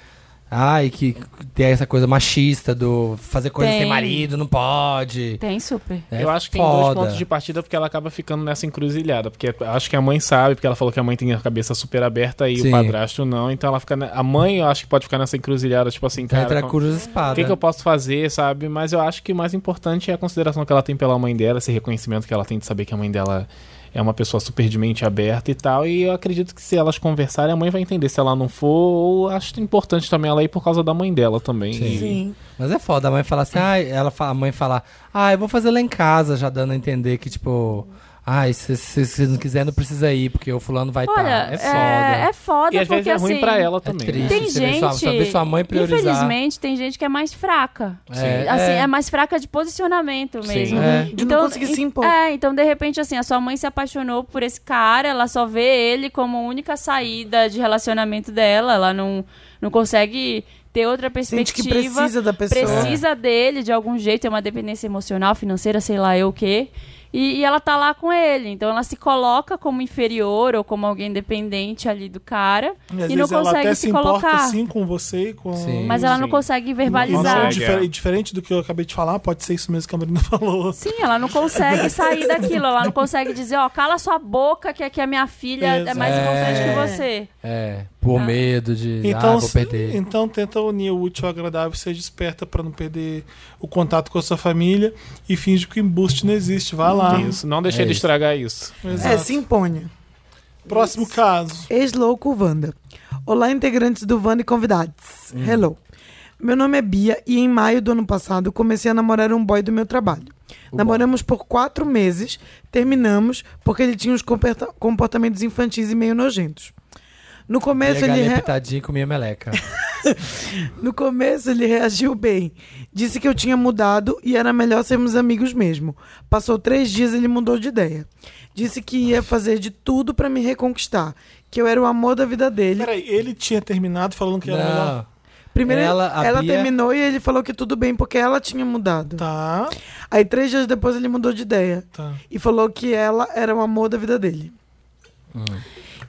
C: Ai, que tem essa coisa machista do fazer coisa sem
I: Tem.
C: marido, não pode.
I: Tem super.
C: É
E: eu acho que tem dois
C: foda.
E: pontos de partida porque ela acaba ficando nessa encruzilhada. Porque eu acho que a mãe sabe, porque ela falou que a mãe tem a cabeça super aberta e
C: Sim.
E: o padrasto não. Então ela fica. ne- A mãe, eu acho que pode ficar nessa encruzilhada, tipo assim,
C: Tá entre
E: cara.
C: a
E: com-
C: cruz e a
E: O
C: espada.
E: que, que eu posso fazer, sabe? Mas eu acho que o mais importante é a consideração que ela tem pela mãe dela, esse reconhecimento que ela tem de saber que a mãe dela é uma pessoa super de mente aberta e tal. E eu acredito que se elas conversarem, a mãe vai entender. Se ela não for, ou acho importante também ela ir por causa da mãe dela também. E-
C: Mas é foda a mãe falar assim, ai, ela fala, a mãe falar, ah, eu vou fazer lá em casa, já dando a entender que, tipo, ai, se você não quiser, não precisa ir, porque o fulano vai estar.
A: Olha,
C: É
A: é
C: foda.
A: foda. É, foda
E: tá, E às
A: porque
E: vezes é ruim
A: assim,
E: pra ela
C: É
E: também. né?
C: triste
A: Tem
C: você ver sua,
A: gente,
C: só ver sua mãe priorizar.
A: infelizmente, tem gente que é mais fraca.
C: É,
A: assim,
C: é.
A: é. mais fraca de posicionamento
E: Sim.
A: mesmo.
C: É.
D: De não conseguir se
A: en-
D: impor.
A: É, então de repente assim, a sua mãe se apaixonou por esse cara, ela só vê ele como única saída de relacionamento dela, ela não não consegue ter outra
D: Sente que
A: perspectiva.
D: precisa da pessoa.
A: Precisa dele de algum jeito, é uma dependência emocional, financeira, sei lá eu o quê. E, e ela tá lá com ele, então ela se coloca como inferior ou como alguém dependente ali do cara
B: E às
A: e não
B: vezes ela até
A: consegue
B: se
A: se
B: importa
A: colocar.
B: sim com você e com.
C: Sim.
A: Mas ela não
E: Sim.
A: consegue
B: Nossa,
A: verbalizar.
E: Consegue,
B: difer-
E: é.
B: diferente do que eu acabei de falar, pode ser isso mesmo que a Marina falou.
A: Sim, ela não consegue sair daquilo. Ela não consegue dizer, ó, cala sua boca que aqui a minha filha é mais importante que você.
C: É, por medo de, ah,
B: Então,
C: vou
B: se-
C: perder.
B: então tenta unir o útil ao agradável, seja esperta pra não perder o contato com a sua família e finge que o embuste não existe. Vai lá.
E: Isso, não deixe
C: É
E: ele
C: isso.
E: estragar isso.
D: É,
B: Exato.
D: se impõe.
B: Próximo caso.
D: Ex-louco Wanda. Olá, integrantes do Wanda e convidados. Hello. Meu nome é Bia e em maio do ano passado comecei a namorar um boy do meu trabalho. Namoramos por quatro meses, terminamos porque ele tinha uns comporta- comportamentos infantis e meio nojentos. No começo,
C: Pegar
D: ele
C: ali
D: re-
C: pitadinha e comer meleca.
D: no começo ele reagiu bem. Disse que eu tinha mudado e era melhor sermos amigos mesmo. Passou três dias ele mudou de ideia. Disse que ia fazer de tudo pra me reconquistar. Que eu era o amor da vida dele.
B: Peraí, ele tinha terminado falando que era melhor.
C: não.
D: Primeiro,
C: Ela,
D: ela,
C: a Bia-
D: terminou e ele falou que tudo bem, porque ela tinha mudado.
B: Tá,
D: Aí, três dias depois, ele mudou de ideia.
B: tá.
D: E falou que ela era o amor da vida dele.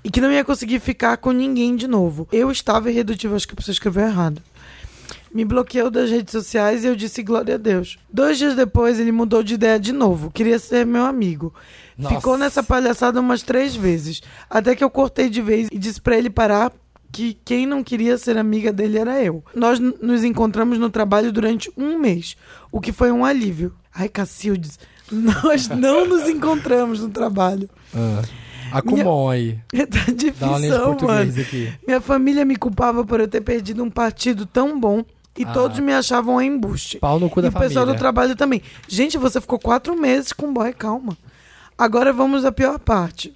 D: E que não ia conseguir ficar com ninguém de novo. Eu estava irredutível, acho que a pessoa escreveu errado. Me bloqueou das redes sociais e eu disse glória a Deus. Dois dias depois, ele mudou de ideia de novo. Queria ser meu amigo.
C: Nossa.
D: Ficou nessa palhaçada umas três vezes. Até que eu cortei de vez e disse pra ele parar que quem não queria ser amiga dele era eu. Nós n- nos encontramos no trabalho durante um mês, o que foi um alívio. Ai, Cacildes, nós não nos encontramos no trabalho.
C: Ah, Acumon aí.
D: Tá
C: Dá uma lente
D: difícil, mano.
C: português aqui.
D: Minha família me culpava por eu ter perdido um partido tão bom e
C: Ah.
D: todos me achavam um embuste.
C: Pau no cu da
D: e o pessoal
C: família.
D: do trabalho também. Gente, você ficou quatro meses com boy, calma. Agora vamos à pior parte.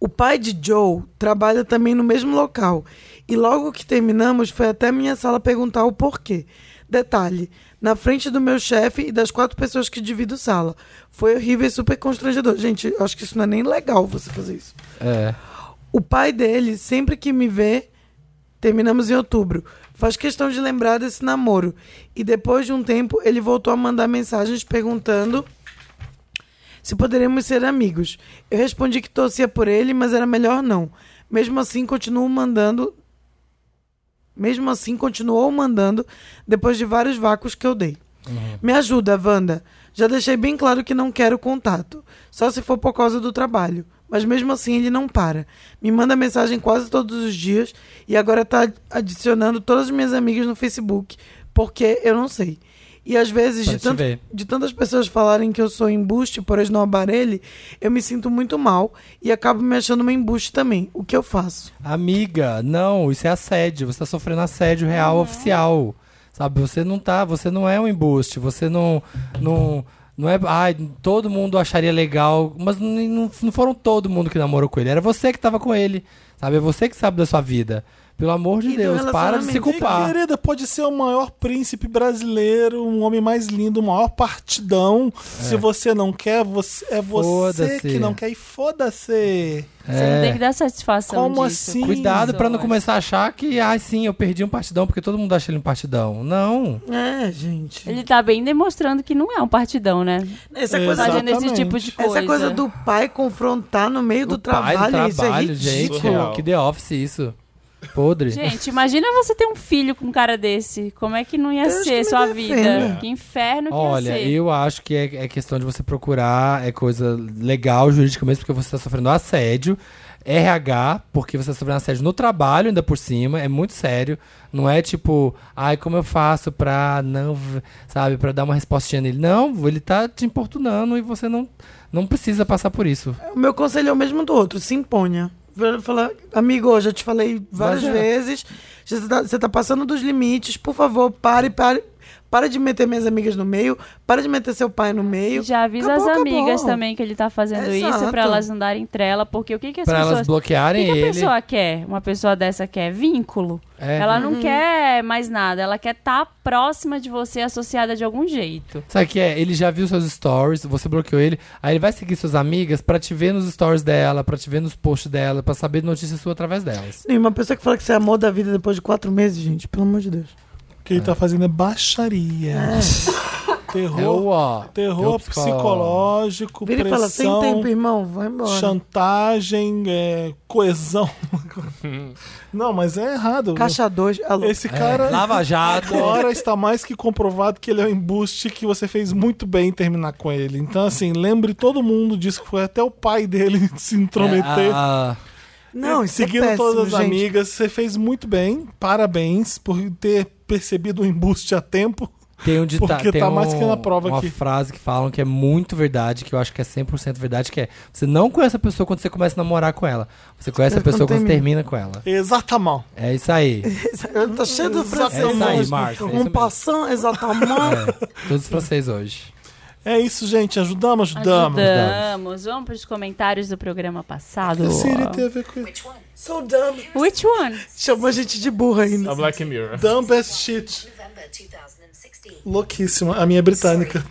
D: O pai de Joe trabalha também no mesmo local. E logo que terminamos, foi até minha sala perguntar o porquê. Detalhe, na frente do meu chefe e das quatro pessoas que divido sala. Foi horrível e super constrangedor. Gente, eu acho que isso não é nem legal você fazer isso.
C: É.
D: O pai dele, sempre que me vê, terminamos em outubro, faz questão de lembrar desse namoro. E depois de um tempo, ele voltou a mandar mensagens perguntando se poderíamos ser amigos. Eu respondi que torcia por ele, mas era melhor não. Mesmo assim, continuo mandando. Mesmo assim, continuou mandando depois de vários vácuos que eu dei.
C: Uhum.
D: Me ajuda, Wanda. Já deixei bem claro que não quero contato. Só se for por causa do trabalho. Mas mesmo assim ele não para. Me manda mensagem quase todos os dias e agora tá adicionando todas as minhas amigas no Facebook, porque eu não sei. E às vezes,
C: Pra
D: de,
C: te
D: tanto-
C: ver.
D: de tantas pessoas falarem que eu sou embuste por esnobar ele, eu me sinto muito mal e acabo me achando uma embuste também. O que eu faço?
C: Amiga, não, isso é assédio. Você tá sofrendo assédio real
D: Ah.
C: oficial. Sabe, você não tá, você não é um embuste, você não não não é, ai, todo mundo acharia legal, mas n- não, não foram todo mundo que namorou com ele, era você que tava com ele. Sabe, é você que sabe da sua vida. Pelo amor de
D: E do
C: Deus, para de se
D: relacionamento.
C: culpar.
B: Querida, pode ser o maior príncipe brasileiro, um homem mais lindo, o maior partidão. Se você não quer, você, é você
C: É. Foda-se.
B: que não quer e foda-se.
I: Você não tem que dar satisfação
B: Como
I: disso.
B: assim?
C: Cuidado pra não
I: começar.
C: começar a achar que, ai, sim, eu perdi um partidão porque todo mundo acha ele um partidão. Não.
D: É, gente.
I: Ele tá bem demonstrando que não é um partidão, né?
D: Essa
I: Tá
D: coisa,
I: Fazendo esse
B: Exatamente.
I: tipo de coisa.
D: essa coisa do pai confrontar no meio É do
C: pai
D: trabalho,
C: é. do trabalho,
D: isso é
C: gente.
D: ridículo.
E: Surreal.
C: Que The Office isso. Podre.
I: Gente, imagina você ter um filho com um cara desse. Como é que não ia
D: Deus que
I: ser
D: me
I: sua
D: defenda.
I: vida? Que inferno que ia
C: Olha,
I: ser.
C: eu acho que é, é questão de você procurar, é coisa legal, jurídica mesmo, porque você está sofrendo assédio. RH, porque você está sofrendo assédio no trabalho, ainda por cima, é muito sério. Não é tipo, ai, como eu faço pra não, v- sabe, pra dar uma respostinha nele. Não, ele tá te importunando e você não, não precisa passar por isso.
D: O meu conselho é o mesmo do outro, se imponha. Falar, amigo, eu já te falei várias
C: Mas é.
D: vezes, já você tá, você tá passando dos limites, por favor, pare, pare. Para de meter minhas amigas no meio, para de meter seu pai no meio.
I: Já avisa
D: Acabou,
I: as
D: acabou.
I: amigas também que ele tá fazendo isso
D: Exato.
I: pra elas não darem trela, porque o que que as
C: Pra
I: pessoas...
C: elas bloquearem
I: o que que a
C: ele.
I: pessoa quer? Uma pessoa dessa quer vínculo.
C: É.
I: Ela não quer mais nada. Ela quer estar próxima de você, associada de algum jeito.
C: Sabe o que é? Ele já viu seus stories, você bloqueou ele, aí ele vai seguir suas amigas pra te ver nos stories dela, pra te ver nos posts dela, pra saber notícias suas através delas.
D: E uma pessoa que fala que você é amor da vida depois de quatro meses, gente, pelo amor de Deus.
B: O que ele tá fazendo é baixaria. Terror.
C: É o ó.
B: Terror
C: psicó-
B: psicológico,
D: Vira e fala, sem
B: pressão,
D: tempo, irmão, vai embora.
B: chantagem, é, coesão. Não, mas é errado.
D: Caixa 2, alô.
C: É.
B: Esse cara
C: Lava Jato.
B: agora está mais que comprovado que ele é um embuste que você fez muito bem em terminar com ele. Então, assim, lembre todo mundo disso, que foi até o pai dele se intrometer.
C: Ah,
D: Não, isso
B: Seguindo
D: é péssimo,
B: todas as
D: gente.
B: amigas, você fez muito bem. Parabéns por ter percebido o embuste a tempo.
C: tem um ditado.
B: Porque
C: tem
B: tá
C: um,
B: mais que na prova
C: uma
B: aqui.
C: frase que falam que é muito verdade, que eu acho que é 100% verdade, que é você não conhece a pessoa quando você começa a namorar com ela. Você conhece a
D: Quando
C: pessoa quando você termina
D: termina.
C: com ela.
B: Exatamente.
C: É isso aí.
D: Ele tá cheio de francês.
C: isso aí,
D: hoje.
C: Marcos, é isso
D: Um
C: mesmo.
D: passão, exatamente.
C: É, todos pra vocês hoje.
B: É isso, gente. Ajudamos, ajudamos.
I: Ajudamos. Vamos pros comentários do programa passado.
B: Siri tem a ver com isso.
D: So dumb.
I: Which one?
D: Chamou a gente de burra ainda.
E: A Black Mirror.
B: Dumbest shit. Louquíssima. A minha é britânica.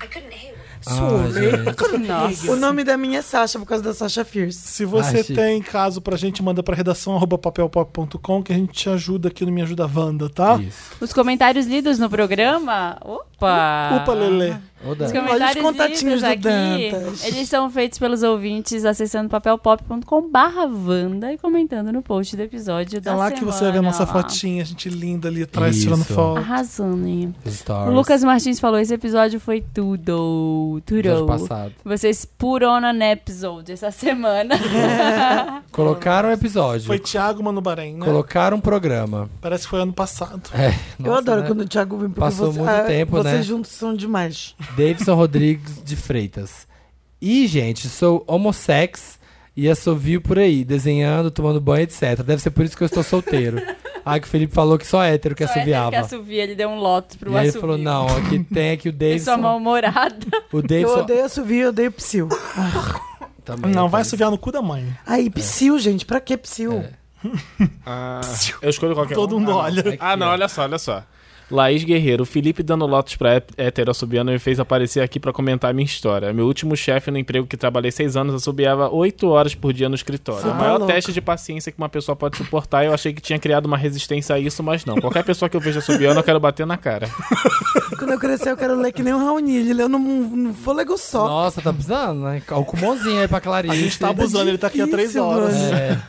C: Ah, gente.
D: O nome da minha é Sasha, por causa da Sasha Fierce.
B: Se você
C: Ai, Chico.
B: tem caso pra gente, manda pra redação arroba papelpop.com que a gente te ajuda aqui no Me Ajuda Wanda, tá?
C: Isso.
I: Os comentários lidos no programa. Opa!
B: Opa, Lelê.
C: Ô, Dan.
I: Os
D: Olha os
I: comentários lidos
D: contatinhos do
I: aqui,
D: Dantas.
I: eles são feitos pelos ouvintes acessando papelpop.com barra Wanda e comentando no post do episódio da
B: É lá que
I: semana,
B: você vai ver a nossa
I: olha lá.
B: fotinha, a gente linda ali atrás
C: Isso.
B: tirando foto.
I: Arrasando, hein?
C: Os
I: O
C: Stories.
I: Lucas Martins falou, esse episódio foi tudo,
C: episódio
I: tudo.
C: passado.
I: Vocês put on an episode essa semana. é
C: Colocaram um episódio.
B: Foi Thiago Mano Bahrein, né?
C: Colocaram um programa.
B: Parece que foi ano passado.
C: É,
D: eu
C: nossa,
D: adoro
C: né?
D: quando o Thiago vem porque
C: Passou
D: você,
C: muito
D: ah,
C: tempo,
D: vocês
C: né?
D: juntos são demais.
C: Davidson Rodrigues de Freitas. E, gente, sou homossex e assovio por aí, desenhando, tomando banho, etc. Deve ser por isso que eu estou solteiro. Ai, que o Felipe falou que só hétero que
I: Só é
C: assoviava.
I: que assovia, ele deu um lote pro
C: e aí ele
I: assovio.
C: falou: não, aqui tem aqui o
I: Eu sou
C: Davidson.
I: mal-humorada.
C: O
D: Eu
C: Davidson.
D: odeio assovio, eu odeio psil.
C: Também,
B: Não,
C: tá.
B: vai assoviar no cu da mãe.
C: É.
D: Aí, psil, gente, pra que psil?
E: Ah, eu escolho qualquer
B: Todo
E: um.
B: mundo
E: Ah, não.
B: olha.
E: Ah, não, olha só, olha só. Laís Guerreiro, Felipe dando lotes pra hé- hétero assobiano me fez aparecer aqui pra comentar a minha história. Meu último chefe no emprego que trabalhei seis anos assobiava oito horas por dia no escritório. o
D: tá
E: maior
D: louco.
E: teste de paciência que uma pessoa pode suportar. Eu achei que tinha criado uma resistência a isso, mas não. Qualquer pessoa que eu veja assobiando, eu quero bater na cara.
D: Quando eu crescer, eu quero ler que nem o Raoni. Ele leu num, num fôlego só.
C: Nossa, tá precisando, né? O cumonzinho aí pra Clarice.
B: A gente tá abusando, ele tá aqui há três
D: Difícil,
B: horas.
D: mano.
C: É,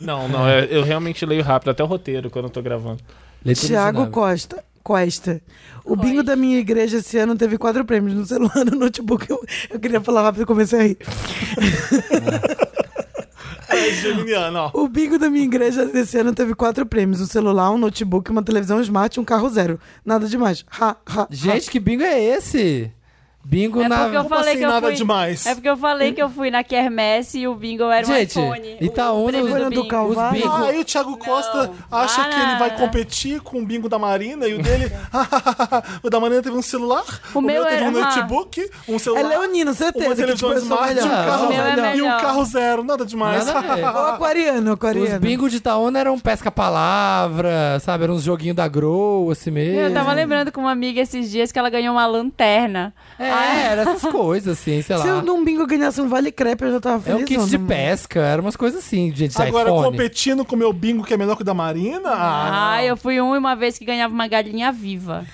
E: Não, não, eu, eu realmente leio rápido, até o roteiro quando eu tô gravando.
C: leitura
D: Tiago
C: dinâmica.
D: Costa. Costa. O bingo da minha igreja esse ano teve quatro prêmios no celular, no notebook. Eu, eu queria falar rápido, comecei a rir.
B: É geminiano, ó.
D: O bingo da minha igreja desse ano teve quatro prêmios: um celular, um notebook, uma televisão smart e um carro zero. Nada demais. Ha, ha, ha.
C: Gente, que bingo é esse? Bingo
I: É
C: na.
I: porque eu
B: Como
I: falei
B: assim,
I: que eu
B: nada
I: fui...
B: demais?
I: É porque eu falei que eu fui na quermesse e o bingo era um
C: Gente, tá um
I: iPhone.
C: Itaúna,
I: o prêmio
D: Folha
I: do
D: do
I: bingo.
D: Calvário.
C: Os bingo.
B: Ah, e o Thiago Costa acha
I: para.
B: que ele vai competir com o bingo da Marina e o dele. o da Marina teve um celular,
I: O
B: o,
I: meu
B: meu teve
I: era
B: um
I: uma-
B: notebook, um
D: É
B: celular.
D: leonino,
B: uma
D: certeza. que,
B: televisão
D: tipo, eu sou
B: smart e um
D: melhor.
B: carro,
I: O meu é
B: e um
I: melhor.
B: carro zero, nada demais.
C: Nada a ver.
D: Ou aquariano,
C: Os
I: né?
D: aquariano.
C: bingos de Itaúna eram pesca-palavra, sabe? Eram uns joguinhos da Grow, assim mesmo.
I: Eu É, tava lembrando com uma amiga esses dias que ela ganhou uma lanterna.
C: É, era essas coisas, assim, sei lá.
D: Se eu num bingo ganhasse um vale crepe, eu já tava
C: É
D: feliz.
C: um kit de
I: né?
C: pesca, era umas coisas assim, gente, de
B: Agora,
C: iPhone.
B: competindo com o meu bingo que é melhor que o da Marina? Ah,
I: Ah, eu fui um e uma vez que ganhava uma galinha viva.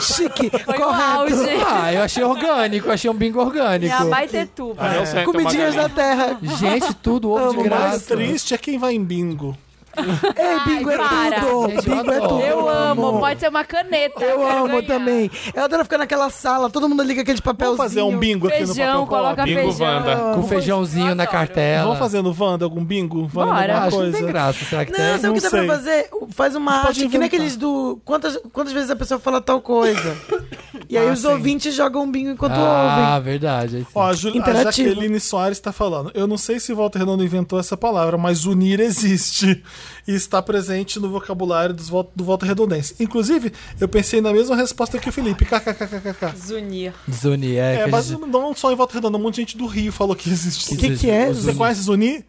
D: Chique,
I: Foi o
D: correto.
I: auge.
C: Ah, eu achei orgânico, achei um bingo orgânico.
I: Minha é baitetuba.
E: Ah, eu sei, tem uma
D: Comidinhas da
E: galinha.
D: terra.
C: Gente, tudo ovo
D: Amo,
C: de
B: o mais
C: graça.
B: triste é quem vai em bingo.
D: Ei, bingo é
I: para.
D: tudo.
C: Gente, eu
D: bingo é
C: adoro.
D: tudo.
I: Eu amo, pode ser uma caneta.
D: Eu
I: quero
D: amo
I: ganhar.
D: também. Eu adoro ficar naquela sala, todo mundo liga aquele papelzinho.
B: Vamos fazer um bingo aqui
I: Feijão,
B: no papel
I: coloca
B: pop?
E: Bingo
I: feijão.
E: Wanda.
C: Com feijãozinho na cartela. Ah,
B: Vamos fazer no Wanda algum bingo?
I: Bora.
B: Wanda alguma
C: Acho que não
B: coisa.
C: tem graça, será que
D: Não,
C: tem?
D: sabe o que dá pra
B: É, sei.
D: fazer? Faz uma
B: Pode
D: arte que nem
B: inventar.
D: aqueles do. Quantas, quantas vezes a pessoa fala tal coisa? e
B: Ah,
D: aí os ouvintes jogam um bingo enquanto
C: Ah,
D: ouvem.
C: verdade. aí sim.
B: Ó, a, Ju- a
D: Interativo.
B: Jaqueline Soares tá falando. Eu não sei se Walter Redondo inventou essa palavra, mas unir existe e está presente no vocabulário dos vo- do Walter Redondense. Inclusive, eu pensei na mesma resposta que o Felipe. KKKKK.
I: Zunir.
C: Zuni, é.
B: É,
C: que a
B: mas
C: gente-
B: não só em Volta Redonda, um monte de gente do Rio falou que existe.
D: O que, que é?
B: Você conhece Zuni?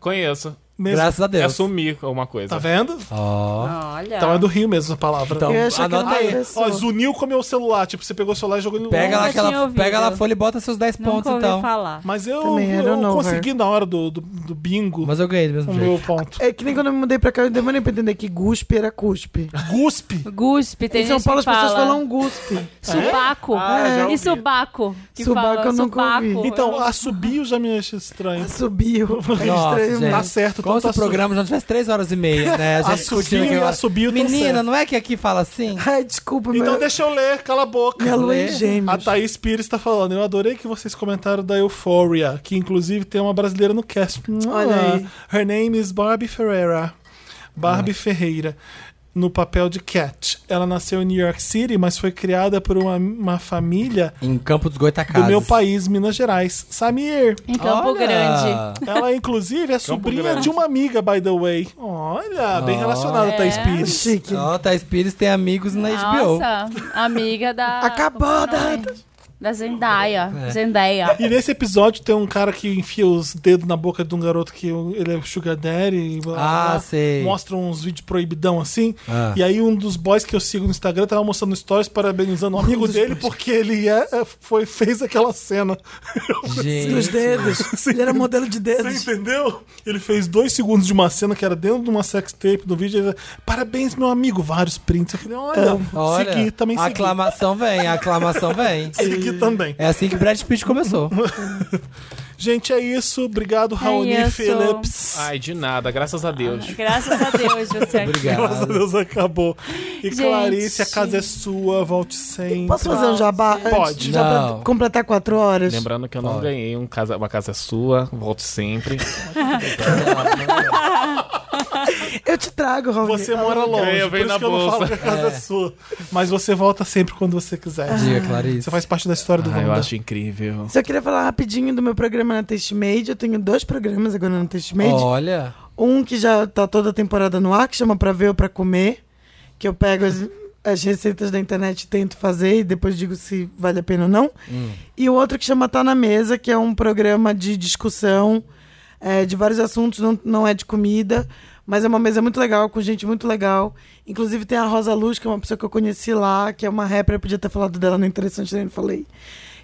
E: Conheço.
B: Mesmo.
C: Graças a
E: É
C: Deus.
E: sumir alguma coisa.
B: Tá vendo?
C: Ó.
I: Olha.
B: Então é do Rio mesmo a palavra.
C: Então,
D: Eu ia achar que
C: anota
D: era
C: aí.
D: uma
B: Ó,
D: pessoa.
B: Zuniu com meu celular. Tipo, você pegou o celular e jogou ele no
C: Pega lá,
I: Nunca
C: aquela,
I: tinha ouvido.
C: pega lá a folha e bota seus 10 pontos,
I: Nunca ouvi
C: então.
I: falar.
B: Mas eu,
D: Também, I
B: eu
D: don't know
B: consegui na hora do, do, do bingo
C: Mas eu ganhei do mesmo
B: o
C: jeito.
B: meu ponto.
D: É que nem quando eu me mudei pra cá, eu demorei pra entender que guspe era cuspe.
B: Guspe.
I: Guspe, tem
D: em São
I: gente
D: Paulo as
I: que
D: pessoas
I: fala.
D: falam guspe.
A: É?
I: Subaco.
E: Ah, já ouvi.
I: e subaco. Que
D: Subaco
I: fala,
D: eu nunca
I: subaco.
D: ouvi.
B: Então, assobio já me acha estranho.
D: Subiu. É
C: Nossa,
D: estranho,
C: gente.
B: Tá
D: mas-
B: certo,
C: Como se
B: tanto
C: o programa já não tivesse 3 horas e meia, né? A gente
B: Assobio
C: discutindo
B: e
C: aqui agora.
B: assobio tão
C: Menina,
B: certo.
C: não é que aqui fala assim?
D: Ai, desculpa,
B: assobio. Então
D: meu.
B: deixa eu ler, cala a boca.
D: é Minha lua é em
C: Lê.
B: A
D: gêmeos.
B: Thaís Pires tá falando, eu adorei que vocês comentaram da Euphoria, que inclusive tem uma brasileira no cast. Ah,
D: Olha aí. Ah.
B: Her name is Barbie Ferreira. Barbie Ferreira. No papel de Cat. Ela nasceu em New York City, mas foi criada por uma, uma família
C: Em Campo dos Goitacazes.
B: do meu país, Minas Gerais. Samir.
I: Em Campo
C: Olha!
I: Grande.
B: Ela, inclusive, é sobrinha
E: Grande.
B: de uma amiga, by the way. Olha,
D: Ah.
B: bem relacionada,
D: É.
B: Thaís Pires.
D: Chique.
C: Ó, Thaís Pires tem amigos na HBO.
I: Nossa, amiga da.
D: Acabou, tá?
I: como é o nome? Da Zendaya. Zendaya.
B: E nesse episódio tem um cara que enfia os dedos na boca de um garoto que ele é sugar daddy. e blá, blá,
C: Ah,
B: blá.
C: sei.
B: Mostra uns vídeos proibidão assim.
C: Ah.
B: E aí um dos boys que eu sigo no Instagram tava mostrando stories parabenizando um amigo dele porque ele é, é, foi, fez aquela cena.
D: Dos
C: Gente.
D: dedos. Ele era modelo de
B: Você
D: dedos.
B: entendeu? Ele fez dois segundos de uma cena que era dentro de uma sex tape do vídeo. Ele, Parabéns, meu amigo. Vários prints. Eu falei, olha,
C: Então, Olha,
B: segui, também
C: a
B: segui.
C: aclamação vem, a aclamação vem.
B: Segui também.
C: É assim que Brad Pitt começou.
B: Gente, é isso. Obrigado, Raoni
I: isso.
B: Phillips.
E: Ai, de nada, graças a Deus.
I: Graças a Deus, você aqui.
B: Graças a
C: Obrigado.
B: Deus acabou. E
I: Gente.
B: Clarice, a casa é sua, volte sempre.
D: Posso fazer um jabá? antes?
B: Pode.
D: Já pra
C: Não.
D: completar quatro horas?
E: Lembrando que eu não ganhei um casa, uma casa sua, volto sempre.
D: Eu te trago, Raul.
B: Você mora longe,
E: ganha,
B: por
E: vem
B: isso
E: na
B: que eu não
E: bolsa.
B: falo que a casa é. sua. Mas você volta sempre quando você quiser.
C: Diga, Clarice.
B: Você faz parte da história do
E: Ah, eu
B: Wanda.
E: acho incrível.
D: Só queria falar rapidinho do meu programa na Tastemade. Eu tenho dois programas agora na Tastemade.
C: Olha,
D: Um que já tá toda a temporada no ar, que chama Pra Ver ou Pra Comer. Que eu pego as, as receitas da internet e tento fazer e depois digo se vale a pena ou não. E o outro que chama Tá na Mesa, que é um programa de discussão é, de vários assuntos, não, não é de comida. Mas é uma mesa muito legal, com gente muito legal. Inclusive tem a Rosa Luz, que é uma pessoa que eu conheci lá, que é uma rapper, eu podia ter falado dela no Interessante, nem falei.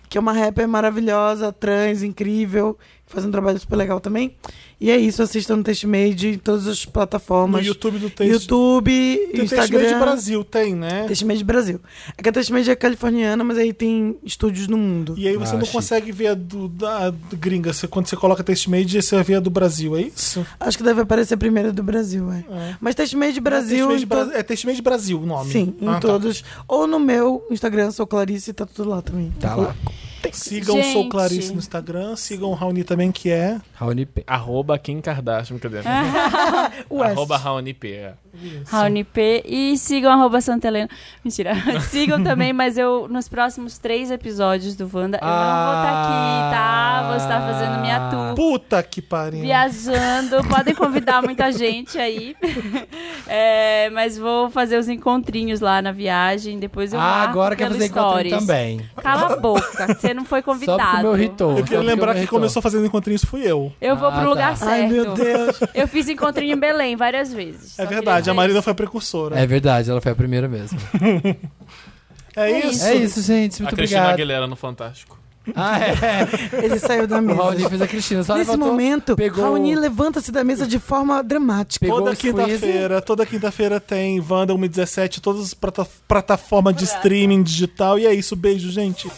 D: Que é uma rapper maravilhosa, trans, incrível, que faz um trabalho super legal também. E é isso, assistam no Taste Made em todas as
B: No
D: plataformas.
B: YouTube do Taste.
D: YouTube,
B: tem
D: Instagram.
B: Taste Made Brasil, tem, né?
D: Taste Made Brasil. É que a Taste Made é californiana, mas aí tem estúdios no mundo.
B: E aí você
C: Ah,
B: não
C: chique.
B: consegue ver a do, da a do gringa. Você, quando você coloca Taste Made, você vê a do Brasil, é isso?
D: Acho que deve aparecer primeiro do Brasil, é. Mas Taste Made Brasil.
B: Taste Made
D: em
B: Bra-
D: to-
B: É Taste Made Brasil o nome.
D: Sim, em
B: Ah, tá.
D: todos. Ou no meu Instagram, sou Clarice, tá tudo lá também.
C: tá lá.
B: Sigam o Sou
A: Gente.
B: Clarice no Instagram, sigam o Raoni também, que é.
C: Raoni P.
E: Arroba Kim Kardashian, cadê?
D: West.
E: Arroba Raoni P. é.
A: Raoni P. E sigam arroba Santa Helena. Mentira. sigam também, mas eu, nos próximos três episódios do Wanda, eu não vou estar aqui, tá? Vou estar fazendo minha tour.
B: Puta que pariu.
A: Viajando, podem convidar muita gente aí. É, mas vou fazer os encontrinhos lá na viagem. Depois eu
C: Ah,
A: marco
C: agora quer
A: pelo
C: fazer encontro
A: stories.
C: também.
A: Cala a boca, que você não foi
C: Só
A: convidado.
C: porque o meu ritou.
B: Eu queria lembrar
C: Então,
B: que começou fazendo encontrinhos fui eu.
A: Eu vou
C: Ah,
A: pro
C: tá.
A: lugar certo.
D: Ai, meu Deus.
A: Eu fiz encontrinho em Belém várias vezes.
B: É verdade, a Marina foi a precursora.
C: É verdade, ela foi a primeira mesmo.
B: É, isso.
C: É isso, gente. Muito
E: a Cristina
C: obrigado.
E: Aguilera no Fantástico.
C: Ah, é.
D: Ele saiu da
C: O
D: mesa.
C: Raoni fez a Cristina. Só
D: Nesse
C: levantou,
D: momento,
C: pegou-
D: Raoni levanta-se da mesa de forma dramática.
C: Pegou
B: Toda
C: os quiz.
B: quinta-feira, toda quinta-feira tem Wanda 1.17, todas as plata- plataformas de streaming digital. E é isso, beijo, gente.